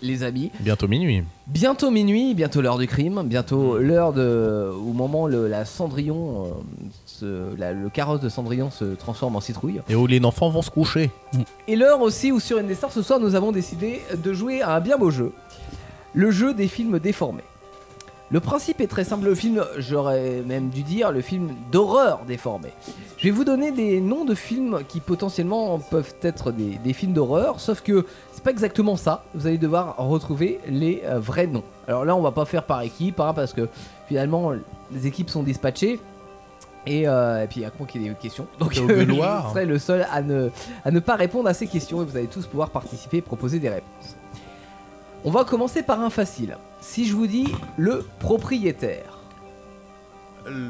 les amis.
Bientôt minuit. Hmm.
Bientôt minuit, bientôt l'heure du crime, bientôt l'heure de, au moment le, la Cendrillon, euh, se- la- le carrosse de Cendrillon se transforme en citrouille.
Et où les enfants vont se coucher.
Et l'heure aussi où sur une stars ce soir nous avons décidé de jouer à un bien beau jeu, le jeu des films déformés. Le principe est très simple, le film, j'aurais même dû dire, le film d'horreur déformé. Je vais vous donner des noms de films qui potentiellement peuvent être des, des films d'horreur, sauf que c'est pas exactement ça, vous allez devoir retrouver les euh, vrais noms. Alors là on va pas faire par équipe, hein, parce que finalement les équipes sont dispatchées, et, euh, et puis il y a quoi qu'il y ait des questions. Donc
Au
euh,
Gaulois.
je serai le seul à ne, à ne pas répondre à ces questions et vous allez tous pouvoir participer et proposer des réponses. On va commencer par un facile. Si je vous dis le propriétaire. Euh,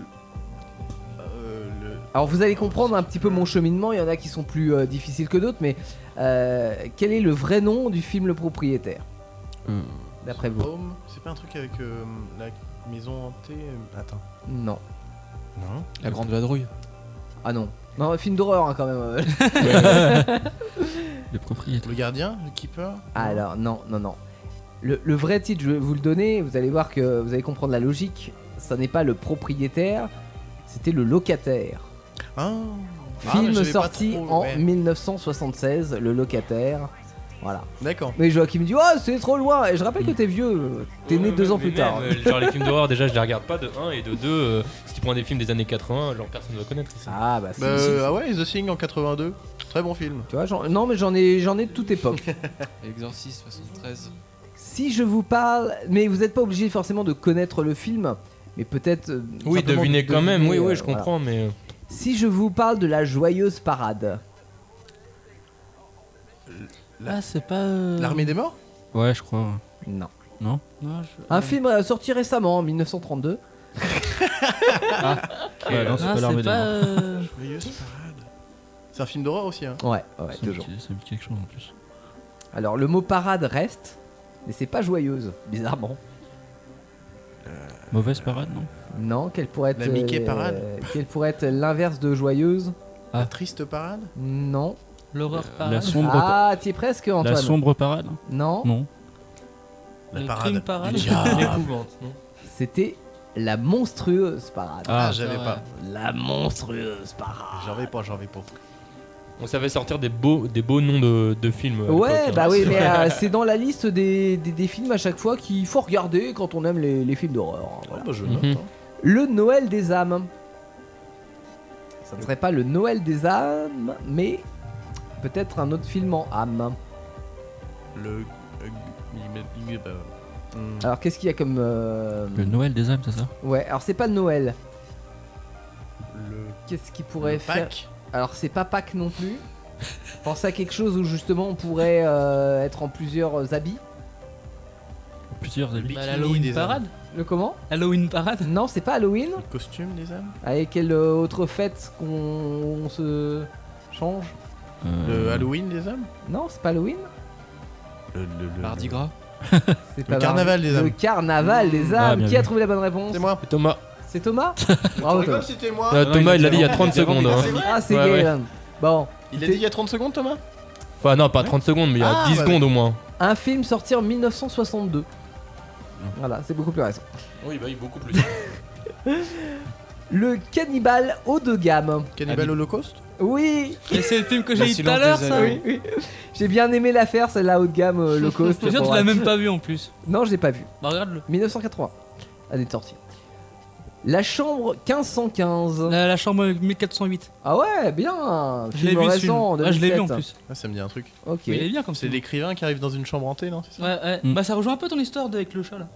Alors vous allez comprendre un petit peu mon cheminement, il y en a qui sont plus euh, difficiles que d'autres, mais euh, quel est le vrai nom du film Le propriétaire
Hmm.
D'après vous
Home, c'est pas un truc avec euh, la maison hantée euh, Attends.
Non.
Non.
La grande vadrouille.
Ah non. Non, film d'horreur hein, quand même. euh.
Le propriétaire.
Le gardien Ah, Le keeper
Alors non, non, non. Le, le vrai titre, je vais vous le donner, vous allez voir que vous allez comprendre la logique. Ça n'est pas le propriétaire, c'était le locataire.
Ah, mais
Film
j'avais pas
sorti
trop,
en
ouais.
1976, Le locataire. Voilà.
D'accord.
Mais Joachim dit Oh, c'est trop loin Et je rappelle que t'es vieux, t'es né deux ans
Mais
plus
même,
tard. hein.
euh, genre les films d'horreur, déjà, je les regarde pas de 1 et de 2. euh, si tu prends des films des années 80, genre personne ne va connaître. ici.
Ah bah,
Bah, euh, ah ouais, The Thing en 82. Très bon film.
Tu vois, j'en- non, mais j'en ai, j'en ai de toute époque.
Exorciste 73.
si je vous parle, mais vous n'êtes pas obligé forcément de connaître le film, mais peut-être. euh,
Oui,
simplement
devinez
de
quand même, oui, oui,
euh,
je
voilà.
comprends, mais. euh,
Si je vous parle de la joyeuse parade.
Ah, c'est pas.
L'armée des morts
Ouais, je crois.
Non.
Non
Non,
Un film euh, sorti récemment en 1932.
Ah, Ouais,
euh,
Ah,
non, c'est pas l'armée des morts.
Joyeuse parade. C'est un film d'horreur aussi, hein
euh, Ouais, ouais,
Ça me
toujours.
dit- Ça me dit quelque chose en plus.
Alors le mot parade reste, mais c'est pas joyeuse, bizarrement.
Euh,
Euh,
Mauvaise parade, non
Non, quelle pourrait être. euh,
La Mickey parade
Quelle pourrait être l'inverse de joyeuse
La triste parade
Non.
L'horreur
parade. Ah. La sombre
Ah, t'y es presque, Antoine.
La sombre parade
Non.
Non.
La
crime parade.
du diable.
L'épouvante, non
C'était la monstrueuse parade.
Ah, j'avais pas.
La monstrueuse parade.
J'en avais pas, j'en avais pas.
On savait sortir des beaux, des beaux noms de, de films. à
Ouais,
l'époque,
bah
hein.
oui, mais euh, c'est dans la liste des, des- des films à chaque fois qu'il faut regarder quand on aime les, les films d'horreur. hein, voilà.
note,
Mhm.
hein.
Le Noël des âmes. Ça ne serait pas le Noël des âmes, mais peut-être un autre film en âme.
Le. euh, hmm. Mhm.
Alors qu'est-ce qu'il y a comme. euh,
Le Noël des âmes, c'est ça
Ouais, alors c'est pas le Noël. Qu'est-ce qui pourrait
Le
faire
Pâques.
Alors c'est pas Pâques non plus. Pensez à quelque chose où justement on pourrait euh, être en plusieurs habits.
Plusieurs habits.
Bah, l'Halloween des parade. Le comment
Halloween parade
Non, c'est pas Halloween.
costume des âmes
Allez, quelle euh, autre fête qu'on on se change
Euh,
Le Halloween des âmes
Non, c'est pas Halloween.
Le, le- le-
Mardi
le-
Gras
C'est
Le
pas
carnaval
Barbie.
des âmes.
Le carnaval
Mmh.
des
Ah,
âmes.
bien
Qui a
vu.
trouvé la bonne réponse C'est
moi.
Thomas.
C'est Thomas Bravo Thomas.
c'était moi. Ah,
Euh, Thomas, il l'a dit il y a 30 secondes. hein.
Ah, c'est
Ouais, ouais.
Galen. Bon.
Il a dit il y a 30 secondes, Thomas
Enfin, non, pas 30 secondes, mais il y a
Ah,
10
bah,
secondes au moins.
Un film sorti en 1962. Voilà, c'est beaucoup plus récent.
Oui, bah, il beaucoup plus.
Le cannibale haut de gamme.
Ah,
Cannibal Holocaust
Oui
Et c'est le film que j'ai
Le
dit tout
silence
à l'heure,
des
ça
agneaux. J'ai bien aimé la faire, celle-là haut de gamme, euh, low cost.
Je te jure, tu l'as même pas vu en plus.
Non, je l'ai pas vu.
Bah, regarde-le.
1980. Elle est sortie. Ah, La chambre 1515.
La, la chambre 1408.
Ah ouais, bien.
Je l'ai
Film
vu, ce
récent,
film.
en
Ouais, je l'ai vu
2007.
en plus.
Ah, ça me dit un truc.
hein. Ok.
Mais il est bien comme
C'est
ça.
l'écrivain qui arrive dans une chambre hantée, non
Ouais, ouais.
Mm.
Bah, ça rejoint un peu ton histoire de- avec le chat là.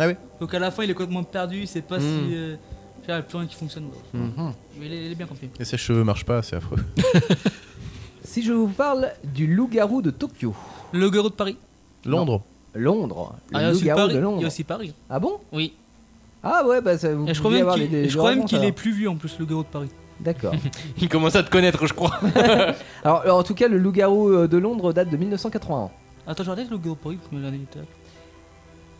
Ah oui.
Donc à la fin, il est complètement perdu, il sait pas si.
Mm.
euh, il y a plus rien qui fonctionne.
Mm-hmm.
Mhm.
Mais il est, il est bien comme film.
Et ses cheveux marchent pas, c'est affreux.
Si je vous parle du loup-garou de Tokyo.
Le garou de Paris.
Londres.
Non. Londres. Le
Ah, il y a aussi
loup-garou
Paris.
de Londres.
Il y a aussi Paris.
Ah bon
Oui.
Ah ouais, bah ça vous
Et je crois
pouviez
même
avoir
qu'il
des- des
et je crois même
gens, ça
qu'il
va.
est plus vieux en plus, le garou de Paris.
D'accord.
Il commence à te connaître, je crois.
alors, alors, en tout cas, le loup-garou euh, de Londres date de 1981.
Attends, je regarde le garou de Paris, combien d'années il était.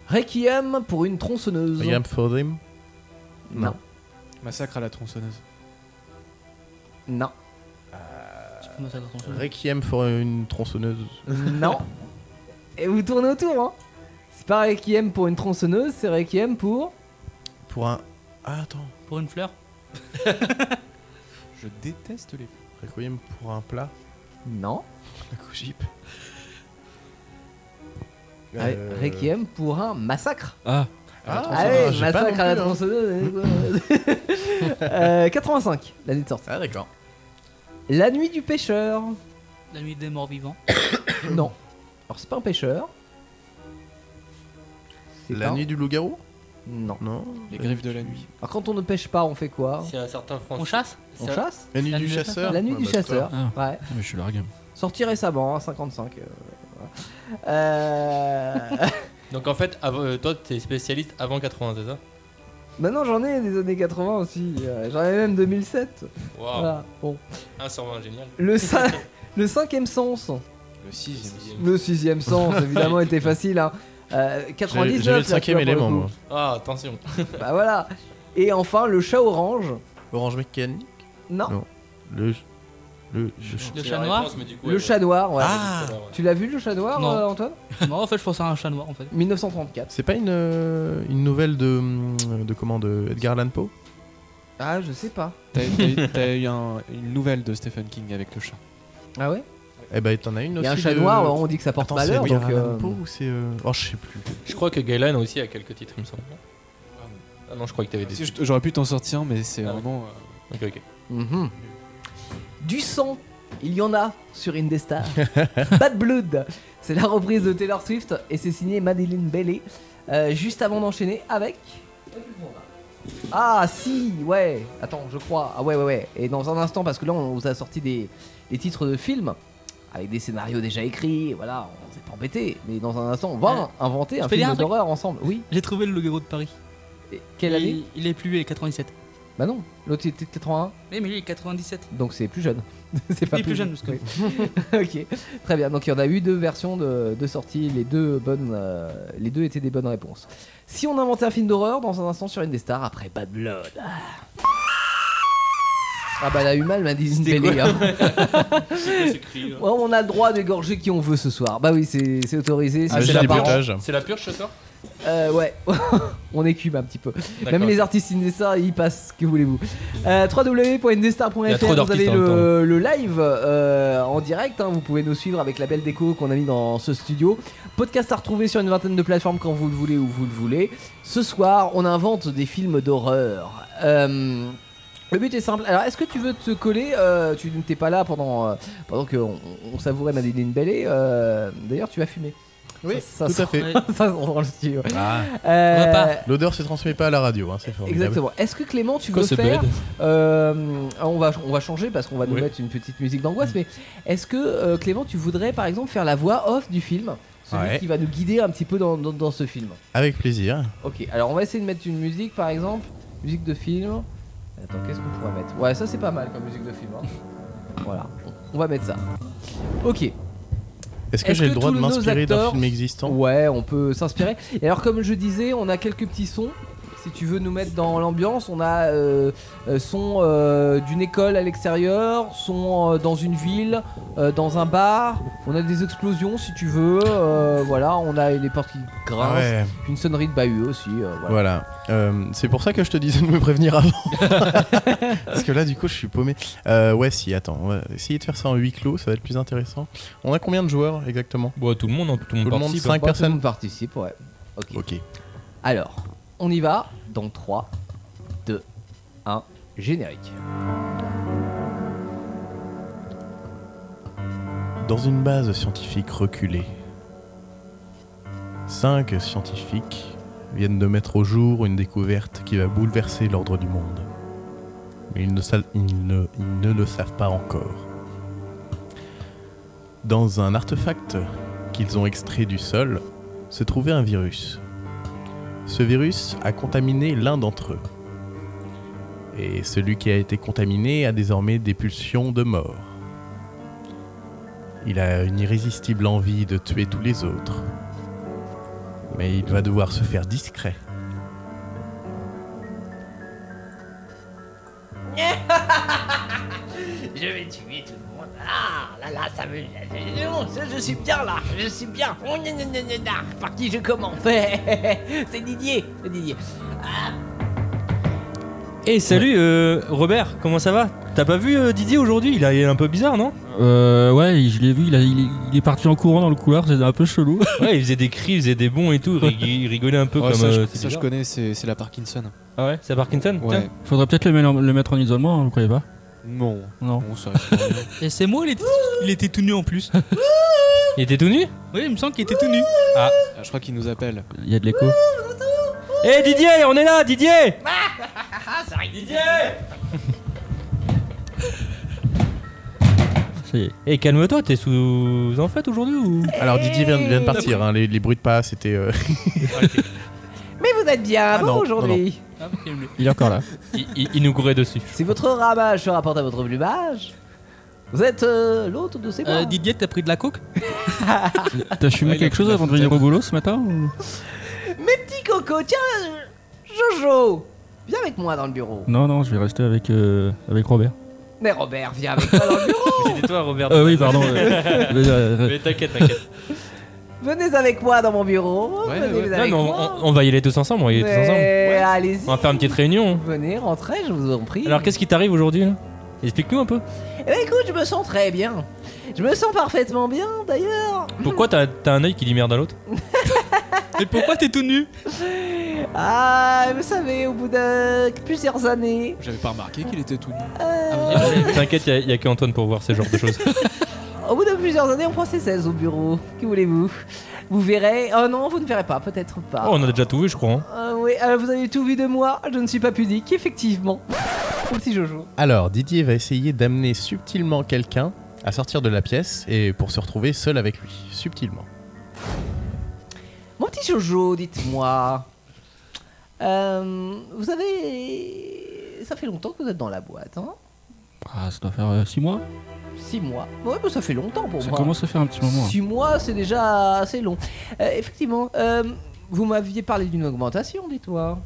Requiem pour une tronçonneuse.
Requiem for Dream
Non.
Massacre à la tronçonneuse.
Non.
Comment ça, la tronçonneuse
Requiem for une tronçonneuse.
Non. Et vous tournez autour, hein. C'est pas Requiem pour une tronçonneuse, c'est Requiem pour.
Pour un. Ah, attends.
Pour une fleur
Je déteste les.
Requiem pour un plat
Non.
La cogip.
Re- Ah, Requiem pour un massacre.
Ah.
Euh. Ah,
Ah
ouais,
ouais,
j'ai pas
massacre
non
à la
plus, hein.
tronçonneuse. Euh, 85, l'année de sortie.
Ah, d'accord.
La nuit du pêcheur.
La nuit des morts vivants.
non. Alors, c'est pas un pêcheur. C'est
La
pas-
nuit du loup-garou
Non.
Non.
Les griffes de la nuit.
Alors, quand on ne pêche pas, on fait quoi
C'est un certain français.
On chasse
On chasse
La nuit du chasseur
La nuit
Ouais,
du
bah,
chasseur.
Ah.
Ouais.
Mais je suis largué.
Sorti récemment, hein, 55. euh, voilà. Euh,
Donc en fait, av- euh, toi, t'es spécialiste avant 80, c'est ça
Maintenant bah j'en ai des années 80 aussi, euh, j'en ai même 2007.
Waouh.
Voilà, bon.
1 sur 20, génial.
Le, cin- le cinquième sens.
Le 6
Le sixième sens, évidemment, était facile. Hein. Euh, 99.
J'avais le
là, tu
cinquième
vois, pour
élément,
coup.
moi.
Ah, attention.
Bah voilà. Et enfin, le chat orange.
Orange mécanique
Non.
Le. Le.
Le
C'est
chat
la
noir
réponse, mais du coup,
Le
elle-
chat noir, ouais.
Ah.
Tu l'as vu le chat noir,
Non.
euh, Antoine
Non, en fait, je pense à un chat noir en fait.
1934.
C'est pas une, euh, une nouvelle de. hum, de comment de Edgar Allan Poe
Ah, je sais pas.
T'as t'as- t'as eu un- une nouvelle de Stephen King avec le chat.
Ah ouais
Eh ben, t'en as une
Il y a
aussi.
un chat
de-
noir, on dit que ça porte
Attends,
malheur,
C'est Edgar
donc, euh,
Allan Poe ou c'est. euh, Oh, je sais plus.
Je crois que Galen aussi a quelques titres, il me semble. Ah non, je crois que t'avais des.
Si, je- J'aurais pu t'en sortir, mais c'est
Ah ouais.
vraiment. euh,
Ok, ok.
Mhm. Du sang, il y en a sur Indestar. Bad Blood, c'est la reprise de Taylor Swift et c'est signé Madeleine Bailey. Euh, juste avant d'enchaîner avec. Ah si, ouais, attends, je crois. Ah ouais, ouais, ouais. Et dans un instant, parce que là, on vous a sorti des, des titres de films avec des scénarios déjà écrits, et voilà, on s'est pas embêté. Mais dans un instant, on va inventer
Je
un
peux dire
film
un truc
d'horreur ensemble. Oui,
J'ai trouvé le garou de Paris.
quelle
Il-
année
Il est plus vieux, 97.
bah non, l'autre était de 81.
Oui, mais lui, il est 97.
Donc c'est plus jeune. c'est
Il est plus jeune, parce que-
Oui. ok, très bien. Donc il y en a eu deux versions de, de sortie. Les deux bonnes, euh, les deux étaient des bonnes réponses. Si on inventait un film d'horreur dans un instant sur Indestar après Bad Blood. Ah bah elle a eu mal, m'a dit une belle, hein. Ouais, on a le droit d'égorger qui on veut ce soir. Bah oui, c'est c'est autorisé.
Ah, c'est la
parole.
purge.
C'est la purge ce soir
Euh, ouais, on écume un petit peu.
D'accord.
Même les artistes Indestar, ils passent, que voulez-vous. Euh,
Il y a trop
www.indestar.fr, vous
d'artistes hein,
avez
en
le, le live euh, en direct, hein, vous pouvez nous suivre avec la belle déco qu'on a mis dans ce studio. Podcast à retrouver sur une vingtaine de plateformes quand vous le voulez ou vous le voulez. Ce soir, on invente des films d'horreur. Euh, le but est simple. Alors, est-ce que tu veux te coller euh, Tu n'étais pas là pendant, euh, pendant qu'on on savourait Madeleine Bellé. euh, D'ailleurs, tu vas fumer.
Oui,
Ça
tout à
sent-
fait.
ça sent dans le studio.
Ah.
Euh,
L'odeur se transmet pas à la radio, hein, c'est formidable.
Exactement. Est-ce que Clément, tu
Quoi,
veux
ce
faire
bled
euh, On va on va changer parce qu'on va nous
Oui.
mettre une petite musique d'angoisse. Mais est-ce que euh, Clément, tu voudrais par exemple faire la voix off du film, celui
Ouais.
qui va nous guider un petit peu dans, dans- dans ce film
Avec plaisir.
Ok. Alors on va essayer de mettre une musique, par exemple, musique de film. Attends, qu'est-ce qu'on pourrait mettre Ouais, ça c'est pas mal comme musique de film. hein. Voilà. On va mettre ça. Ok.
Est-ce que j'ai le droit
tous
de
nos
m'inspirer d'un
acteurs-
film existant
Ouais, on peut s'inspirer. Et alors, comme je disais, on a quelques petits sons. Si tu veux nous mettre dans l'ambiance, on a euh, euh, son euh, d'une école à l'extérieur, son euh, dans une ville, euh, dans un bar. On a des explosions si tu veux. euh, voilà, on a les portes qui grincent,
Ah Ouais.
une sonnerie de bahut aussi. euh, voilà.
Voilà. Euh, c'est pour ça que je te disais de me prévenir avant. Parce que là, du coup, je suis paumé. Euh, ouais, si, attends. On va essayer de faire ça en huis clos, ça va être plus intéressant. On a combien de joueurs exactement
Tout le monde, hein, tout le
Tout
monde
le monde,
participe.
Bah,
cinq
hein.
personnes
participe, ouais. Ok.
Ok.
Alors, on y va dans 3, 2, 1, générique.
Dans une base scientifique reculée, cinq scientifiques viennent de mettre au jour une découverte qui va bouleverser l'ordre du monde. Mais ils ne, sa- ils ne- ils ne le savent pas encore. Dans un artefact qu'ils ont extrait du sol se trouvait un virus. Ce virus a contaminé l'un d'entre eux. Et celui qui a été contaminé a désormais des pulsions de mort. Il a une irrésistible envie de tuer tous les autres. Mais il va devoir se faire discret.
Je vais tuer tout le monde. Ah là là, ça me. C'est bon, ça, je suis bien là, je suis bien. Oh, gna, gna, gna, gna, gna. Par qui je commence C'est Didier, c'est Didier. Ah,
Et salut euh, Robert, comment ça va T'as pas vu euh, Didier aujourd'hui il, a- il est un peu bizarre, non
Euh, ouais, je l'ai vu, il, a- il est- il est parti en courant dans le couloir, c'était un peu chelou.
Ouais, il faisait des cris, il faisait des bons et tout, il rig- il rigolait un peu
Ouais,
comme.
ça, je-
euh,
ça,
c'est
je
bizarre.
connais, c'est c'est la Parkinson.
Ah ouais, c'est à Parkinson
Ouais.
Tiens.
Faudrait peut-être le, mettre en- le mettre en isolement, hein, vous croyez pas
Non.
Non.
Bon, ça reste pas bien.
Et c'est moi, il était, il était tout nu en plus.
Il était tout nu
Oui, il me semble qu'il était tout nu.
Ah,
je crois qu'il nous appelle.
Il y a de l'écho.
Eh Didier, on est là, Didier
Ah, ça arrive. Didier
Ça y est. Eh calme-toi, t'es sous en fait aujourd'hui ou
Alors Didier vient, vient de partir, hein, les, les bruits de pas, c'était... euh,
Mais vous êtes bien,
Ah
bon
non, non,
aujourd'hui.
Il est encore là.
il, il- il nous courait dessus.
Si votre ramage se rapporte à votre plumage, vous êtes euh, l'autre de ces
Euh,
bras.
Didier, t'as pris de la coke
T'as fumé quelque chose avant de venir au boulot ce matin ou-
Mes petits cocos, tiens, euh, Jojo, viens avec moi dans le bureau.
Non, non, je vais rester avec, euh, avec Robert.
Mais Robert, viens avec moi dans le bureau.
C'était toi, Robert.
Euh, oui, pardon, euh,
mais
mais, euh,
t'inquiète, t'inquiète.
Venez avec moi dans mon bureau. venez
ouais.
avec
Non, mais on-
moi.
on, on va y aller tous ensemble, on va y aller tous
Mais
ensemble.
allez-y.
On va faire une petite
hein.
réunion.
Venez, rentrez, je vous en prie.
Alors, qu'est-ce qui t'arrive aujourd'hui là Explique-nous un peu.
Eh ben, écoute, je me sens très bien. Je me sens parfaitement bien d'ailleurs.
Pourquoi t'as t'as un œil qui dit merde à l'autre
Et pourquoi t'es tout nu
Ah, vous savez, au bout de plusieurs années, euh,
J'avais pas remarqué qu'il était tout nu.
Euh.
T'inquiète, il n'y a, que Antoine pour voir ce genre de choses.
au bout de plusieurs années, on prend ses 16 au bureau. Que voulez-vous Vous verrez. Oh non, vous ne verrez pas, peut-être pas.
Ah.
Oh, on a déjà tout vu, je crois. hein.
Euh, oui, euh, vous avez tout vu de moi, je ne suis pas pudique, effectivement. Mon petit Jojo.
Alors Didier va essayer d'amener subtilement quelqu'un à sortir de la pièce et pour se retrouver seul avec lui, subtilement.
Mon petit Jojo, dites-moi. Euh, vous avez. Ça fait longtemps que vous êtes dans la boîte, hein
Ah, ça doit faire 6 mois
6 mois. Ouais, bah, ça fait longtemps pour
Ça
moi.
commence à faire un petit moment. hein.
6 mois, c'est déjà assez long. Euh, effectivement, euh, vous m'aviez parlé d'une augmentation, dites-moi.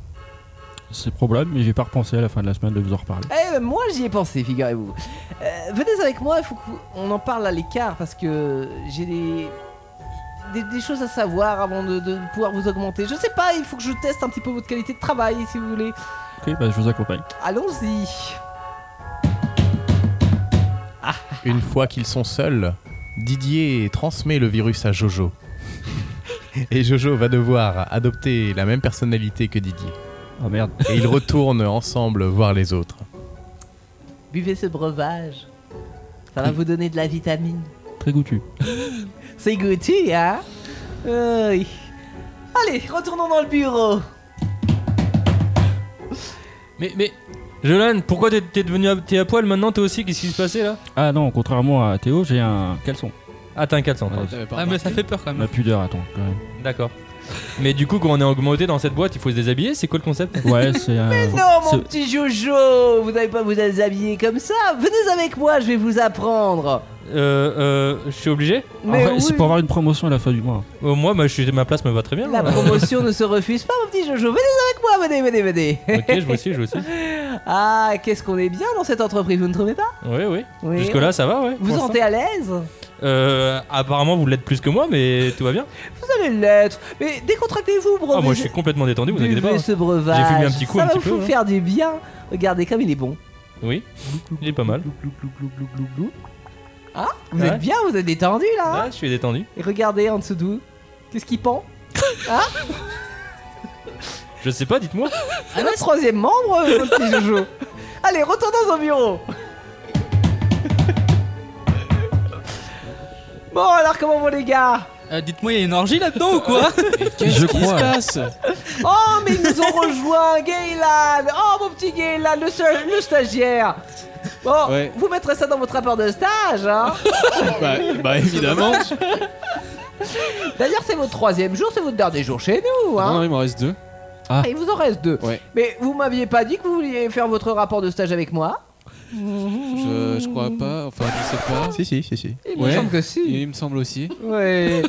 C'est probable, mais j'ai pas repensé à la fin de la semaine de vous en reparler.
Eh, ben, moi j'y ai pensé, figurez-vous. Euh, venez avec moi, il faut qu'on en parle à l'écart parce que j'ai des... des des choses à savoir avant de, de pouvoir vous augmenter. Je sais pas, il faut que je teste un petit peu votre qualité de travail si vous voulez.
Ok, bah je vous accompagne.
Allons-y.
Une fois qu'ils sont seuls, Didier transmet le virus à Jojo. Et Jojo va devoir adopter la même personnalité que Didier.
Oh merde.
Et ils retournent ensemble voir les autres.
Buvez ce breuvage. Ça va vous donner de la vitamine.
Très goûtu.
C'est goûté, hein Euh, oui. Allez, retournons dans le bureau.
Mais, mais, Jolan, pourquoi t'es, t'es devenu à, t'es à poil maintenant Toi aussi, qu'est-ce qui se passait là
Ah non, contrairement à Théo, j'ai un caleçon.
Ah, t'as un caleçon.
Ouais,
pardon.
t'avais pas
Ah, mais ça fait peur quand même.
La pudeur, attends. quand même.
D'accord. Mais du coup, quand on est augmenté dans cette boîte, il faut se déshabiller. C'est quoi le concept
Ouais, c'est euh,
Euh,
un.
Mais non, mon petit Jojo, vous n'allez pas vous habiller comme ça. Venez avec moi, je vais vous apprendre.
Euh, euh, je suis obligé Euh,
Mais oui.
C'est pour avoir une promotion à la fin du mois.
Moi, ma, je suis- ma place me va très bien.
La
là.
promotion ne se refuse pas, mon petit Jojo. Venez avec moi, venez, venez, venez.
ok, je vois aussi, je vois aussi.
Ah, qu'est-ce qu'on est bien dans cette entreprise, vous ne trouvez pas
Oui, oui.
Oui,
Jusque-là,
on-
ça va, ouais.
Vous vous
pour
sentez à l'aise
l'instant. Euh, Apparemment, vous l'êtes plus que moi, mais tout va bien.
Vous allez l'être. Mais décontractez-vous, bro.
Ah, moi, je suis complètement détendu, vous inquiétez
Buvez
pas. hein.
ce breuvage.
J'ai fumé un petit coup,
ça
un
va
petit
vous
peu. hein.
faire du bien. Regardez comme il est bon.
Oui, il est pas mal.
Ah, vous
Ouais.
êtes bien, vous êtes détendu là.
Ah, je suis détendu.
Et regardez en dessous d'où. Qu'est-ce qui pend Hein
Je sais pas, dites-moi.
C'est notre troisième membre, euh, notre petit Jojo. Allez, retournons au bureau. Bon, alors comment vont les gars
Euh, Dites-moi, il y a une orgie là-dedans ou quoi
Je crois.
Oh, mais ils nous ont rejoints, Gaylan Oh, mon petit Gaylan, le, sta- le stagiaire Bon,
Ouais.
vous mettrez ça dans votre rapport de stage, hein
bah, bah, évidemment.
D'ailleurs, c'est votre troisième jour, c'est votre dernier jour chez nous, hein
Non, il m'en reste deux.
Ah, Il vous en reste deux.
Ouais.
Mais vous m'aviez pas dit que vous vouliez faire votre rapport de stage avec moi
Je, je crois pas, enfin je sais pas.
Si, si, si, si.
Il me semble que si.
Il me semble aussi.
Ouais.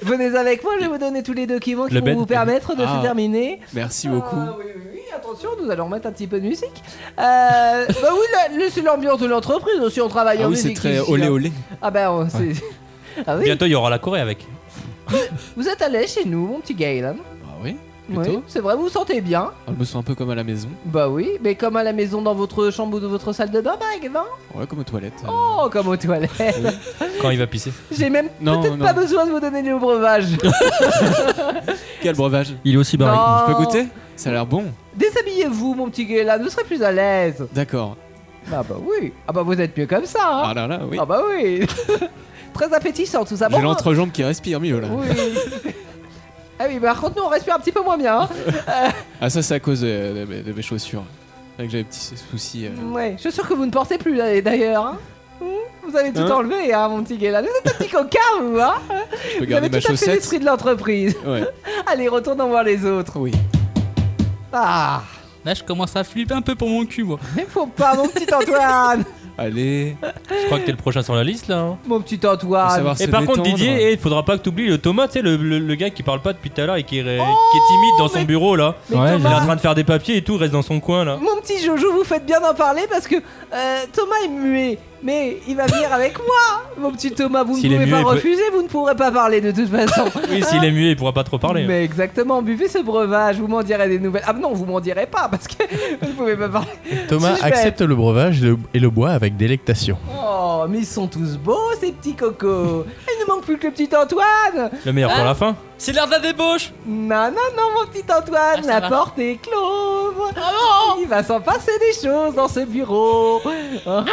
Venez avec moi, je vais vous donner tous les documents qui
Le
vont
bed.
vous permettre de
Ah.
se terminer.
Merci beaucoup.
Ah, oui, oui, oui, attention, nous allons mettre un petit peu de musique. Euh, bah oui, la- la- c'est l'ambiance de l'entreprise aussi, on travaille
Ah
en
oui, c'est
musique
très
ici,
olé
hein.
olé.
Ah bah, on- c'est... Ah oui,
Bientôt, il y aura la Corée avec.
vous êtes à l'aise chez nous, mon petit Galen.
Ah oui
Oui,
Plutôt.
c'est vrai, vous vous sentez bien.
Ah, je me sens un peu comme à la maison.
Bah oui, mais comme à la maison dans votre chambre ou dans votre salle de bain, par exemple.
Ouais, comme aux toilettes.
Oh, comme aux toilettes.
Quand il va pisser.
J'ai même
Ah Non,
peut-être
non.
pas besoin de vous donner le breuvage.
Quel breuvage
Il est aussi
barré. Non.
Je peux goûter Ça a l'air bon.
Déshabillez-vous, mon petit Galen, vous serez plus à l'aise.
D'accord.
Ah bah oui. Ah bah vous êtes mieux comme ça. hein.
Ah là là, oui.
Ah bah oui. Très appétissant tout ça. Bon, hein. bah,
J'ai l'entrejambe qui respire mieux là.
Oui. Ah oui, bah, par contre, nous on respire un petit peu moins bien. hein.
Ah ça c'est à cause euh, de, mes- de mes chaussures. C'est vrai que j'avais des petits soucis. euh.
Ouais, je suis sûr que vous ne portez plus là, d'ailleurs. hein. Hmm, Vous avez tout
Hein
enlevé, hein, mon petit Galen. Vous êtes un petit coquin, vous, hein
Je peux
Vous avez
garder
tout
ma
à fait
chaussette.
l'esprit de l'entreprise.
Ouais.
Allez, retournons voir les autres.
Oui.
Ah,
Là, je commence à flipper un peu pour mon cul, moi.
mais faut pas, mon petit Antoine.
Allez.
Je crois que t'es le prochain sur la liste là. hein.
Mon petit Antoine.
Et par contre, Didier, eh, il faudra pas que t'oublies le Thomas, tu sais, le, le- le gars qui parle pas depuis tout à l'heure et qui est, qui est timide dans son bureau là.
Oh,
il
mais
est
Thomas-
en train de faire des papiers et tout, reste dans son coin là.
Mon petit Jojo, vous faites bien d'en parler parce que euh, Thomas est muet, mais il va venir avec moi. Mon petit Thomas, vous ne
S'il est
pouvez
muet,
pas
il peut-
refuser, vous ne pourrez pas parler de toute façon.
Oui, s'il est muet, il pourra pas trop parler. hein.
Mais exactement, buvez ce breuvage, vous m'en direz des nouvelles. Ah non, vous m'en direz pas parce que vous ne pouvez pas parler.
Thomas
Si je vais-
accepte le breuvage et le- et le boit avec délectation.
Oh, mais ils sont tous beaux ces petits cocos. Il ne manque plus que le petit Antoine.
Le meilleur pour la fin.
Hein C'est l'heure de la débauche Ah,
Non, non, non, mon petit Antoine, la
va.
porte est close. Il va s'en passer des choses dans ce bureau. Ah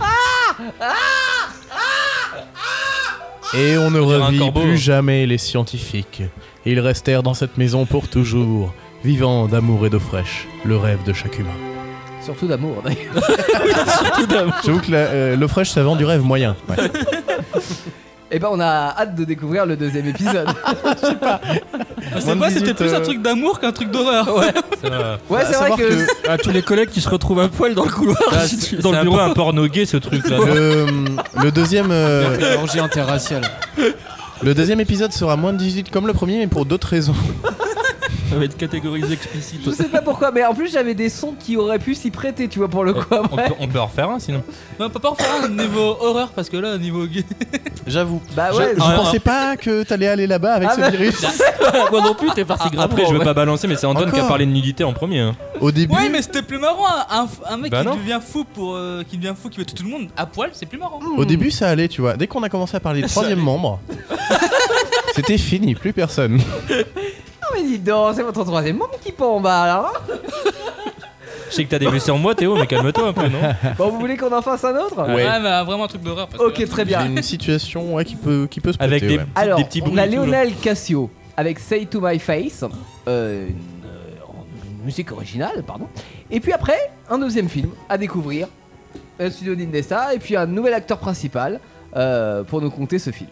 Ah Ah
Et on ne
dirait un
revit
corbeau.
plus jamais les scientifiques. Ils restèrent dans cette maison pour toujours, vivant d'amour et d'eau fraîche, le rêve de chaque humain.
Surtout d'amour d'ailleurs.
J'avoue que la- euh, l'eau fraîche, ça vend du rêve moyen. Ouais.
Eh ben on a hâte de découvrir le deuxième épisode.
C'est quoi C'était plus un truc d'amour qu'un truc d'horreur.
Ouais. Ouais, c'est vrai que,
à tous les collègues qui se retrouvent à poil dans le couloir,
Ah,
si
c'est
tu-
c'est
dans le
un
bureau.
peu un porno gay ce truc là.
euh, Le, le deuxième. euh,
Orgie interraciale.
le deuxième épisode sera moins de 18 comme le premier, mais pour d'autres raisons.
Ça va être catégorisé explicite.
je sais pas pourquoi, mais en plus j'avais des sons qui auraient pu s'y prêter, tu vois, pour le coup.
Euh, On
après.
peut, on peut en refaire un sinon.
Non, on peut pas en faire un niveau horreur parce que là, au niveau gay.
J'avoue.
Bah
Je-
ouais.
je,
Ah,
pensais pas que t'allais aller là-bas avec
Ah,
ce
bah-
virus.
Moi non plus, t'es parti grave.
Ah, Après, je veux pas balancer, mais c'est Antoine qui a
Encore.
parlé de nudité en premier. hein.
Au début,
Ouais, mais c'était plus marrant. Un, un mec
Bah
qui
non.
devient fou pour. euh, qui devient fou, qui veut tuer tout le monde à poil, c'est plus marrant.
au début, ça allait, tu vois. Dès qu'on a commencé à parler de troisième membre, c'était fini, plus personne.
Non mais dis donc, c'est votre troisième membre qui pend en bas là. hein
Je sais que t'as des blessures en moi, Théo, mais calme-toi un peu, non
Bon, vous voulez qu'on en fasse un autre
Ouais. Ouais,
mais euh, vraiment un truc d'horreur. parce que
Ok,
là,
très bien.
j'ai une
situation qui, peut, qui peut se
Avec
prêter,
des-
ouais.
Alors,
des petits
on
bruits,
a
tout le-
Lionel Cassio avec Say to My Face, euh, une, euh, en- une musique originale, pardon. Et puis après, un deuxième film à découvrir, le studio d'Indesta, et puis un nouvel acteur principal euh, pour nous compter ce film.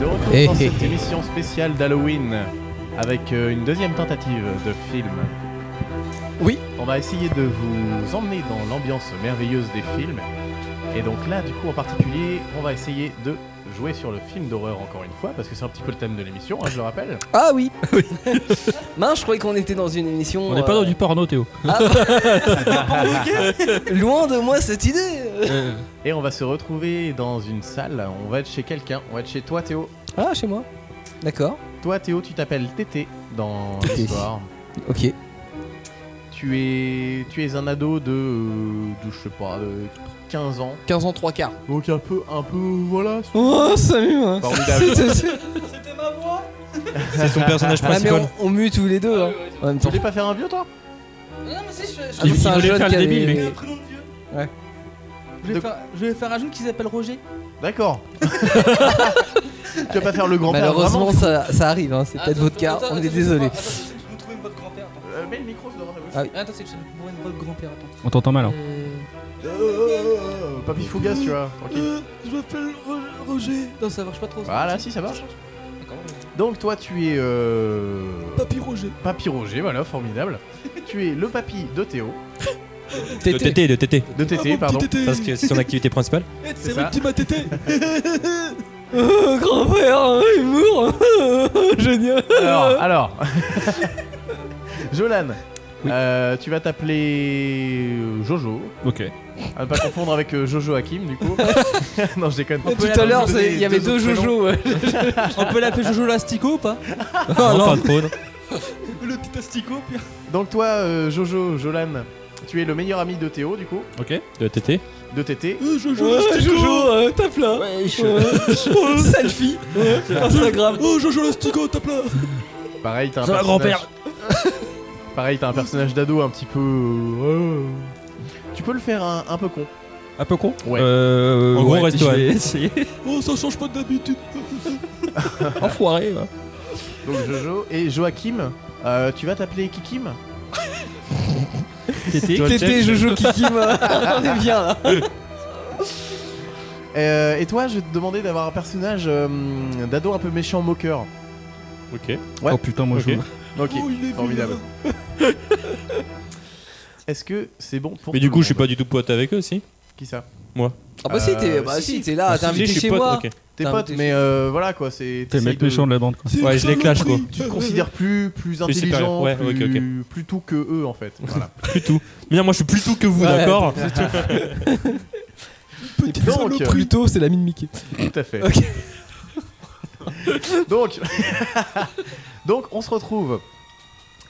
De retour
Eh,
dans
eh,
cette
eh.
émission spéciale d'Halloween avec euh, une deuxième tentative de film.
Oui.
On va essayer de vous emmener dans l'ambiance merveilleuse des films. Et donc là, du coup, en particulier, on va essayer de jouer sur le film d'horreur encore une fois, parce que c'est un petit peu le thème de l'émission, hein, je le rappelle.
Ah oui Mince, je croyais qu'on était dans une émission. euh, Ah, bah,
On n'est pas dans du
porno, Théo.
Loin de moi cette idée
Euh. Et on va se retrouver dans une salle, on va être chez quelqu'un, on va être chez toi Théo.
Ah, chez moi D'accord.
Toi Théo, tu t'appelles Tété dans
Tété.
l'histoire.
Ok.
Tu es, tu es un ado de, euh, de, je sais pas, de 15 ans.
15 ans, 3 quarts.
Donc un peu, un peu, voilà.
Oh, salut hein.
Formidable.
C'était- c'est-
C'est son personnage
Ah, mais
principal.
on, on mue tous les deux. hein, en même temps.
Tu voulais pas faire un vieux toi
Non, mais si, je, je-
Ah, mais c'est un jeune qui a des-
J'ai un prénom de vieux.
Ouais.
Je vais, faire, je vais faire un jeune qui s'appelle Roger.
D'accord. tu vas pas faire le grand-père
Malheureusement,
vraiment
ça, ça arrive, hein, c'est
Ah,
peut-être
attends,
votre cas,
attends,
on
attends,
est désolé.
attends, attends, je vais me trouver votre grand-père. attends.
Euh, mets le micro sur le droit de la gauche.
Ah oui.
Attends, c'est que je vais me trouver votre grand-père. Attends.
On t'entend mal. hein.
Euh, Papy Fougas, tu vois. Tranquille.
Euh, je m'appelle Ro- Roger. Non, ça marche pas trop. ça.
Voilà, si, ça marche. Donc toi, tu es. Euh...
Papy Roger.
Papy Roger, voilà, formidable. tu es le papy de Théo.
De tété, de tété.
De tété, pardon.
Parce que c'est son activité principale.
Eh,
C'est
C'est vrai
ça.
que tu m'as tété.
Euh, grand-père, humour hein, Génial
Alors, alors. Jolan, euh, tu vas t'appeler euh, Jojo.
Ok.
À ne pas confondre avec euh, Jojo Hakim, du coup. non, je déconne.
Tout à l'heure, c'est- il y avait deux Jojo. ouais. Ah,
On peut l'appeler Jojo Lastico ou pas
Non, pas trop, non.
Le petit Astico, puis.
Donc toi, euh, Jojo, Jolan, tu es le meilleur ami de Théo, du coup,
Ok, de tété.
de Tété.
Euh, Jojo
Ouais,
Lastico.
Jojo, euh, tape là Ouais. Selfie ouais, Instagram
Oh, Euh, Jojo Lastico, tape là.
Pareil, t'as un
Ça va,
personnage-
grand-père
Pareil, t'as un personnage d'ado un petit peu. euh, euh, Tu peux le faire un, un peu con.
Un peu con
Ouais.
Euh,
En
gros,
gros,
reste-toi.
je vais essayer.
Oh, ça change pas d'habitude.
Enfoiré, va.
Donc Jojo et Joachim, euh, tu vas t'appeler Kikim
Tété.
Tété, Jojo, Kiki, on est bien là
Euh, et toi, je vais te demander d'avoir un personnage euh, d'ado un peu méchant, moqueur.
Ok.
Ouais.
Oh putain, moi je
Ok.
joue.
Ok,
Oh, il est
formidable. Est-ce que c'est bon pour
Mais
tout
du
le
coup, je suis
monde
pas du tout pote avec eux, si
Qui ça
Moi.
Ah bah si, t'es
Euh,
bah, si,
si.
t'es là,
Ah,
t'es
si,
invité
je suis
chez
pote,
moi
ok.
T'es
T'as
pote,
invité
mais euh, voilà quoi, c'est.
T'es le
t'essayes
mec méchant de la bande. quoi.
C'est
Ouais,
une
je les clash, quoi.
saloperie.
Tu te considères plus, plus intelligent,
supérieur. Ouais,
plus,
ok, ok.
plus tout que eux en fait. Voilà.
Plus tout. Mais non, moi, je suis plus tout que vous,
Ouais,
d'accord
Petite
Donc,
saloperie.
Plutôt, c'est la mine Mickey.
tout à fait.
Ok.
Donc, donc on se retrouve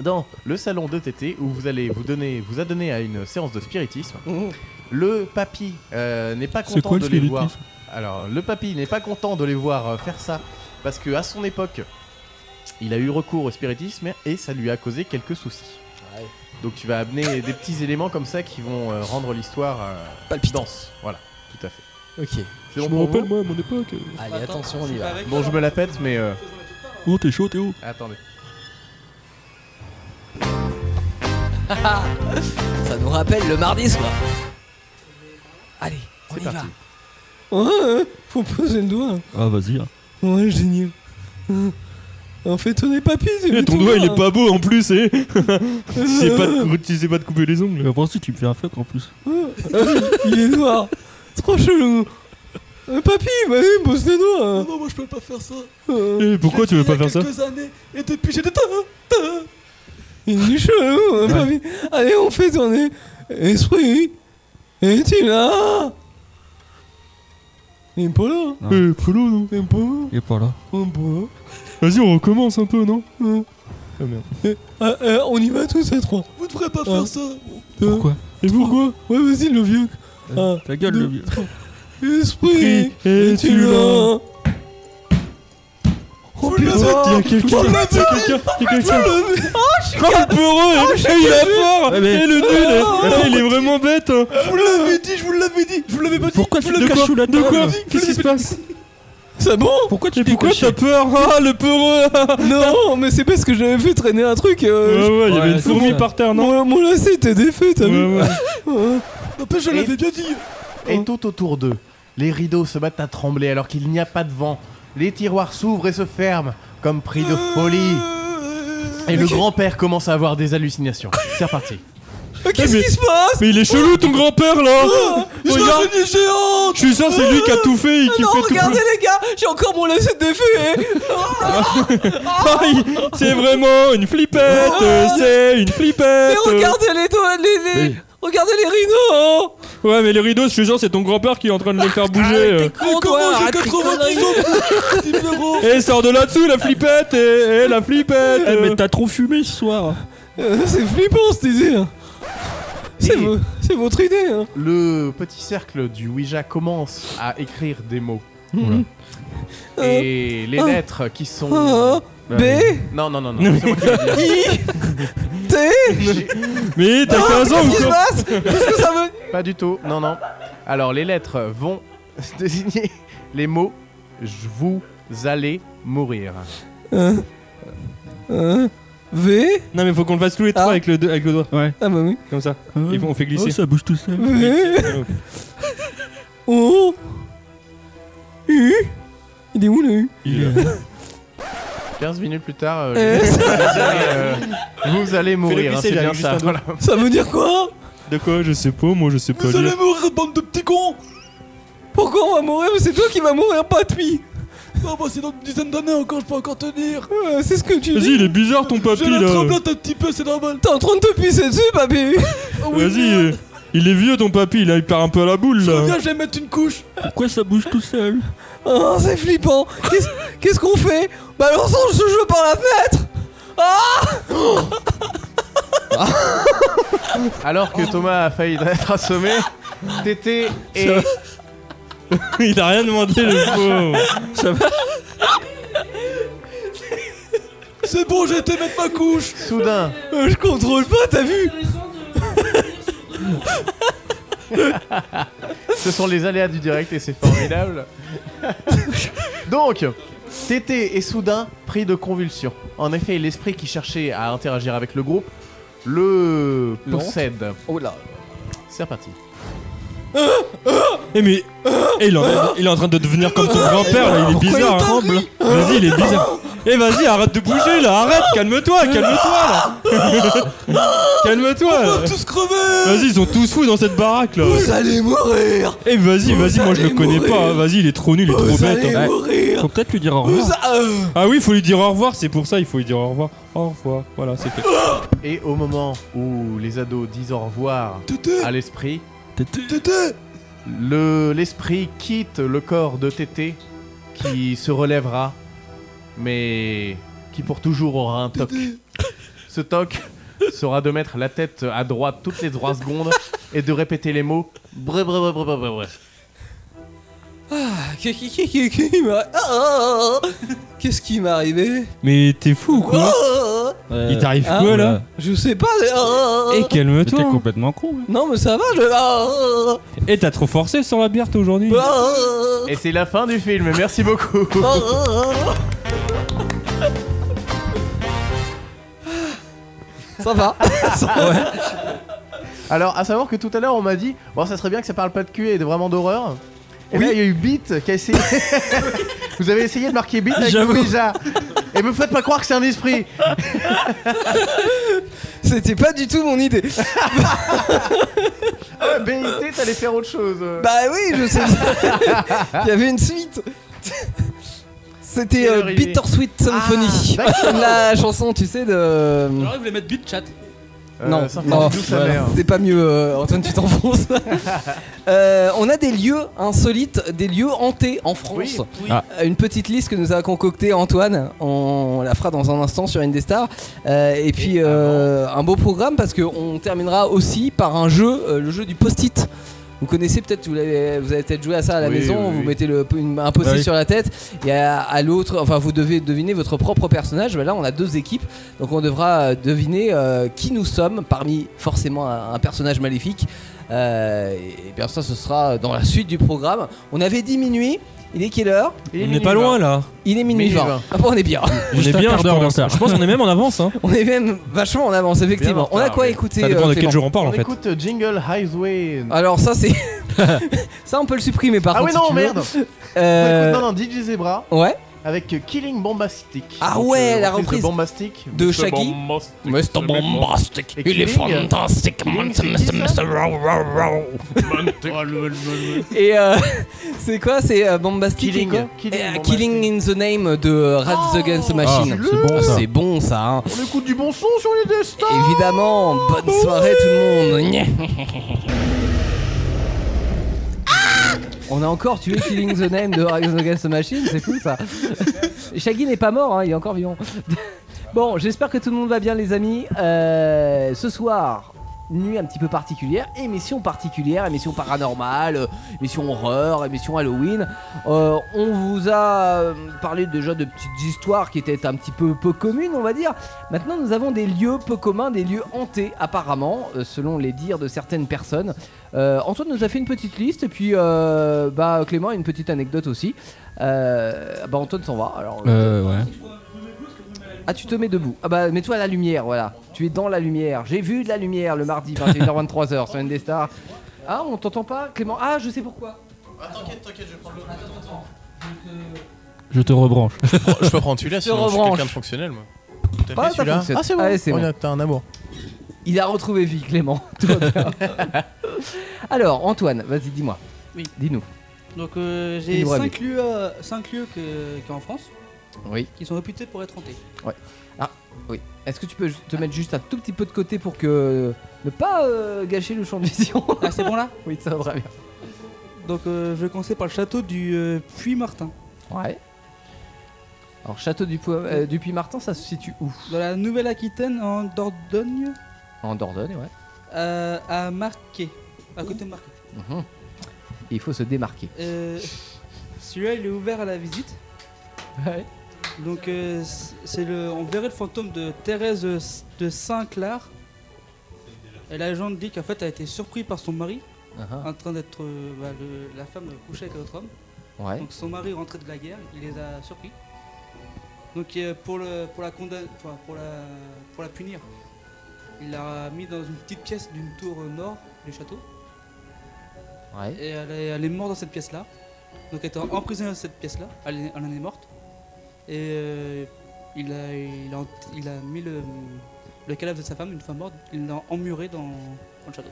dans le salon de TT où vous allez vous donner, vous adonner à une séance de spiritisme.
Mmh.
Le papy euh, n'est pas
C'est
content
quoi le
de les voir.
spiritisme
Alors, le papy n'est pas content de les voir euh, faire ça parce que à son époque, il a eu recours au spiritisme et ça lui a causé quelques soucis. Donc tu vas amener des petits éléments comme ça qui vont euh, rendre l'histoire euh, dense. Voilà, tout à fait.
Ok.
C'est bon pour vous
moi, à mon époque.
Allez, attention, on y va.
Bon, je me la pète, mais euh, Ah.
Oh, t'es chaud, Théo.
attendez.
Ça nous rappelle le mardi soir. Allez, on
C'est
y
parti.
va. Ouais, faut poser le doigt.
Ah, vas-y. hein.
Ouais, génial. Ah, En fait, on est papy,
Eh, Ton doigt, il est pas beau en plus, eh Tu sais pas de cou- tu sais pas de couper les ongles.
Mais après, si tu me fais un fuck en plus.
Il est noir. Trop chelou. Euh, papy, vas-y, pose le doigt.
Non, moi je peux pas faire ça.
Eh, Pourquoi tu veux pas faire ça
Il y a quelques années, et depuis j'ai des tas.
Il est chelou, hein, papy. Allez, on fait tourner. Esprit, es-tu là Il est pas là.
Eh, Polo, non
Il est pas là.
Il est pas là.
Il est pas là.
Vas-y, on recommence un peu, non Ah merde.
Ah, ah, on y va tous à trois.
Vous devrez pas
Ah.
faire ça.
Pourquoi
Et pourquoi
Ouais, vas-y, le vieux. Ah,
Ta gueule,
deux,
le vieux.
Esprit,
Et
es-tu là Oh
putain, il y a quelqu'un, il y a quelqu'un, il y a quelqu'un. Oh, le peureux, eh, il a fort,
Ouais,
eh,
mais-
le nul, eh, eh, il est vraiment bête.
Oh, Je vous l'avais dit, je vous l'avais dit, je vous l'avais pas dit. Pourquoi
tu te caches sous la table
Qu'est-ce qui se passe C'est bon
Pourquoi tu
Pourquoi t'as
peur Ah, le peureux
Non, mais c'est parce que j'avais fait traîner un truc. euh,
Ouais, ouais, il y avait une
c'est
fourmi
bon.
par terre, non
Mon, mon lacet était défait, t'as vu
Ouais, ouais.
Ouais. N'empêche, je
Et-
l'avais bien dit.
Et tout autour d'eux, les rideaux se battent à trembler alors qu'il n'y a pas de vent. Les tiroirs s'ouvrent et se ferment, comme pris de folie. Et le grand-père commence à avoir des hallucinations. C'est reparti.
Qu'est-ce qui se passe
Mais il est chelou ton grand-père là
J'ai
Oh, Regarde.
une géante
Je suis sûr, c'est lui qui a tout fait et qui
Ah, Non,
fait tout
regardez
pour-
les gars, j'ai encore mon lacet hein. défait.
Ah, il- C'est vraiment une flippette, euh, c'est une flippette.
Ah, Mais
euh.
regardez les doigts, les, les-
Mais-
Regardez les hein. rhinos
Ouais, mais les rideaux, je suis sûr, c'est ton grand-père qui est en train de les
Ah,
faire bouger. euh.
Mais comment
Ah,
j'ai 90 ans Petit blaireau.
Eh, sors de là-dessous, la flippette, eh, eh, la flippette. mais t'as trop fumé ce soir.
Euh, C'est flippant cette idée hein. C'est vo- c'est votre idée hein.
Le petit cercle du Ouija commence à écrire des mots.
Mhm.
Et les
Ah.
lettres qui sont.
Ah.
Bah,
B.
Non, non, non, non. c'est moi qui l'ai dit.
T
Mais
t'as 15 ans ou quoi Qu'est-ce qui se passe Qu'est-ce que ça veut
Pas du tout, non, non. Alors, les lettres vont désigner les mots Je vous allez mourir.
V
Non, mais faut qu'on le fasse tous les trois avec, le, do- avec le doigt.
Ouais.
Ah bah oui.
Comme ça. Et on fait glisser.
Oh, ça bouge tout seul.
V O U oh. Il est où le U
Il
Euh.
15 minutes plus tard, euh,
Eh.
vous, allez, euh, vous allez mourir, hein, c'est bien ça. voilà.
Ça veut dire quoi
De quoi Je sais pas, moi je sais pas.
Vous allez
lire.
mourir, bande de petits cons Pourquoi on va mourir Mais c'est toi qui vas mourir, pas Tmi Oh bah c'est dans une dizaine d'années encore, je peux encore tenir C'est ce que tu
Vas-y,
dis
il est bizarre ton papy
J'ai la
là.
tremblote un petit peu, c'est normal Ah T'es en train de te pisser dessus, papy
Vas-y, euh, il est vieux ton papy, là, il part un peu à la boule là.
Viens, je vais mettre une couche
Pourquoi ça bouge tout seul
Oh, c'est flippant Qu'est-ce- Qu'est-ce qu'on fait Bah alors on sort ce jeu par la fenêtre
Oh,
Ah
Alors que Thomas a failli être assommé, Tété et.
Il a rien demandé le pauvre.
Ça va
C'est bon, j'ai été mettre ma couche
Soudain
Euh, Je contrôle pas, t'as vu
Ce sont les aléas du direct et c'est formidable. Donc, Tété est soudain pris de convulsions. En effet, l'esprit qui cherchait à interagir avec le groupe le
Le
possède.
Oh là
C'est reparti.
Eh mais. Eh, il, est en train de- il est en train de devenir comme ton grand-père là, il est bizarre. hein. Vas-y, il est bizarre. Eh vas-y, arrête de bouger là, arrête, calme-toi, calme-toi là. calme-toi. là. euh. Vas-y, ils sont tous fous dans cette baraque là.
Vous allez mourir.
Eh vas-y, vas-y, moi je le
allez
connais
mourir.
pas. hein. Vas-y, il est trop nul, il est trop bête.
allez
hein.
mourir.
Faut peut-être lui dire au
Vous
revoir.
a- euh,
Ah oui, faut lui dire au revoir, c'est pour ça, il faut lui dire au revoir. Au revoir, voilà, c'est fait.
Et au moment où les ados disent au revoir à l'esprit, le l'esprit quitte le corps de Tété qui se relèvera, mais qui pour toujours aura un toc. Ce toc sera de mettre la tête à droite toutes les 3 secondes et de répéter les mots. Bré, bré, bré, bré, bré, bré, bré.
Ah, qu'est- qu'est- qu'est- qu'est- qu'est- qu'est- ah, ah, ah. Qu'est-ce qui m'est arrivé
Mais t'es fou ou quoi
Ah, ah,
Euh,
Il t'arrive
ah.
quoi
Ah,
là
Je sais pas. mais- ah, ah,
Eh
ah.
calme-toi.
bah, T'es complètement con.
Non mais ça va. Je... ah,
Eh t'as trop forcé sans la bière toi aujourd'hui.
ah,
Bah.
ah,
Et c'est la fin du film, merci beaucoup.
ah, ah, ah.
Ça va
Alors, à savoir que tout à l'heure, on m'a dit Bon, ça serait bien que ça parle pas de cul et de vraiment d'horreur. Et là, il y a eu Beat qui a essayé. Vous avez essayé de marquer Beat avec
J'avoue.
déjà. Et me faites pas croire que c'est un esprit.
ah,
C'était pas du tout mon idée.
Ah,
ben,
BIT, t'allais faire autre chose.
bah oui, je sais. Il y avait une suite. C'était
Quelle
euh,
heure il est
Bittersweet Symphony.
Ah, d'accord.
la chanson, tu sais, de.
J'aurais voulu mettre beat chat.
Euh,
non,
Symphony
non,
d'où sa
voilà.
mère.
c'est pas mieux, euh, Antoine, tu t'enfonces. Euh, on a des lieux insolites, des lieux hantés en France.
Ah.
Euh, Une petite liste que nous a concoctée Antoine. On la fera dans un instant sur Indestar. Euh, et puis euh, un beau programme parce qu'on terminera aussi par un jeu, euh, le jeu du post-it. Vous connaissez peut-être, vous, l'avez- vous avez peut-être joué à ça à la
Oui,
maison,
oui,
vous
oui.
mettez le, une- un post
Bah
Ah oui.
sur la tête et à, à l'autre, enfin vous devez deviner votre propre personnage. Ben là, on a deux équipes, donc on devra euh, deviner euh, qui nous sommes parmi forcément un, un personnage maléfique. Euh, et, et bien ça, ce sera dans la suite du programme. On avait dit minuit. Il est quelle heure
On n'est pas loin là.
Il est minuit
Minuit
20.
vingt.
Ah, bon, on est bien.
On est bien, je pense. Je pense qu'on est même en avance. hein.
On est même vachement en avance,
Bien en
effectivement. On a
retard,
quoi
oui.
écouter
Ça dépend
euh,
de quel
Clément
jour on parle en
On
fait.
écoute euh, Jingle Highway.
Alors ça c'est ça on peut le supprimer par
Ah
contre.
oui,
si
non,
tu veux.
merde
Euh,
On écoute, Non, non, DJ Zebra.
Ouais.
Avec euh, Killing Bombastic.
Ah ouais, la reprise
euh, de Bombastic.
de Shaggy. Mr. Bombastic,
Et
il est
Killing, euh,
fantastique.
Killing,
Mr.
c'est qui, ça
Mr. Row, row, row. Oh, Et euh, c'est quoi C'est euh, Bombastic et
Killing,
quoi
Killing
Eh,
Bombastic.
Killing in the Name de euh, Rage Against the Machine.
Ah, c'est bon, ça.
c'est bon ça. hein.
On écoute du bon son sur les destins.
Évidemment, bonne soirée tout le monde. Nya. On a encore tué Killing the Name de Rage Against the Machine, c'est cool ça. Shaggy n'est pas mort, hein, il est encore vivant. Bon, j'espère que tout le monde va bien les amis. Euh, ce soir, nuit un petit peu particulière, émission particulière, émission paranormale, euh, émission horreur, émission Halloween. Euh, on vous a euh, parlé déjà de petites histoires qui étaient un petit peu peu communes, on va dire. Maintenant, nous avons des lieux peu communs, des lieux hantés apparemment, euh, selon les dires de certaines personnes. Euh, Antoine nous a fait une petite liste et puis euh, bah, Clément a une petite anecdote aussi. Euh, bah Antoine s'en va. Alors,
Euh, ouais.
ah, tu te mets debout. Ah bah, mets-toi à la lumière, voilà. Tu es dans la lumière. J'ai vu de la lumière le mardi 21h23h sur une des stars. Ah, on t'entend pas, Clément Ah, je sais pourquoi.
T'inquiète, t'inquiète, je prends le.
Je te rebranche.
Je peux prendre celui-là,
Je
sinon je suis
rebranche.
quelqu'un de fonctionnel, moi.
Ah,
mis
ça
celui-là
fonctionne.
Ah, c'est bon.
Allez, c'est
Oh,
bon.
T'as un amour.
Il a retrouvé vie, Clément. Tout va bien. Alors, Antoine, vas-y, dis-moi.
Oui.
Dis-nous.
Donc euh, j'ai
Libre
5 lieux, euh, cinq lieux que- qu'en France
Oui.
qui sont réputés pour être hantés.
Ouais. Ah, oui. Est-ce que tu peux ju- te mettre juste un tout petit peu de côté pour que. ne pas euh, gâcher le champ de vision
Ah, c'est bon là
Oui, ça va très bien.
Donc euh, je vais commencer par le château du euh, Puy-Martin,
Ouais. Alors, Château du, Pou- euh, du Puy-Martin, ça se situe où
dans la Nouvelle-Aquitaine en Dordogne,
En Dordogne, ouais.
euh, à Marquet, à côté de Marquet.
Mhm. Il faut se démarquer.
Euh, Celui-là, il est ouvert à la visite.
Ouais.
Donc, euh, c- c'est le, on verrait le fantôme de Thérèse de Saint-Clar. Et la légende dit qu'en fait, elle a été surprise par son mari,
Uh-huh.
en train d'être euh, bah, le- la femme couchée avec un autre homme.
Ouais.
Donc, son mari rentrait de la guerre, il les a surpris. Donc, euh, pour, le, pour, la condamn- enfin, pour, la, pour la punir, il l'a mis dans une petite pièce d'une tour euh, nord du château. Et elle est, elle est morte dans cette pièce-là. Donc elle était emprisonnée dans cette pièce-là. Elle, est- elle en est morte. Et euh, il, a, il, a, il a mis le, le cadavre de sa femme, une femme morte, il l'a emmuré dans, dans le château.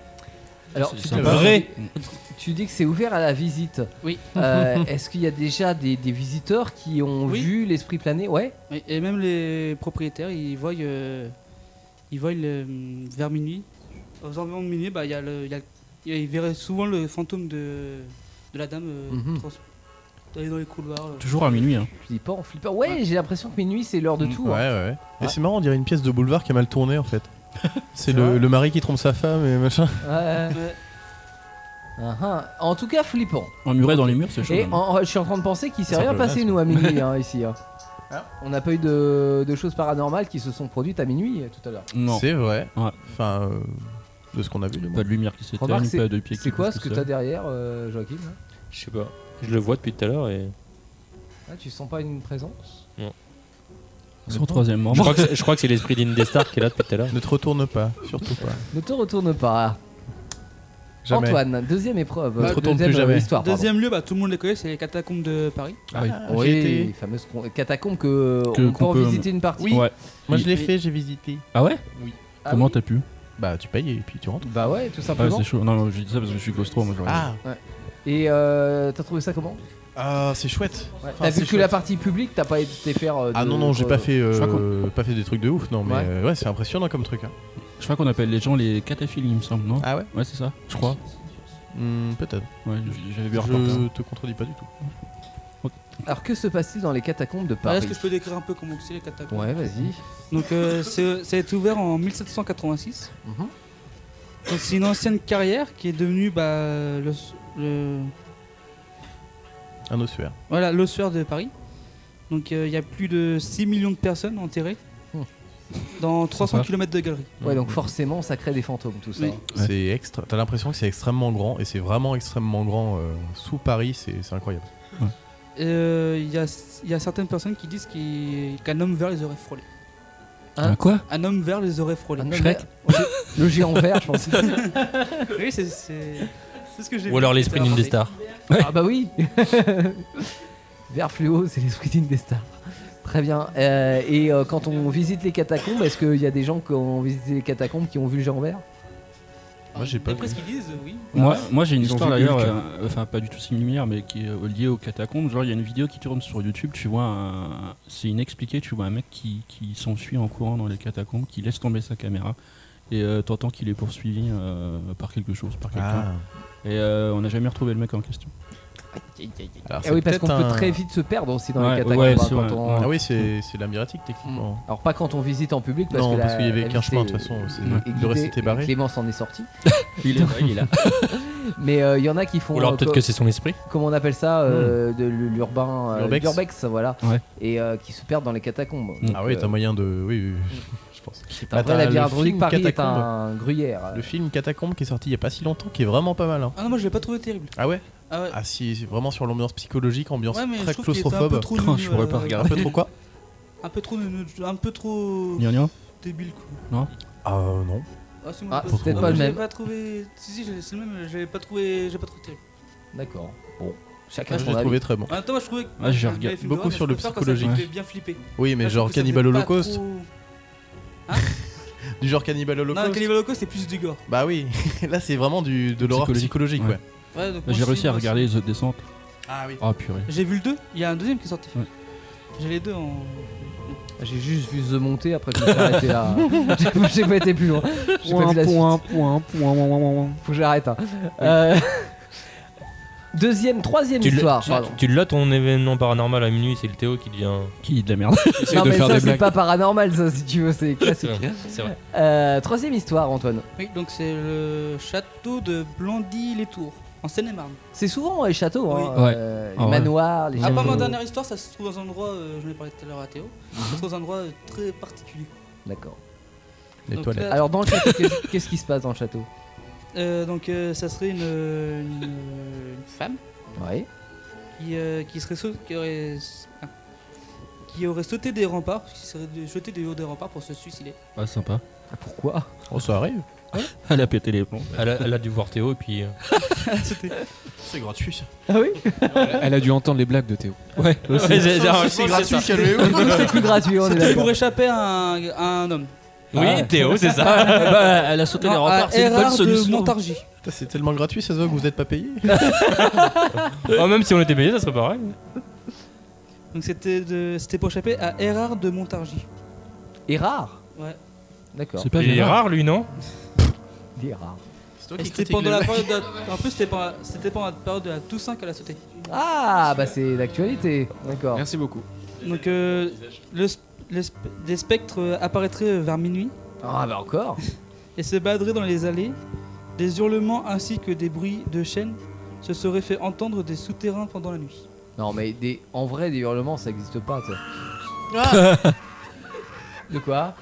Alors, tu, dis- tu dis que c'est ouvert à la visite.
Oui.
Euh, Est-ce qu'il y a déjà des, des visiteurs qui ont
Oui.
vu l'esprit planer Ouais.
Oui, Et même les propriétaires, ils voient, euh, ils voient le, hum, vers minuit. Aux environs de minuit, bah, il y a le, il y a- il y a- ils verraient souvent le fantôme de, de la dame euh,
Mhm.
trans- aller dans les couloirs. euh.
Toujours à minuit. Hein. Mm,
Je dis pas en flippant. Ouais, j'ai l'impression que minuit c'est l'heure de tout.
Ouais,
hein.
ouais.
Ouais.
Et c'est marrant, on dirait une pièce de boulevard qui a mal tourné en fait. C'est
vrai
le, le mari qui trompe sa femme et machin.
Ouais. Ah, ah. Euh, En tout cas, flippant.
Emmuré dans les murs, c'est chaud.
Et
hein.
en- je suis en train de penser qu'il s'est
C'est un
rien
peu
passé
naze,
nous à
quoi.
minuit hein, ici. hein. On n'a pas eu de, de choses paranormales qui se sont produites à minuit euh, tout à l'heure.
Non.
C'est vrai.
Ouais.
Enfin, euh, de ce qu'on a vu.
Pas de lumière qui s'éteint,
Remarque,
pas
c'est-
de pieds qui
c'est quoi
bougent,
ce que
tout
tu
ça.
as derrière, euh, Joachim là
Je sais pas. Je le vois depuis tout à l'heure et.
Ah, Tu sens pas une présence
C'est au troisième membre.
Je crois que c'est- je crois que c'est l'esprit d'Indestar qui est là depuis tout à l'heure.
Ne te retourne pas, surtout pas.
Ne te retourne pas.
Jamais.
Antoine, deuxième épreuve.
Ne te
euh,
retourne plus
deuxième, euh,
jamais.
histoire, pardon.
Deuxième lieu, bah, tout le monde les connaît, c'est les catacombes de Paris.
Ah oui.
Oui,
J'ai été-
les fameuses con- catacombes que,
Que-
euh, on peut
qu'on
en
peut-
visiter une partie.
Oui. Moi je l'ai
Oui.
fait, j'ai visité.
Ah ouais
Oui.
Comment t'as pu
Bah tu payes et puis tu rentres.
Bah ouais, tout
Ah,
simplement.
c'est chaud. Non, non, j'ai dit ça parce que je suis claustro. Moi, j'aurais-
Ah,
Ouais. Et euh, t'as trouvé ça comment
ah c'est chouette. Enfin,
T'as
c'est
vu que
chouette.
la partie publique, t'as pas été faire. euh,
Ah
de-
non non, j'ai
euh,
pas fait euh,
je crois qu'on-
pas fait des trucs de ouf non mais
Ouais.
euh, ouais, c'est impressionnant comme truc hein.
Je crois qu'on appelle les gens les cataphiles, il me semble, non
Ah ouais
Ouais, c'est ça, je crois.
Hmm, peut-être.
Ouais, j- j'avais hein. vu remarqué ça.
Je te contredis pas du tout.
Alors que se passe-t-il dans les catacombes de
Ah,
Paris
Est-ce que je peux décrire un peu comment c'est les catacombes
Ouais, vas-y.
Donc euh, c'est- ça a été ouvert en 1786.
Mhm.
Donc, C'est une ancienne carrière qui est devenue bah, le, le-
Un ossuaire.
voilà, l'ossuaire de Paris. Donc euh, il y a plus de 6 millions de personnes enterrées dans 300 km de galerie.
Hmm. Ouais, donc forcément, ça crée des fantômes, tout ça.
Oui.
C'est extra. T'as l'impression que c'est extrêmement grand et c'est vraiment extrêmement grand euh, sous Paris. C'est c'est incroyable.
Euh, Il y, a, il y a certaines personnes qui disent qu'il- qu'un homme vert les aurait frôlés.
Un quoi
Un homme vert les aurait frôlés.
Shrek vert- Le géant vert, je pense.
oui, c'est c'est- c'est ce que j'ai
Ou
vu
alors
tout à
l'esprit
l'heure.
d'une des stars.
Ah bah oui Vert fluo, c'est les squittings des stars. Très bien. Euh, et euh, quand on visite les catacombes, est-ce qu'il y a des gens qui ont visité les catacombes qui ont vu le géant vert
Moi j'ai pas.
D'après ce qu'ils disent, oui.
Moi, moi j'ai une
Ils ont
histoire
vu
d'ailleurs,
Hulk.
euh, enfin pas du tout similaire, mais qui est euh, liée aux catacombes. Genre, il y a une vidéo qui tourne sur YouTube, tu vois, un- c'est inexpliqué, tu vois un mec qui, qui s'enfuit en courant dans les catacombes, qui laisse tomber sa caméra, et euh, t'entends qu'il est poursuivi euh, par quelque chose, par
Ah.
quelqu'un. Et euh, on n'a jamais retrouvé le mec en question.
Eh oui, parce qu'on peut très vite se perdre aussi dans
Ouais,
les catacombes.
ouais,
hein,
c'est
quand
vrai.
on-
Ah oui, c'est c'est la myrétique techniquement.
Hmm. Alors pas quand on visite en public parce
Non,
que
parce
la-
qu'il y avait
la
qu'un
visite
chemin, de
est-
toute façon, c'est-
est
le
guidée
reste était
et
barré.
Clément s'en est sorti.
Il est là, il est là.
Mais euh, il y en a qui font.
Ou alors
euh,
peut-être
co-
que c'est son esprit.
Comment on appelle ça
Hmm.
euh, de l- l'urbain, euh,
L'urbex.
l'urbex, voilà.
Ouais.
Et euh, qui se perdent dans les catacombes.
Ah
Donc,
oui,
euh,
t'as moyen de. Oui, oui, je pense.
un vrai
t'as
labyrinthe
le
relique,
film
Paris est
Catacombe.
un gruyère.
Le film Catacombe qui est sorti il y a pas si longtemps, qui est vraiment pas mal. hein.
Ah non, moi je l'ai pas trouvé terrible.
Ah ouais
Ah ouais.
si, c'est vraiment sur l'ambiance psychologique, ambiance
Ouais, mais je
très
trouve qu'il était un peu
claustrophobe.
trop nul, Je pourrais pas euh, regarder.
Un peu trop quoi
Un peu trop, neuneu, un peu trop
Gnangnan
débile quoi.
Non
Ah euh, non.
Ah, c'est mon
Ah,
pote.
c'est peut-être
Ah,
pas
mais
le
je l'ai
même.
pas trouvé. Si, si, je l'ai- c'est le même, je l'ai pas trouvé, j'ai pas trouvé terrible.
D'accord. Bon, chacun
Ah, je
son
l'ai
avis.
trouvé très bon.
En même temps, moi, je trouvais que
Ah, j'ai
j'aimais
regardé
les films
beaucoup
d'horreur,
sur
mais
le
je préfère quand ça
psychologique.
fait bien flipper.
Oui, mais
Parce
genre
que ça fait
Cannibal
pas
Holocaust.
trop-
Du genre Cannibal Holocaust.
Non, Cannibal Holocaust, c'est plus du gore.
Bah oui, là c'est vraiment du, de l'horreur psychologique, ouais.
Ouais, donc moi,
J'ai
je
réussi
suis-
à regarder The Descent.
Ah oui.
Ah purée.
J'ai vu le 2, il y a un deuxième qui est sorti.
Ouais.
J'ai les deux en.
J'ai juste vu The Monter après que je me suis arrêté là. J'ai- J'ai pas été plus loin. J'ai pas vu la suite. Faut que j'arrête. hein. Euh, Deuxième, troisième
Tu l'as-
histoire.
tu-
pardon.
Tu l'as ton événement paranormal à minuit, c'est le Théo qui devient.
Qui de la merde.
Non mais ça c'est pas paranormal ça si tu veux c'est classique.
C'est vrai, c'est vrai.
Euh, troisième histoire Antoine.
Oui, donc c'est le château de Blandy-les-Tours, en Seine-et-Marne.
C'est souvent les châteaux, hein,
Oui. Ouais.
euh, les
Ah ouais.
manoirs, les
Après ma
châteaux.
dernière histoire, ça se trouve dans un endroit, euh, je l'ai parlé tout à l'heure à Théo, ça se trouve dans un endroit euh, très particulier.
D'accord.
Les Donc toilettes. là-
Alors dans le château qu'est- qu'est-ce qui se passe dans le château
Euh, donc euh, ça serait une, une, euh, une femme
Ouais.
qui, euh, qui serait sau- qui aurait, ah, qui aurait sauté des remparts, qui serait de- jeté du haut des remparts pour se suicider.
Ah sympa.
Pourquoi
Oh, ça arrive.
Elle a pété les plombs.
Elle a, elle a dû voir Théo et puis. euh,
C'est gratuit ça.
Ah oui
Elle a dû entendre les blagues de Théo.
Ouais, c'est- c'est- c'est- c'est gratuit, calmez-vous.
C'est plus gratuit, on est
C'était
d'accord.
pour échapper à un, à un homme. eh
Oui,
Ah.
Théo, c'est ça.
Ah,
ben,
bah, elle a sauté les
Non,
remparts,
à
c'est une bonne
Erard de
solution.
Montargis.
Putain, C'est tellement gratuit, ça se voit que vous êtes pas payé.
Oh, même si on était payé, ça serait pareil.
Donc c'était de- c'était pour échapper à Erard de Montargis.
Erard
Ouais.
D'accord.
C'est pas
Il est
Gérard.
rare, lui, non
Il est rare.
Et C'était pendant la période. de- En plus, c'était pendant- c'était pendant la période de la Toussaint qu'elle a sauté.
Ah bah c'est d'actualité. D'accord.
Merci beaucoup.
Donc, euh, le sp- le sp- des spectres euh, apparaîtraient vers minuit
Ah bah encore.
et se baderaient dans les allées. Des hurlements ainsi que des bruits de chaînes se seraient fait entendre des souterrains pendant la nuit.
Non mais des en vrai des hurlements ça existe pas. toi.
Ah
De quoi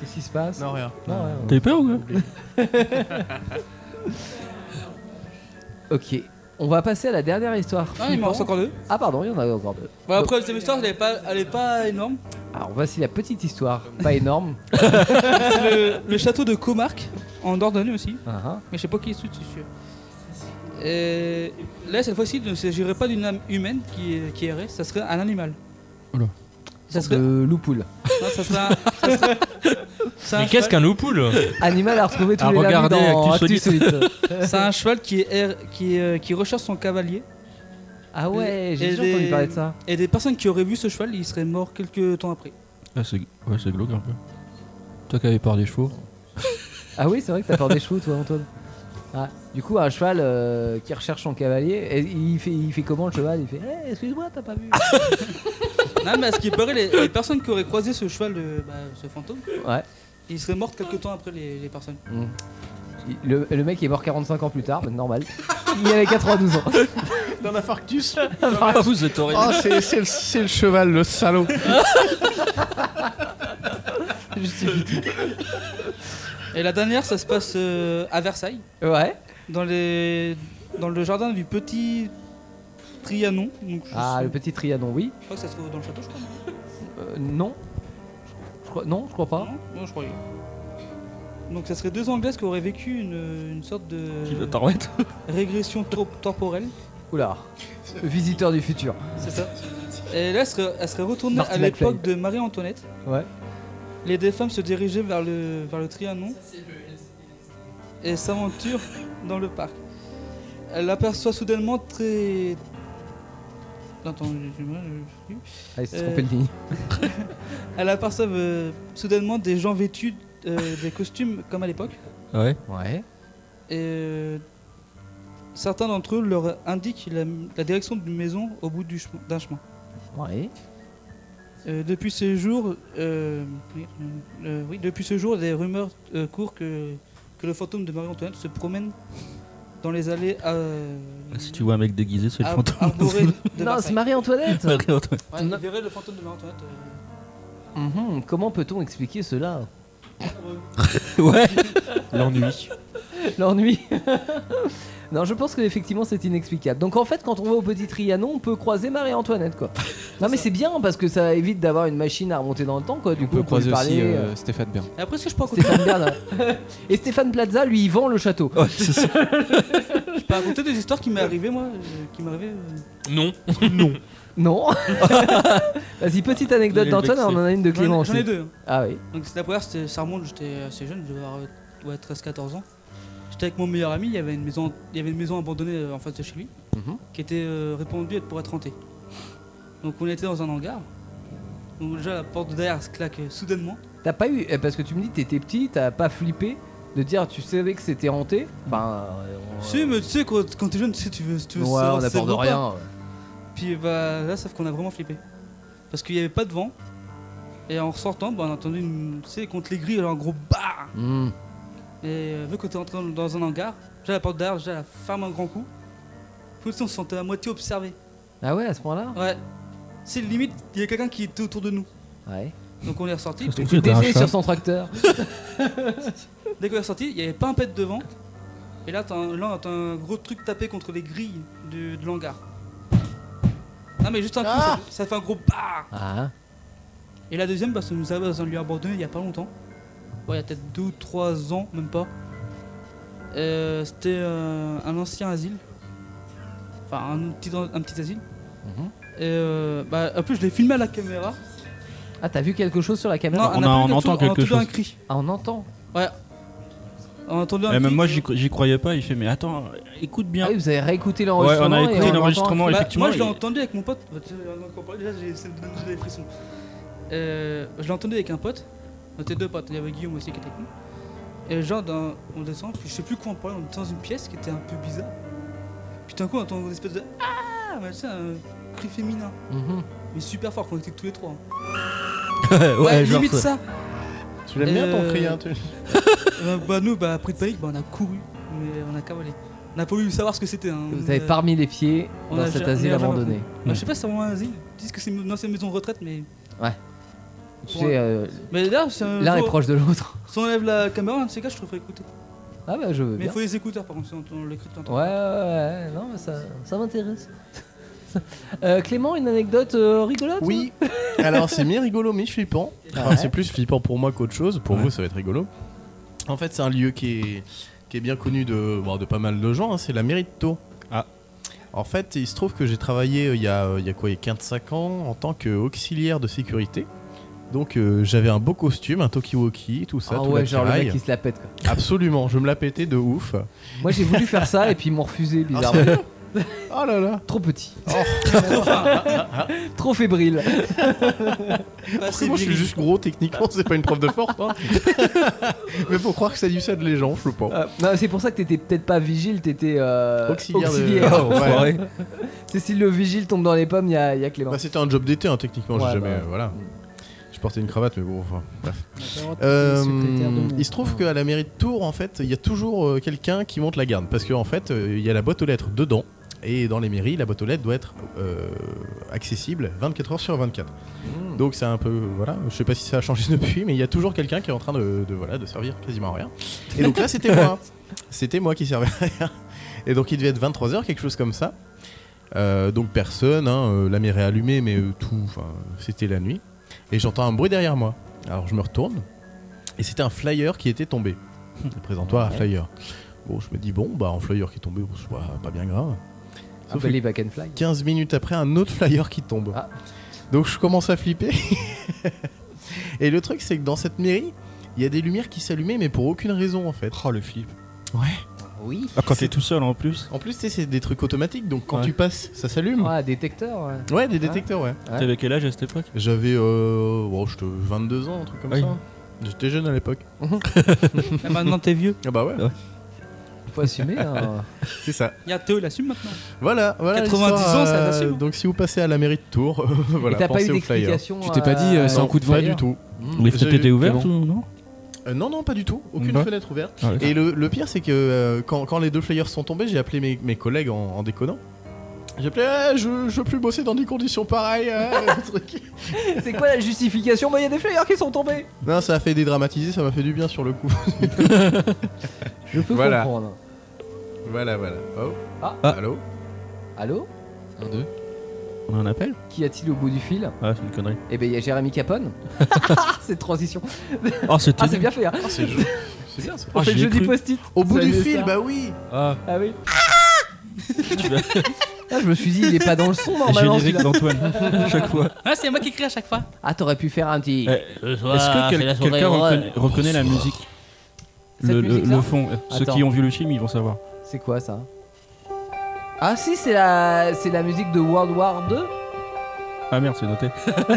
Qu'est-ce qui se passe
Non, rien.
Non, rien.
T'as eu peur ou quoi
Ok. On va passer à la dernière histoire.
Ah, il m'en reste
flippante.
encore deux.
Ah pardon, il y en a encore deux.
Bon, après, la deuxième histoire, elle est pas, elle est pas énorme.
Alors voici la petite histoire, pas énorme.
C'est le, le château de Comarque, en Dordogne aussi.
Ah,
Mais je sais pas qui est sous dessus. Et là, cette fois-ci, il ne s'agirait pas d'une âme humaine qui, qui errait, ça serait un animal. Ça serait-
Le loupoule.
Non, Ah, ça serait un- ça serait- c'est un
Mais qu'est-ce
cheval-
qu'un loupoule
Animal à retrouver tous
À
les
regarder
lundis dans
Actu
Actu
Solide.
Solide.
C'est un cheval qui, erre- qui, euh, qui recherche son cavalier.
Ah ouais, j'ai
Et
déjà entendu
des-
parler de ça.
Et des personnes qui auraient vu ce cheval, ils seraient morts quelques temps après.
Ah, c'est ouais, c'est glauque un peu. Toi qui avais peur des chevaux.
Ah oui, c'est vrai que t'as peur des chevaux, toi, Antoine. Ah, du coup, un cheval euh, qui recherche son cavalier, et il fait, il fait comment le cheval Il fait Eh, excuse-moi, t'as pas vu
non, mais à ce qui paraît, les, les personnes qui auraient croisé ce cheval, euh, bah, ce fantôme,
Ouais.
ils seraient mortes quelques temps après les, les personnes.
Mm. Le, le mec est mort 45 ans plus tard, mais normal. Il avait 92 ans.
Dans l'infarctus
Ah, bah, vous êtes horrible.
Oh, c'est- c'est le- c'est le cheval, le salaud.
Et la dernière, ça se passe euh, à Versailles.
Ouais.
Dans, les... dans le jardin du petit Trianon. Donc, je
Ah,
sais-
le petit Trianon, oui.
Je crois que ça se trouve dans le château, je crois. non
Euh, non. Je crois- non, je crois pas.
Non, je crois. Donc, ça serait deux Anglaises qui auraient vécu une, une sorte de.
Qui veut t'en remettre
Régression tro- temporelle.
Oula. Visiteur du futur.
C'est ça. Et là, elle serait, elle serait retournée
Marty
à
McFly.
l'époque de Marie-Antoinette.
Ouais.
Les deux femmes se dirigeaient vers le, vers le Trianon et s'aventurent dans le parc. Elle aperçoit soudainement très. Attends, j'ai du mal, je- Euh,
Ah, il s'est trompé de ligne.
Elle aperçoit euh, soudainement des gens vêtus euh, des costumes comme à l'époque.
Ah Ouais.
Ouais.
Et euh, certains d'entre eux leur indiquent la, la direction d'une maison au bout du chemin- d'un chemin.
Ouais.
Euh, depuis ce jour, euh, oui, euh, oui, depuis ce jour, des rumeurs euh, courent que, que le fantôme de Marie-Antoinette se promène dans les allées. euh,
Si tu vois un mec déguisé, c'est
Ah,
le
ar-
fantôme.
arborées de
Non, c'est
Versailles.
Marie-Antoinette.
Marie-Antoinette.
Ouais, vous verrez le fantôme de Marie-Antoinette. euh,
Mhm, Comment peut-on expliquer cela
Ouais.
L'ennui.
L'ennui. non, je pense que effectivement c'est inexplicable. Donc en fait, quand on va au petit Trianon, on peut croiser Marie-Antoinette quoi. Non mais c'est bien parce que ça évite d'avoir une machine à remonter dans le temps quoi. Du coup,
On peut
on peut lui
croiser
parler.
aussi euh,
euh,
Stéphane Bern.
Et après, ce que je peux raconter,
Stéphane Bern. Et Stéphane Plaza, lui, il vend le château.
je peux raconter des histoires qui m'est arrivée moi, euh, qui m'est arrivée. euh,
Non.
Non. Non. Vas-y, petite anecdote
J'ai
d'Antoine,
vexé.
on en a une de
J'en ai-
Clément.
J'en ai
aussi.
deux. hein.
Ah oui.
Donc c'est la première, c'était- ça remonte, j'étais assez jeune, je devais avoir euh, ouais, 13-14 ans. J'étais avec mon meilleur ami, il y avait une maison, il y avait une maison abandonnée euh, en face de chez lui,
Mhm.
qui était euh, répandue pour être hantée. Donc on était dans un hangar, donc déjà la porte de derrière se claque euh, soudainement.
T'as pas eu, eh, parce que tu me dis que t'étais petit, t'as pas flippé de dire tu savais que c'était hanté Enfin, euh, on-
Si, mais tu sais, quand, quand t'es jeune, tu sais, tu veux, tu veux
Ouais,
savoir
on
si c'est
aborde
vrai ou
rien,
pas.
ouais.
Puis bah, là, sauf qu'on a vraiment flippé. Parce qu'il n'y avait pas de vent. Et en ressortant, bah, on a entendu, une, tu sais, contre les grilles, alors un gros
Ah.
bah
Hmm.
Et euh, vu qu'on était entré dans- dans un hangar, déjà la porte derrière, déjà la ferme un grand coup. Puis aussi, on se sentait à moitié observé.
Ah ouais, à ce point-là
Ouais. C'est limite, il y a quelqu'un qui était autour de nous.
Ouais.
Donc on est ressorti.
Il était dégelé sur son tracteur.
Dès qu'on est sorti, il n'y avait pas un pet devant. Et là, t'as un, là, t'as un gros truc tapé contre les grilles de, de l'hangar. Non, mais juste un coup, ça, ça fait un gros bah
Ah.
Et la deuxième, parce que nous avons dans un lieu abandonné il n'y a pas longtemps. Bon, il y a peut-être 2 ou 3 ans, même pas. Euh, C'était euh, un ancien asile. Enfin, un petit, un petit asile.
Mhm.
Et euh, bah, en plus, je l'ai filmé à la caméra.
Ah, t'as vu quelque chose sur la caméra
Non, on On a- a on entendu entend quelque quelque chose. chose. un cri.
Ah, on entend
Ouais. On a entendu un
Et même
cri.
moi, j'y cro- j'y croyais pas. Il fait, mais attends, écoute bien.
Ah oui, vous avez réécouté l'enregistrement
Ouais, on a
et on
écouté
entend-
l'enregistrement,
Bah,
effectivement.
Moi, je l'ai
et-
entendu avec mon pote. Bah, tu sais, on en parle, Déjà, j'ai ça me donne des frissons. Euh, je l'ai entendu avec un pote. On était deux potes. Il y avait Guillaume aussi qui était avec nous. Et genre, dans- on descend, puis je sais plus quoi on parlait. On était dans une pièce qui était un peu bizarre. Puis d'un coup, on entend une espèce de Ah Mais tu sais, un cri féminin.
Mhm.
Mais super fort, qu'on était tous les trois. hein.
Ouais, genre
limite ça.
Tu l'aimes bien, ton cri, hein, tu-
Euh, bah, nous, bah, après de panique, bah, on a couru. Mais on a cavalé. On n'a pas voulu savoir ce que c'était. hein.
Vous
On
avez
a-
parmi les pieds
on
dans
a
cet
ja- on
asile
a jamais
abandonné.
appris. Bah, je sais pas si c'est vraiment un asile. Ils disent que c'est une une ancienne maison de retraite, mais.
Ouais. Tu
Ouais.
sais, euh,
Mais là, c'est un
l'un est
jour-
proche de l'autre.
Si on enlève la caméra, un de ces cas, je te ferai écouter.
Ah bah, je veux
Mais
bien.
il faut les écouteurs par contre, sinon on l'écrit tout le temps.
Ouais, ouais, ouais, non, mais ça, ça m'intéresse. Euh, Clément, une anecdote euh, rigolote
Oui. Alors, c'est mi-rigolo, mi-flippant. Enfin,
Ouais.
c'est plus flippant pour moi qu'autre chose. Pour vous, ça va être rigolo. En fait, c'est un lieu qui est, qui est bien connu de, bon, de pas mal de gens. hein. C'est la mairie de Tours. En fait, il se trouve que j'ai travaillé euh, il y a, euh, il y a quoi, il y a 15-5 ans en tant qu'auxiliaire de sécurité. Donc, euh, j'avais un beau costume, un talkie-walkie, tout ça.
Ah
tout
ouais, genre le mec
l'attirail.
qui se la pète, quoi.
Absolument, je me la pétais de ouf.
Moi, j'ai voulu faire ça et puis ils m'ont refusé, bizarrement.
Ah, Oh là là. Oh.
Trop petit. Trop fébrile.
Après, moi, je suis juste gros techniquement, c'est pas une preuve de force. hein. Mais faut croire que ça du ça de les gens, je sais pas.
Euh, non, c'est pour ça que t'étais peut-être pas vigile, t'étais euh,
Auxiliaire de-
auxiliaire.
Oh, enfoiré.
c'est si le vigile tombe dans les pommes, il y, a- y a Clément.
Bah, c'était un job d'été, hein, techniquement,
Ouais,
j'ai jamais.
bah.
euh, voilà. Je portais une cravate, mais bon, enfin, bref.
D'accord, t'es
Euh,
secrétaire de mon-
il se trouve qu'à la mairie de Tours, en fait, il y a toujours euh, quelqu'un qui monte la garde. Parce qu'en fait, euh, il y a la boîte aux lettres dedans. Et dans les mairies, la boîte aux lettres doit être euh, accessible 24 heures sur 24. Donc c'est un peu. Voilà, je sais pas si ça a changé depuis, mais il y a toujours quelqu'un qui est en train de, de, voilà, de servir quasiment à rien. Et donc là, c'était moi. C'était moi qui servais à rien. Et donc il devait être 23h, quelque chose comme ça. Euh, donc personne, hein, euh, la mairie est allumée, mais euh, tout, enfin, c'était la nuit. Et j'entends un bruit derrière moi. Alors je me retourne, et c'était un flyer qui était tombé. Le présentoir à
Ouais.
flyer. Bon, je me dis, bon, bah un flyer qui est tombé, bon, c'est pas, pas bien grave.
Un
Sauf que
belly back and bah, fly. Ah.
15 minutes après, un autre flyer qui tombe. Donc je commence à flipper. et le truc, c'est que dans cette mairie, il y a des lumières qui s'allumaient, mais pour aucune raison en fait. Oh, le flip. Ouais.
Oui.
Ah, quand t'es tout seul en plus. En plus, tu sais, c'est des trucs automatiques, donc quand
Ouais.
tu passes, ça s'allume.
Ah, détecteur. Ouais,
euh, Ouais, des détecteurs, ouais.
Ouais.
quel âge à cette époque J'avais euh, oh, j'étais 22 ans, un truc comme
Ah oui.
ça. hein. J'étais jeune à l'époque.
Ah, maintenant, t'es vieux.
Ah bah ouais.
Faut assumer. hein.
C'est ça.
Il y a Théo, il assume maintenant.
Voilà, voilà.
90
l'histoire,
ans, ça
euh,
s'assume.
Donc si vous passez à la mairie de Tours, euh, voilà.
t'as pas
pensez
eu
au
d'explication,
flyer.
Tu t'es pas dit, euh, euh, c'est un
Non,
coup de
Pas
flyer
du tout.
Les fenêtres
J'ai-
étaient ouvertes
Clément.
ou non
Euh, non, non, pas du tout. Aucune
Ouais.
fenêtre ouverte.
Ah ouais.
Et le, le pire, c'est que euh, quand, quand les deux flyers sont tombés, j'ai appelé mes, mes collègues en, en déconnant. J'ai appelé, Eh, je, je veux plus bosser dans des conditions pareilles. euh, le truc.
C'est quoi la justification Bah, il y a des flyers qui sont tombés.
non, ça a fait dédramatiser, ça m'a fait du bien sur le coup.
Je peux
Voilà.
comprendre.
voilà, voilà. Oh.
Ah.
Allô
Allô
Un, deux.
On a un appel
Qui a-t-il au bout du fil
Ah, c'est une connerie.
Eh ben, il y a Jérémy Capone. Cette transition.
Oh, c'était
Ah, c'est bien fait. hein.
c'est joli. C'est bien ça.
On
Oh,
fait
j'y
le
ai
jeudi
cru.
post-it.
Au bout
Ça
du
veut
fil,
dire.
bah oui.
Ah,
Ah oui. Ah, je me suis dit, il est pas dans le son normalement.
Générique
celui-là.
d'Antoine, chaque fois. Eh,
Ah, c'est moi qui crie à chaque fois.
Ah, t'aurais pu faire un petit.
Est-ce que quel- quelqu'un reconnaît, reconnaît la musique le, le-
musique-là
le fond. euh, Ceux
Attends.
qui ont vu le film, ils vont savoir.
C'est quoi ça Ah, si, c'est la... c'est la musique de World War 2
Ah merde, c'est noté.
Oh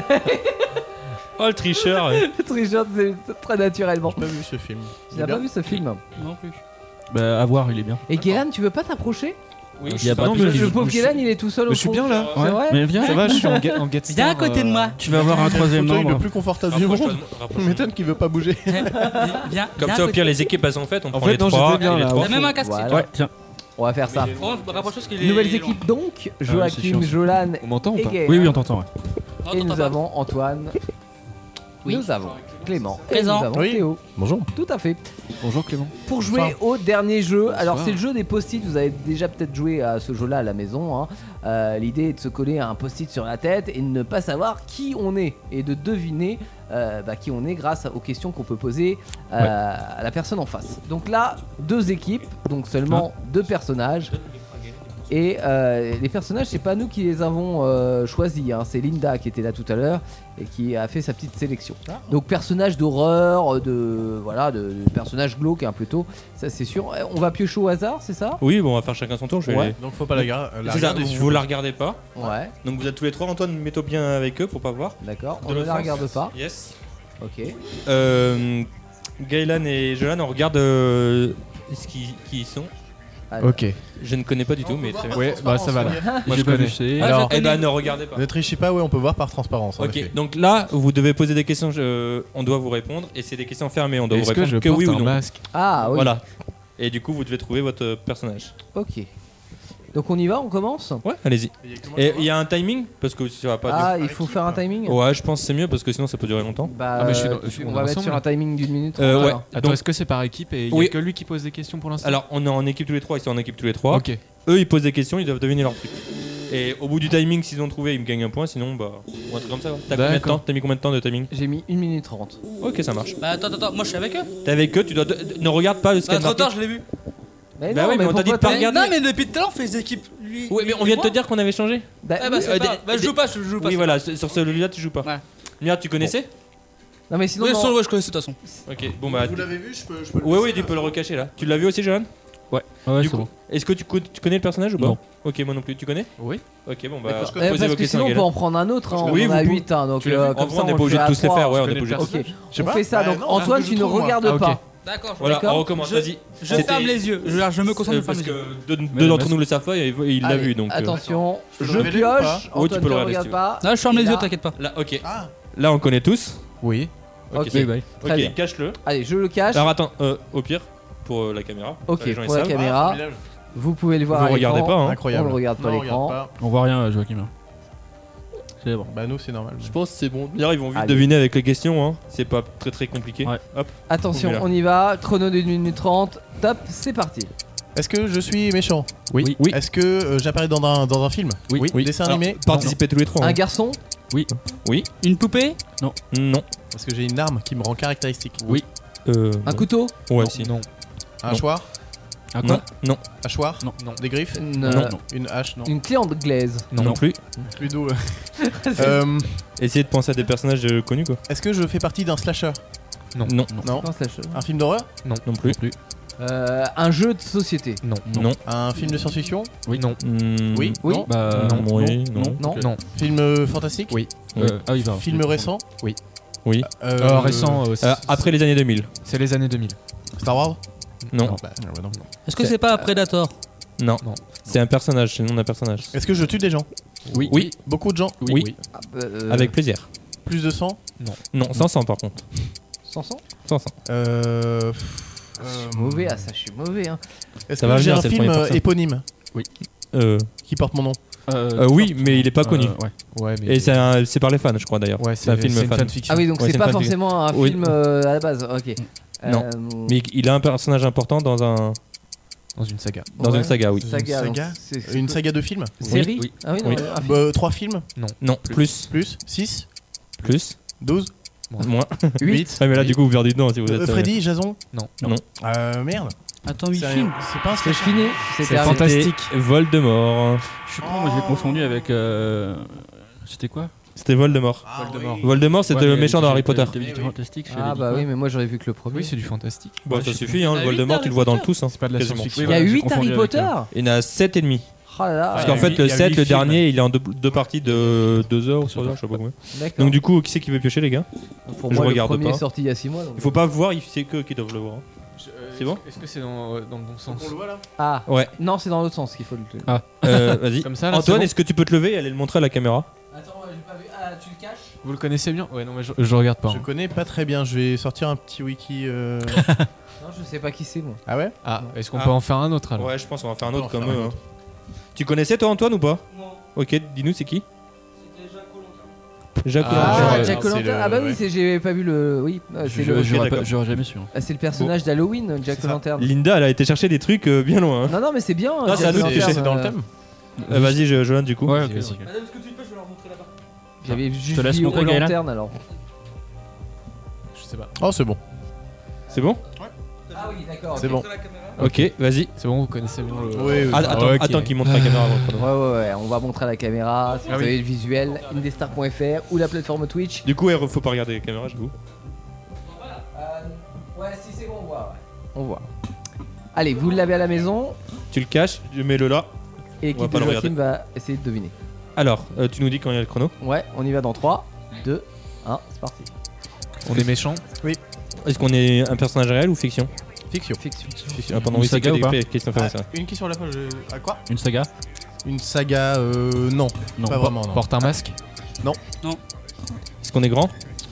le
Ah,
tricheur ouais.
Trichard, c'est très naturellement.
J'ai pas vu ce film.
Tu n'as pas vu ce film
Non plus.
Bah, à voir, il est bien.
Et Guélan, tu veux pas t'approcher
Oui,
Ah,
je suis pas-
non,
non, mais
le
je-
pauvre
je suis-
Guélan, il est tout seul au
Mais je suis
fond.
bien là.
C'est vrai
Mais viens.
Ça va, je suis en, ga- en guest
Viens à
star,
côté de
euh,
moi.
Tu vas avoir un troisième
fauteuil le
membre.
plus confortable du
Rapproche-toi
monde.
de moi, rapproche-toi.
M'étonne qu'il veut pas bouger.
Bah, Viens.
Comme
viens
ça,
à
au pire,
côté.
les équipes, elles en fait, on prend
fait,
les
non,
trois.
j'étais bien,
et les
là.
trois.
T'as même un casting.
Voilà.
Ouais, tiens.
On va faire ça.
Oh, rapproche-toi parce qu'il est.
Nouvelles
long.
équipes
Ah
donc
chiant,
Joachim,
ça.
Jolan
On m'entend ou
et
pas
Guélan.
Oui, oui, on t'entend. ouais.
Non,
Et
t'entends
nous
pas.
avons Antoine.
Oui.
Nous avons Clément.
Présent.
Et nous avons
Oui.
Théo.
Bonjour.
Tout à fait.
Bonjour Clément.
Pour jouer
Bonsoir.
au dernier jeu, alors
Bonsoir.
c'est le jeu des post-it, vous avez déjà peut-être joué à ce jeu-là à la maison. hein. Euh, L'idée est de se coller un post-it sur la tête et de ne pas savoir qui on est et de deviner euh, bah, qui on est grâce aux questions qu'on peut poser euh, à la personne en face. Donc là, deux équipes, donc seulement deux personnages. Et euh, les personnages, c'est pas nous qui les avons euh, choisis, hein. c'est Linda qui était là tout à l'heure et qui a fait sa petite sélection. Donc personnages d'horreur, de voilà, de, de personnages glauques hein, plutôt, ça c'est sûr. Eh, On va piocher au hasard, c'est ça
Oui, bon, on va faire chacun son tour. Je vais...
Ouais.
Donc faut pas la, gar- la
C'est ça,
regarder.
vous la regardez pas.
Ouais,
Donc vous êtes tous les trois. Antoine, mets-toi bien avec eux pour pas voir.
d'accord.
De
On ne
l'autre
la
sens.
regarde pas.
Yes.
Ok.
Euh, Gaëlan et Jolan, on regarde euh, ce qui, qui ils sont.
Alors,
Ok.
Je ne connais pas du tout, mais très bien.
Ouais, bah ça va là.
J'ai
je
pas
connais.
vu, c'est-
Alors,
Alors,
eh ben, ne regardez pas.
ne trichez pas, ouais, on peut voir par transparence. hein, en effet.
Ok, donc là, vous devez poser des questions, je- on doit vous répondre, et c'est des questions fermées, on doit vous
Est-ce que
répondre
je
que,
porte
oui ou
un
non.
masque
Ah oui.
Voilà. Et du coup, vous devez trouver votre personnage.
Ok. Donc on y va, on commence.
Ouais, allez-y. Et il y a un timing Parce que ça va pas
Ah, il faut faire un timing.
durer. Ouais, je pense que c'est mieux parce que sinon ça peut durer longtemps.
Bah,
Ah, mais je suis
euh,
dans- je suis
on
dans
va mettre
ensemble.
sur un timing d'une minute.
Euh,
Voilà.
ouais.
Attends,
Donc-
est-ce que c'est par équipe et il y
Oui.
a que lui qui pose des questions pour l'instant
Alors, on est en équipe tous les trois, ils sont en équipe tous les trois.
Ok.
Eux, ils posent des questions, ils doivent deviner leur truc. Et au bout du timing, s'ils ont trouvé, ils me gagnent un point, sinon, bah, ou un truc comme ça. quoi. T'as combien de
D'accord.
temps T'as mis combien de temps de timing
J'ai mis 1 minute 30.
Ok, ça
euh,
marche.
Bah, attends, attends, attends, moi je suis avec eux.
T'es avec eux, tu dois. te- Ne regarde pas le
Bah,
Ah,
scan.
trop tard,
rapide.
je l'ai vu.
Mais
Bah
non,
oui, mais on t'a dit de pas
Mais-
regarder.
Non, mais depuis tout à l'heure, on fait des équipes. Lui.
Ouais, mais
lui
on vient
et
de te
moi.
dire qu'on avait changé.
Bah,
Ah, bah,
Euh,
c'est pas.
des-
Bah, je
des-
joue pas, je joue pas.
Oui, voilà, sur sur celui-là, tu joues pas.
Ouais.
Merde, tu connaissais
non, mais sinon,
Oui,
non.
sur le- ouais, je connaissais de toute façon.
Ok, bon bah.
Vous
tu-
l'avez vu, je peux, je peux le
Ouais, ouais, tu peux le recacher là. Tu l'as vu aussi, Johan
Ouais,
Du
c'est
coup,
bon.
Est-ce que tu, co- tu connais le personnage ou pas
Non.
Ok, moi non plus. Tu connais
Oui.
Ok, bon bah. posez
Eh, parce
vos
que
questions,
sinon on peut
Gaël.
en prendre un autre, hein,
Oui,
on
vous
en a
pouvez-
8 donc
tu l'as
euh,
vu.
comme
En
ça
vrai, on n'est
le
pas obligé
fait
de
à
tous les
trois,
faire,
hein.
ouais,
je
on n'est pas
connais
obligé.
le
Ok,
personnage.
Je sais
on
pas.
fait ça,
Bah,
donc
non,
Antoine
je
tu ne
trouve, moi.
regardes
Ah, ok.
pas.
D'accord,
Voilà, on
D'accord.
recommence,
Je-
vas-y.
Je
C'était-
ferme les yeux. Je, je me concentre,
Euh,
je ferme
Parce
les yeux.
que deux, deux
le
d'entre
masque.
nous le savent pas et il l'a
Allez,
vu donc. euh,
Attention,
Je
je
peux le révéler ou pas
pioche,
Oui, tu
Antoine
peux
ne
le révéler, si
regarde
tu veux.
pas.
Non, je ferme les
Et
yeux,
là-
t'inquiète pas.
Là, ok.
Ah.
Là, on connaît tous.
Oui.
Ok,
Oui,
c'est-
bah oui.
ok,
Très bien.
cache-le.
Allez, je le cache.
Alors attends, euh, au pire, pour euh, la caméra.
Ok,
les gens, ils
pour la
savent.
caméra. vous pouvez le voir
Vous
à l'écran.
regardez pas, hein.
On le regarde pas à
Ah, Non, on
l'écran.
regarde
On voit rien, euh, Joachim. hein. C'est bon.
Bah nous c'est normal.
Je pense que c'est bon. D'ailleurs, ils vont vite
Allez.
deviner avec les questions. Hein. C'est pas très très compliqué. Hop.
Attention, on y va. Chrono d'une minute 30. Top, c'est parti.
Est-ce que je suis méchant
Oui.
Est-ce que euh, j'apparais dans un, dans un film Dessin
Alors,
animé
Participez tous les trois.
Un
hein.
garçon
Oui.
Oui.
Une poupée
Non.
Non.
Parce que j'ai une arme qui me rend caractéristique.
Oui.
Un couteau
Ouais,
Non.
si.
Non. Un
Non.
hachoir
Un quoi
Non. Non.
Hachoir
Non.
Des griffes
Une, euh,
Une hache Non.
Une clé anglaise.
Non, plus.
Cluedo. euh.
Euh, Essayez de penser à des personnages euh, connus quoi.
Est-ce que je fais partie d'un slasher
Non. Non.
Non.
Un slasher.
Un film d'horreur
Non. Non plus.
Euh, un jeu de société.
Non.
Non.
Un film de science-fiction
Oui. Non.
Mm,
Oui.
Oui.
Non.
Bah,
non. Oui.
non,
Non.
non,
non.
Ok.
Non.
Film euh, fantastique
Oui.
Euh, ah
bah,
oui, pardon.
Film récent
Oui.
Oui.
Euh,
Euh, récent. euh, c'est-
Euh, après les années 2000.
C'est les années 2000.
Star Wars
Non.
Bah, ouais, non.
Est-ce que c'est pas Predator
Non.
Non.
C'est un personnage. C'est le nom d'un personnage.
Est-ce que je tue des gens
Oui. Oui.
Beaucoup de gens
Oui.
Ah, bah, euh,
Avec plaisir.
Plus de sang
Non.
Non. Sans sang par contre.
Sans sang
Sans sang.
Euh.
Je suis mauvais à ça, je suis mauvais. Hein.
Est-ce
Ça
que
va
j'ai
venir,
un
c'est le
film
premier
euh,
personne.
éponyme
Oui.
Euh,
qui porte mon nom
euh, oui, mais il est pas
Euh,
connu.
ouais.
Ouais, mais
Et c'est un- c'est par les fans, je crois d'ailleurs.
Ouais,
c'est un
c'est-
film
c'est une
fan.
fanfiction.
Ah oui, donc
Ouais,
c'est pas
une fanfiction.
forcément un
Oui.
film euh, à la base. Ok.
Non.
Euh,
Mais il a un personnage important dans un
dans une saga.
dans
Ouais.
une saga, oui.
Saga.
Une saga
donc c'est- c'est-
Une saga de films
Série
Oui.
Ah oui, non.
Oui.
euh, un film.
Bah, Trois films
Non.
Non, plus,
Plus 6
plus,
12
moins.
Huit.
Ah mais là du coup vous perdez dedans si vous êtes.
Euh,
euh,
Freddy, Jason
Non.
Non.
Euh, merde.
Attends, 8
Sérieux,
films
C'est pas un
C'est
slasher.
fini. C'est
C'est
terminé.
fantastique.
Voldemort.
Je suis con, moi je l'ai confondu avec. euh, C'était quoi
C'était Voldemort.
Ah,
Voldemort.
oui.
Voldemort, c'était
Ouais,
le
mais
méchant dans
j'avais
Harry
pas-
Potter.
j'avais
Eh
dit fantastique, j'avais
Ah
dit
bah
quoi
oui, mais moi j'avais vu que le premier.
Oui, c'est du fantastique.
Bon,
Ouais,
ça
je-
suffit, hein,
Ah,
le
huit
Voldemort,
Harry
tu le vois dans le
Potter.
tous. hein.
C'est pas de la
Quasiment.
science-fiction.
Il y a
Ouais, j'ai
8
confondu
Harry
avec,
Potter
Il y en a 7 et demi.
Oh là là
Parce
Ouais,
qu'en
il y a
fait,
huit-
le
il y a
7,
huit
le
films.
dernier, il est en deux, deux parties de 2 heures, 3 heures, je sais pas combien.
D'accord.
Donc du coup, qui c'est qui veut piocher les gars
Pour
je
moi, le
regarde
premier
pas.
est sorti il y a 6 mois. donc-
Il faut pas voir, il- c'est que qui doivent le voir. hein. C'est bon
euh, Est-ce que c'est dans, euh, dans le bon sens
On le voit là
Ah
Ouais.
non, c'est dans l'autre sens qu'il faut le.
Ah.
Euh, Vas-y.
Comme ça, là, c'est
Antoine,
bon
est-ce que tu peux te lever et aller le montrer à la caméra
Attends, j'ai pas vu. Ah, tu le caches
Vous le connaissez bien Ouais, non, mais je, je regarde pas.
Je
hein.
connais pas très bien, je vais sortir un petit wiki. euh,
Non, je sais pas qui c'est moi.
ah ouais
Ah, est-ce qu'on
Ah.
peut en faire un autre alors
Ouais, je pense qu'on va faire un
On
autre
peut en
comme
faire
eux.
un
hein. Tu connaissais toi Antoine ou pas
Non,
Ok, dis-nous c'est qui
c'était Jacques
Jacques
Ah,
Hollande.
Jack
c'est
O'Lantern.
le-
Ah bah oui,
ouais.
c'est- j'avais pas vu le. Oui, euh, c'est
Je-
le.
J'aurais
d'accord.
pas- j'aurais jamais su. hein.
Ah, C'est le personnage d'Halloween, Jack
ça.
O'Lantern.
Linda, elle a été chercher des trucs euh, bien loin. hein.
Non, non, mais c'est bien.
Ah, c'est à
Jack
nous de
O'Lantern,
piocher, c'est
dans le
euh,
thème
Euh, Vas-y, je- Johan, du coup.
Ouais, ok,
Vas-y, vas-y.
ok.
Madame, ce que tu peux, je vais leur montrer là-bas.
J'avais juste
laisse
dit
montrer, Gaëlan.
O'Lantern alors.
Je sais pas.
Oh, c'est bon.
C'est bon
Ah oui, d'accord.
C'est bon.
Ok, vas-y.
C'est bon, vous connaissez bien le.
Oui, oui.
Ah, Attends,
ok.
attends qu'il montre la caméra avant.
Ouais,
pardon.
ouais, ouais, on va montrer à la caméra. Si vous
Ah oui.
avez le visuel, indestar.fr ou la plateforme Twitch.
Du coup, ouais, faut pas regarder la caméra, j'avoue.
euh, ouais, si c'est bon, on voit. On voit. Allez, vous l'avez à la maison
Tu le caches, je mets le là.
et
On va
l'équipe
pas
de
le
Joachim va essayer de deviner.
Alors, euh, tu nous dis quand il y a le chrono
Ouais, on y va dans 3, 2, 1, c'est parti.
On est méchant.
Est-ce qu'on est un personnage réel ou fiction
Fiction.
Fiction.
Fiction. Ah, pardon,
Une
oui, c'est
saga
que
ou pas
des questions
Ah,
fermées, ça.
une question à la fin, je. À quoi
Une saga
Une saga, euh. Non.
Non.
pas vraiment, non. Ah.
Porte un masque.
Est-ce qu'on est grand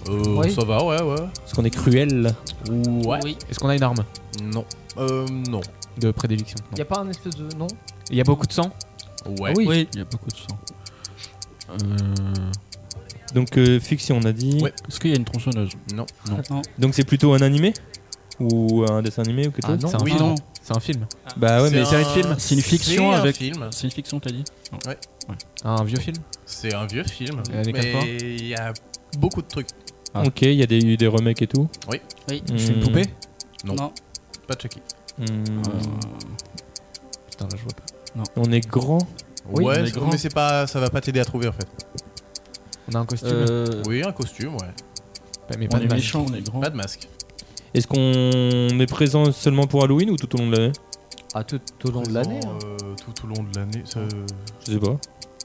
Euh,
Oui.
Ça va, ouais, ouais.
Est-ce qu'on est cruel
Ouais.
Oui.
Est-ce qu'on a une arme
Non. Euh, non.
de prédilection Non.
Y'a pas un espèce de nom
Il y a beaucoup de sang
Ouais.
Oui.
Il y a beaucoup de sang.
Hmm.
Euh,
Donc, euh, fiction, on a dit.
Ouais.
Est-ce qu'il y a une tronçonneuse
Non.
Donc, c'est plutôt un animé Ou un dessin animé ou quelque
Ah
chose
non, c'est un,
Oui,
film.
non.
C'est un film.
Bah ouais, mais
C'est
c'est
un
un film.
C'est une fiction
C'est un
avec.
film.
C'est une fiction, t'as dit
Un vieux film
C'est un vieux film.
Et années 80.
Mais il y a beaucoup de trucs.
Ah.
Ok, il y a des, eu des remakes et tout.
Oui.
Oui.
Hmm.
Je suis une poupée
Non.
Non.
Pas de Chucky.
Hmm.
euh, Putain, là je vois pas.
On est grand.
Oui,
ouais,
mais
c'est-
grand.
mais c'est pas, ça va pas t'aider à trouver en fait.
On a un costume
Euh,
Oui, un costume, ouais.
Pas- Mais
On
pas de
est
masque.
méchant, on est grand.
Pas de masque.
Est-ce qu'on est présent seulement pour Halloween ou tout au long de l'année
Ah, tout tout au long de l'année. hein.
Euh, Tout au long de l'année. ça- euh,
Je sais pas.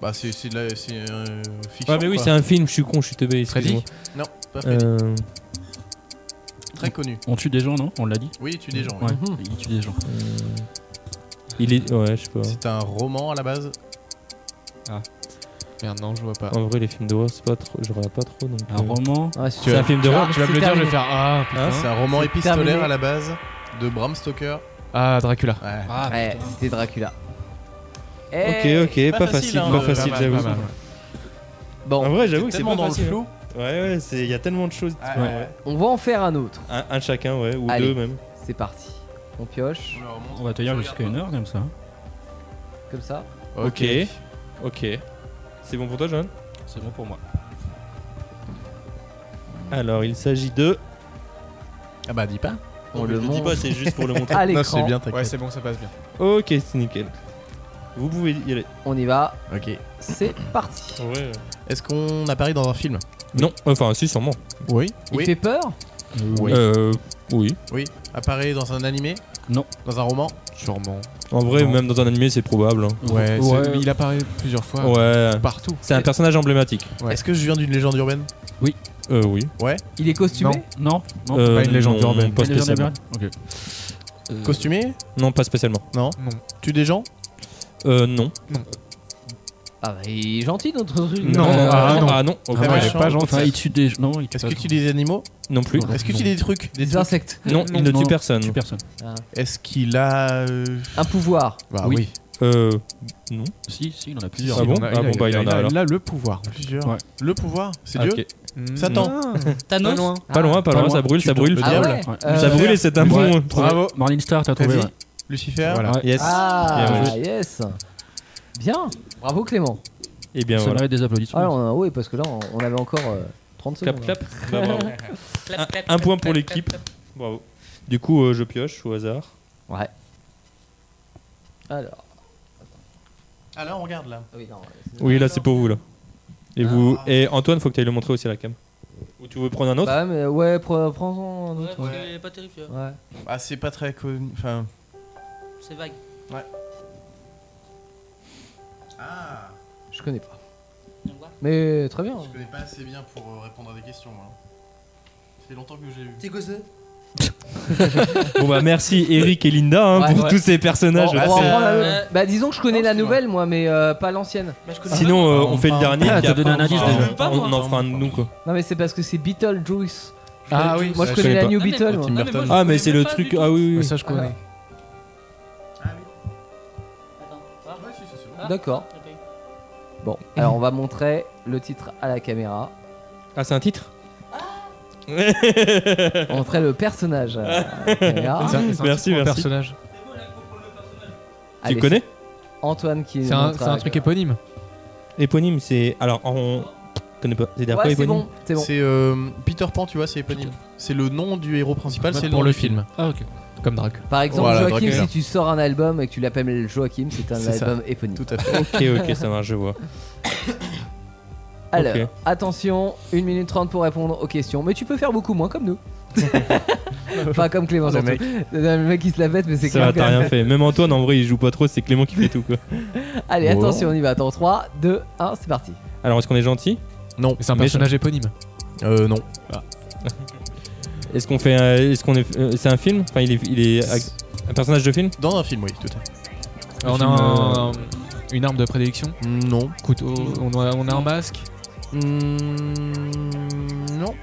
Bah, c'est c'est de la c'est, euh, fiction.
Ouais, mais oui,
quoi.
c'est un film, je suis con, je suis teubé.
Freddy
excusez-moi.
Non, pas Freddy.
Euh,
Très connu.
On tue des gens, non On l'a dit
Oui, tu des gens.
Ouais,
oui.
Mhm.
il tue des gens.
euh, Il est. Ouais, je sais pas.
C'est un roman à la base.
Merde, non, je vois pas.
En vrai, les films d'horreur, c'est pas trop, je regarde pas trop. Donc,
Un
euh,
roman
Ah,
Ouais,
c'est un film d'horreur.
Tu vas me le dire, je vais faire Ah, putain.
Hein, c'est un roman
C'est
épistolaire
terminé.
à la base de Bram Stoker.
Ah, Dracula.
Ouais.
Ouais, c'était Dracula.
Ok, ok, pas, facile,
hein,
pas
euh,
facile,
pas mal,
j'avoue.
pas mal, ouais.
Bon,
en vrai, j'avoue
t'es
que c'est
tellement
pas
dans le
facile.
flou.
hein. Ouais, ouais, c'est- il y a tellement de choses.
Ouais,
ouais.
ouais.
On va en faire un autre.
Un, un chacun, ouais, ou
Allez,
deux même.
C'est parti. On pioche.
On va tenir jusqu'à une heure comme ça.
Comme ça.
Ok, ok. C'est bon pour toi, John
C'est bon pour moi.
Alors, il s'agit de.
Ah bah, dis pas.
On le dit pas, c'est juste pour le montrer.
à
Non,
l'écran.
c'est bien, t'inquiète.
Ouais, c'est bon, ça passe bien.
Ok, c'est nickel. Vous pouvez y aller.
On y va.
Ok.
C'est parti.
Ouais.
Est-ce qu'on apparaît dans un film
Non, enfin, si, sûrement.
Oui.
Il fait peur
Oui.
Euh, oui.
Oui. Apparaît dans un animé
Non.
Dans un roman
Sûrement.
En vrai,
Non.
même dans un animé, c'est probable. hein.
Ouais,
Euh,
Ouais.
c'est- il apparaît plusieurs fois.
Ouais.
Partout.
C'est un personnage emblématique.
Ouais.
Est-ce que je viens d'une légende urbaine
Euh, oui.
Ouais.
Il est costumé
Non, non.
Euh,
Pas une légende
non,
urbaine.
Pas
Une légende
spécialement.
urbaine Ok. Euh,
Costumé
Non, pas spécialement.
Non.
Non.
Tue des gens
Euh, non.
Ah bah, il est gentil notre truc.
Non.
Euh,
Ah, non.
Ah,
non.
non.
Ah,
il est
méchant.
pas gentil.
Enfin, il tue des. Non, il tue
Est-ce
pas
que
de-
tu des animaux
Non plus.
Non.
Est-ce qu'il tue des trucs Des
Des
trucs
insectes.
Non, il ne
Non.
tue personne.
tue personne.
Est-ce qu'il a. euh,
Un pouvoir.
Bah
Oui.
oui.
Euh, non.
Si, si, il en a plusieurs.
Ah bon Ah bon, bah, il en a alors.
Là, le pouvoir.
Plusieurs.
Ouais.
Le pouvoir C'est
Ah,
Dieu Mmh.
ok.
Satan
Ah.
Thanos
Pas
Pas
loin.
loin, pas
Pas
loin,
loin.
ça brûle, ça
Tu
brûle.
Le
Ah
diable.
ouais
Euh,
Ça brûle et c'est un bon.
Bravo.
Morning Star, t'as trouvé.
Vas-y.
ouais.
Lucifer
Voilà.
Ouais.
Yes.
Ah,
Bien
yes. Bien. Bravo Clément.
Et Eh bien
Ça
voilà.
mérite des applaudissements.
Ah, on a- oui, parce que là, on on avait encore euh, 30 secondes. hein.
Clap, clap. Bah, bravo. Un- Un point pour l'équipe. Bravo. Du coup, euh, je pioche au hasard.
Ouais. Alors.
Ah là, on regarde là.
ah Euh, oui, non, c'est-
Oui, là, c'est pour vous, là. Et
Ah.
vous. Et Antoine, faut que tu ailles le montrer aussi à la cam. Ou tu veux prendre un autre
Bah, mais ouais, pre- prends-en un
Ouais,
autre.
parce qu'il est pas terrifiant.
Ouais.
Ah, c'est pas très connu. Enfin.
C'est vague.
Ah
Je connais pas.
On va voir.
Mais euh, très bien.
Je connais pas assez bien pour euh, répondre à des questions. moi. Ça fait longtemps que j'ai eu.
T'es causé
Bon, bah, merci Eric et Linda hein,
Ouais,
pour
ouais.
tous ces personnages.
Bon, on va
c'est-
en prendre un autre.
euh,
Bah, disons que je connais
non,
la
c'est
nouvelle, moi, mais euh, pas l'ancienne.
Sinon, euh, on fait le dernier.
Ah,
puis
t'as donné
après,
un indice
on-
déjà.
on-
Même pas,
On
moi.
en fera un de nous, quoi.
Non, mais c'est parce que c'est Beetlejuice.
Ah oui,
Moi,
ça,
je
je
connais
connais la
pas.
New Beetle. moi.
Tim
mais
Burton.
moi, je
Ah, mais
connais
c'est le
pas
truc.
du tout.
Ah oui,
Mais
oui.
ça, je connais.
Ah,
Ah, D'accord. Bon,
Mm.
alors on va montrer le titre à la caméra.
Ah, c'est un titre
On va montrer le personnage à la caméra.
C'est un- c'est un
Merci,
petit
merci.
personnage.
Tu
Allez,
connais
c'est Antoine qui
C'est un,
montre
c'est
à
un
la
truc
caméra.
éponyme.
Éponyme, c'est. Alors, on. je connais pas. C'est d'après
Ouais, c'est
éponyme
bon, c'est bon.
C'est euh, Peter Pan, tu vois, c'est éponyme. C'est le nom du héros principal,
Bah,
c'est
pour
nom
le
du
film. Ah, ok. Comme Dracula.
Par exemple,
Voilà,
Joachim,
euh,
Dracula.
si tu sors un album et que tu l'appelles Joachim, c'est un
C'est ça.
album éponyme.
Tout à fait.
Ok, ok, ça marche, je vois.
Euh,
Alors,
Ok.
attention, 1 minute 30 pour répondre aux questions. Mais tu peux faire beaucoup moins comme nous. enfin, comme Clément,
Le
surtout.
mec.
Le mec qui se la bête, mais c'est
Ça va,
Clément. quand
t'as
même.
rien fait. Même Antoine, en vrai, il joue pas trop, c'est Clément qui fait tout, quoi.
Allez,
Wow.
attention, on y va. Attends, 3, 2, 1, c'est parti.
Alors, est-ce qu'on est gentil
Non.
C'est un
Mais-
personnage éponyme.
Euh, non.
Est-ce qu'on fait. un- Est-ce qu'on est. euh, C'est un film Enfin, il est. Il est ac- un personnage de film
Dans un film, oui, tout à fait.
On a
film, euh,
un- une arme de prédilection.
Non.
Couteau. On a, on a un masque.
Mm, non.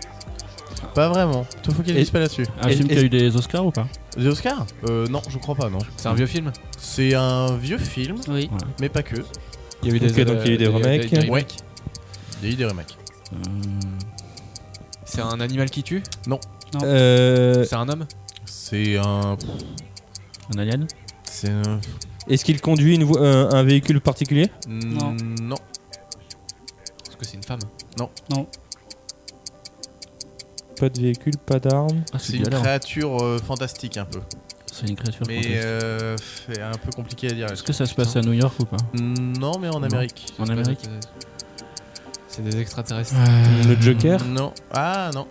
Pas vraiment. Te focalise
Et-
pas là-dessus.
Un
Et-
film qui a
est-ce-
eu des Oscars ou pas
Des Oscars Euh, non, je crois pas, non.
C'est un vieux film.
C'est un vieux film,
Oui.
mais pas que.
euh, Il y a eu
Ok,
des.
donc il y a eu des remakes.
des- des-
Ouais. Il y a eu des remakes.
Euh, C'est un animal qui tue.
Euh,
C'est un homme.
C'est un.
Un alien
C'est un.
Est-ce qu'il conduit une vo- euh, un véhicule particulier
Non. Non.
Est-ce que c'est une femme
Pas de véhicule, pas d'arme.
Ah,
C'est une
galère.
créature euh, fantastique un peu.
C'est une créature.
Mais
fantastique.
euh, c'est un peu compliqué à dire.
Est-ce que ça se passe à New York ou pas
Non, mais en
Non.
Amérique.
En Amérique Euh,
C'est des extraterrestres.
Le Joker
Non. Ah non.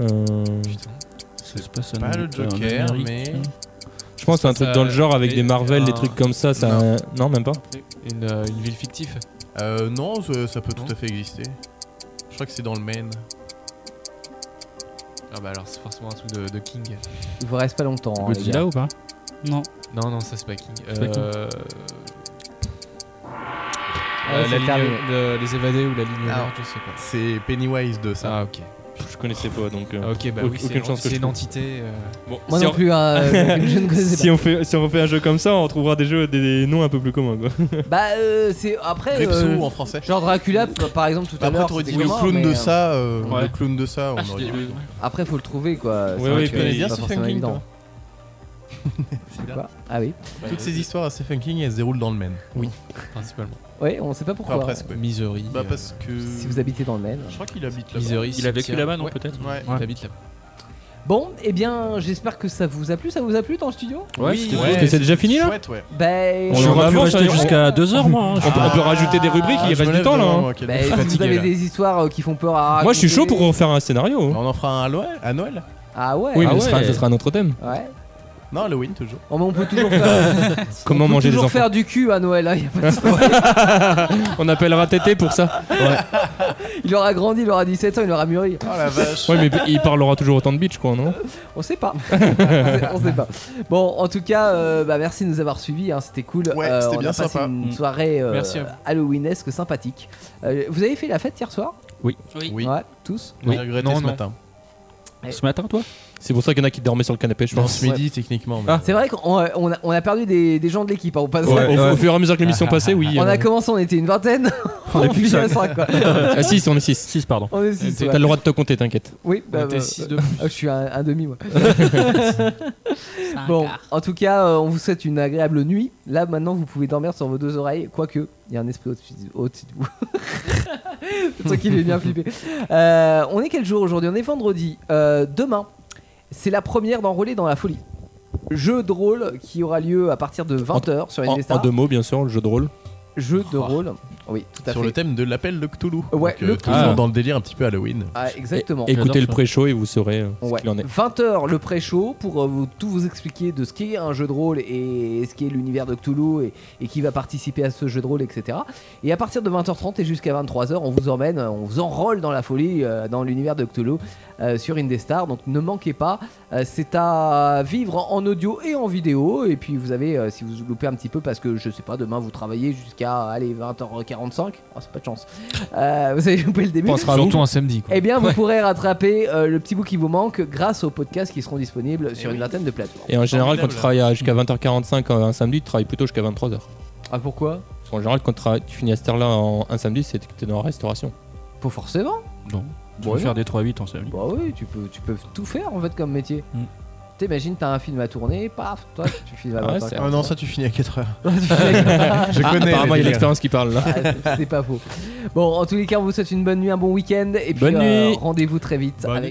Euh,
Ça se passe à
Pas le
Euh, en
Joker,
Amérique.
mais-
Je pense que c'est un
Ça,
truc dans le genre avec
et-
des Marvel, des
un-
trucs comme ça. ça
Non.
non, même pas.
Une, euh, une ville fictive.
Euh, non, ça, ça peut
Non.
tout à fait exister. Je crois que c'est dans le Maine.
Ah bah alors c'est forcément un truc de, de King.
Il vous reste pas longtemps. hein, les gars.
Godzilla ou pas
Non.
Euh, Non non ça c'est pas King.
pas King.
Euh,
Euh, la
c'est
ligne-
terminé.
le- les évadés ou la ligne
Alors,
verte, je sais pas.
C'est Pennywise 2, ça.
Ah, ok.
Je connaissais pas donc. euh,
Ok, bah
au-
oui, c'est
aucune chance que
c'est
je
une
trouve.
entité, euh,
Bon,
Moi
si
non
on-
plus, hein, donc je ne connaissais pas.
si on fait si on refait un jeu comme ça, on retrouvera des jeux des, des noms un peu plus communs quoi.
Bah, euh, c'est après.
Repsou
euh,
en français.
Genre Dracula, p- par exemple, tout à
Après,
l'heure.
t'aurais dit
c'était
le
comment,
clown
mais,
de
euh,
ça, euh,
Ouais.
le clown de ça, on aurait dit.
Après, faut le trouver quoi.
Ouais,
C'est vrai
ouais,
que
tu connais
c'est
bien
pas
Stephen
forcément
King,
évident.
toi.
C'est quoi Ah oui.
Toutes ces histoires à Stephen King, elles se déroulent dans le Maine.
Oui, principalement.
Ouais, on sait pas pourquoi.
Enfin, presque, ouais.
Misery. euh,
Bah, parce que.
Si vous habitez dans le Maine.
Je crois qu'il habite là-bas.
Misery.
Il a vécu
Cimetière.
là-bas, non,
Ouais.
peut-être
Ouais.
Il habite là-bas.
Bon, et eh bien, j'espère que ça vous a plu. Ça vous a plu dans le studio
Ouais, Oui, c'était cool. ouais, Parce que c'est déjà fini, là
chouette, ouais.
Ben,
On
je-
aurait pu
on-
rester
on-
jusqu'à deux heures, moi, hein. Je- on peut rajouter des rubriques, il
je
reste
me
du
lève
temps, là,
demain,
hein.
moi, quel-
Bah,
si vous
fatigué,
avez
là.
des histoires euh, qui font peur à raconter...
Moi je suis chaud pour refaire un scénario.
On en fera un à Noël, à Noël
Ah ouais.
Oui,
ah
mais ce
ouais.
sera- ce sera un autre thème.
Ouais.
Non, Halloween toujours.
Oh, mais on peut toujours faire.
Comment
on peut
manger des
toujours
enfants.
faire du cul à Noël, hein, y a pas de problème.
on appellera Tété pour ça.
Il aura grandi, il aura 17 ans, il aura mûri. Oh
la
Ouais, mais il parlera toujours autant de bitch, quoi, non
On sait pas. on, sait, on sait pas. Bon, en tout cas, euh, bah, merci de nous avoir suivis. hein, c'était cool.
Ouais,
Euh,
c'était
on
bien
a passé
sympa.
Une
Mm.
soirée euh,
Merci à vous.
Halloweenesque sympathique. Euh, vous avez fait la fête hier soir
Oui.
Oui.
Ouais, tous.
Oui.
J'ai regretté
Non,
ce
non.
matin.
Ce matin, toi C'est pour ça qu'il y en a qui dormaient sur le canapé, je
Dans
pense.
ce midi, techniquement. mais-
Ah.
C'est vrai qu'on euh, on a, on a perdu des, des gens de l'équipe hein, au passage.
Ouais, au- au fur et à mesure que l'émission passait, oui,
On
euh,
a commencé, on était une vingtaine.
On est
finit
plus que
à
ça.
cinq, quoi.
Ah, 6, on est 6. 6, pardon.
On est six,
T'as
ouais.
le droit de te compter, t'inquiète.
Oui, bah, bah, bah, Je suis un, un demi, moi. bon, en tout cas, euh, on vous souhaite une agréable nuit. Là, maintenant, vous pouvez dormir sur vos deux oreilles, quoique, il y a un esprit au-dessus au-dessus de vous. C'est toi qui l'ai bien flippé. Euh, on est quel jour aujourd'hui On est vendredi. Euh, demain, c'est la première d'enrôler dans la folie. Jeu de rôle qui aura lieu à partir de 20h sur
En, en
Indestar.
deux mots, bien sûr, le jeu de rôle.
Jeu de rôle, oui, tout à
Sur
fait.
le thème de l'appel de Cthulhu.
Ouais,
Donc,
le Cthulhu.
euh, toujours
Ah.
dans le délire un petit peu Halloween.
Ah, exactement.
Écoutez le pré-show et vous saurez euh,
Ouais.
ce qu'il en est.
20h le pré-show pour euh, vous, tout vous expliquer de ce qu'est un jeu de rôle et ce qu'est l'univers de Cthulhu et, et qui va participer à ce jeu de rôle, etc. Et à partir de 20h30 et jusqu'à 23h, on vous emmène, euh, on vous enrôle dans la folie, euh, dans l'univers de Cthulhu euh, sur Indestar. Donc ne manquez pas, euh, c'est à vivre en audio et en vidéo. Et puis vous avez, euh, si vous loupez un petit peu, parce que je sais pas, demain vous travaillez jusqu'à allez, 20h45, oh, c'est pas de chance, Euh, vous avez loupé le début.
Pensera à vous. Surtout un samedi, quoi.
Eh bien, vous
Ouais.
pourrez rattraper euh, le petit bout qui vous manque grâce aux podcasts qui seront disponibles sur une vingtaine de plateformes.
Et en général, quand tu
Formidable.
travailles à- jusqu'à 20h45 un un samedi, tu travailles plutôt jusqu'à 23h.
Ah pourquoi
Parce qu'en général, quand tu travailles- tu finis à cette heure-là en- un samedi, c'est que t'es dans la restauration.
Pas forcément.
Non.
Tu peux Ouais. faire
des 3-8 en samedi.
Bah oui, tu peux, tu peux tout faire en fait comme métier. T'imagines, t'as un film à tourner, paf, toi tu filmes à
Mm. Ah ouais,
20h45.
c'est-
Ah non, ça tu finis à 4h.
Je
Je connais.
apparemment, il y a
les
l'expérience qui parle là.
Ah, c'est- c'est pas faux. Bon, en tous les cas, on vous souhaite une bonne nuit, un bon week-end. Et puis,
Bonne
euh,
nuit.
rendez-vous très vite avec.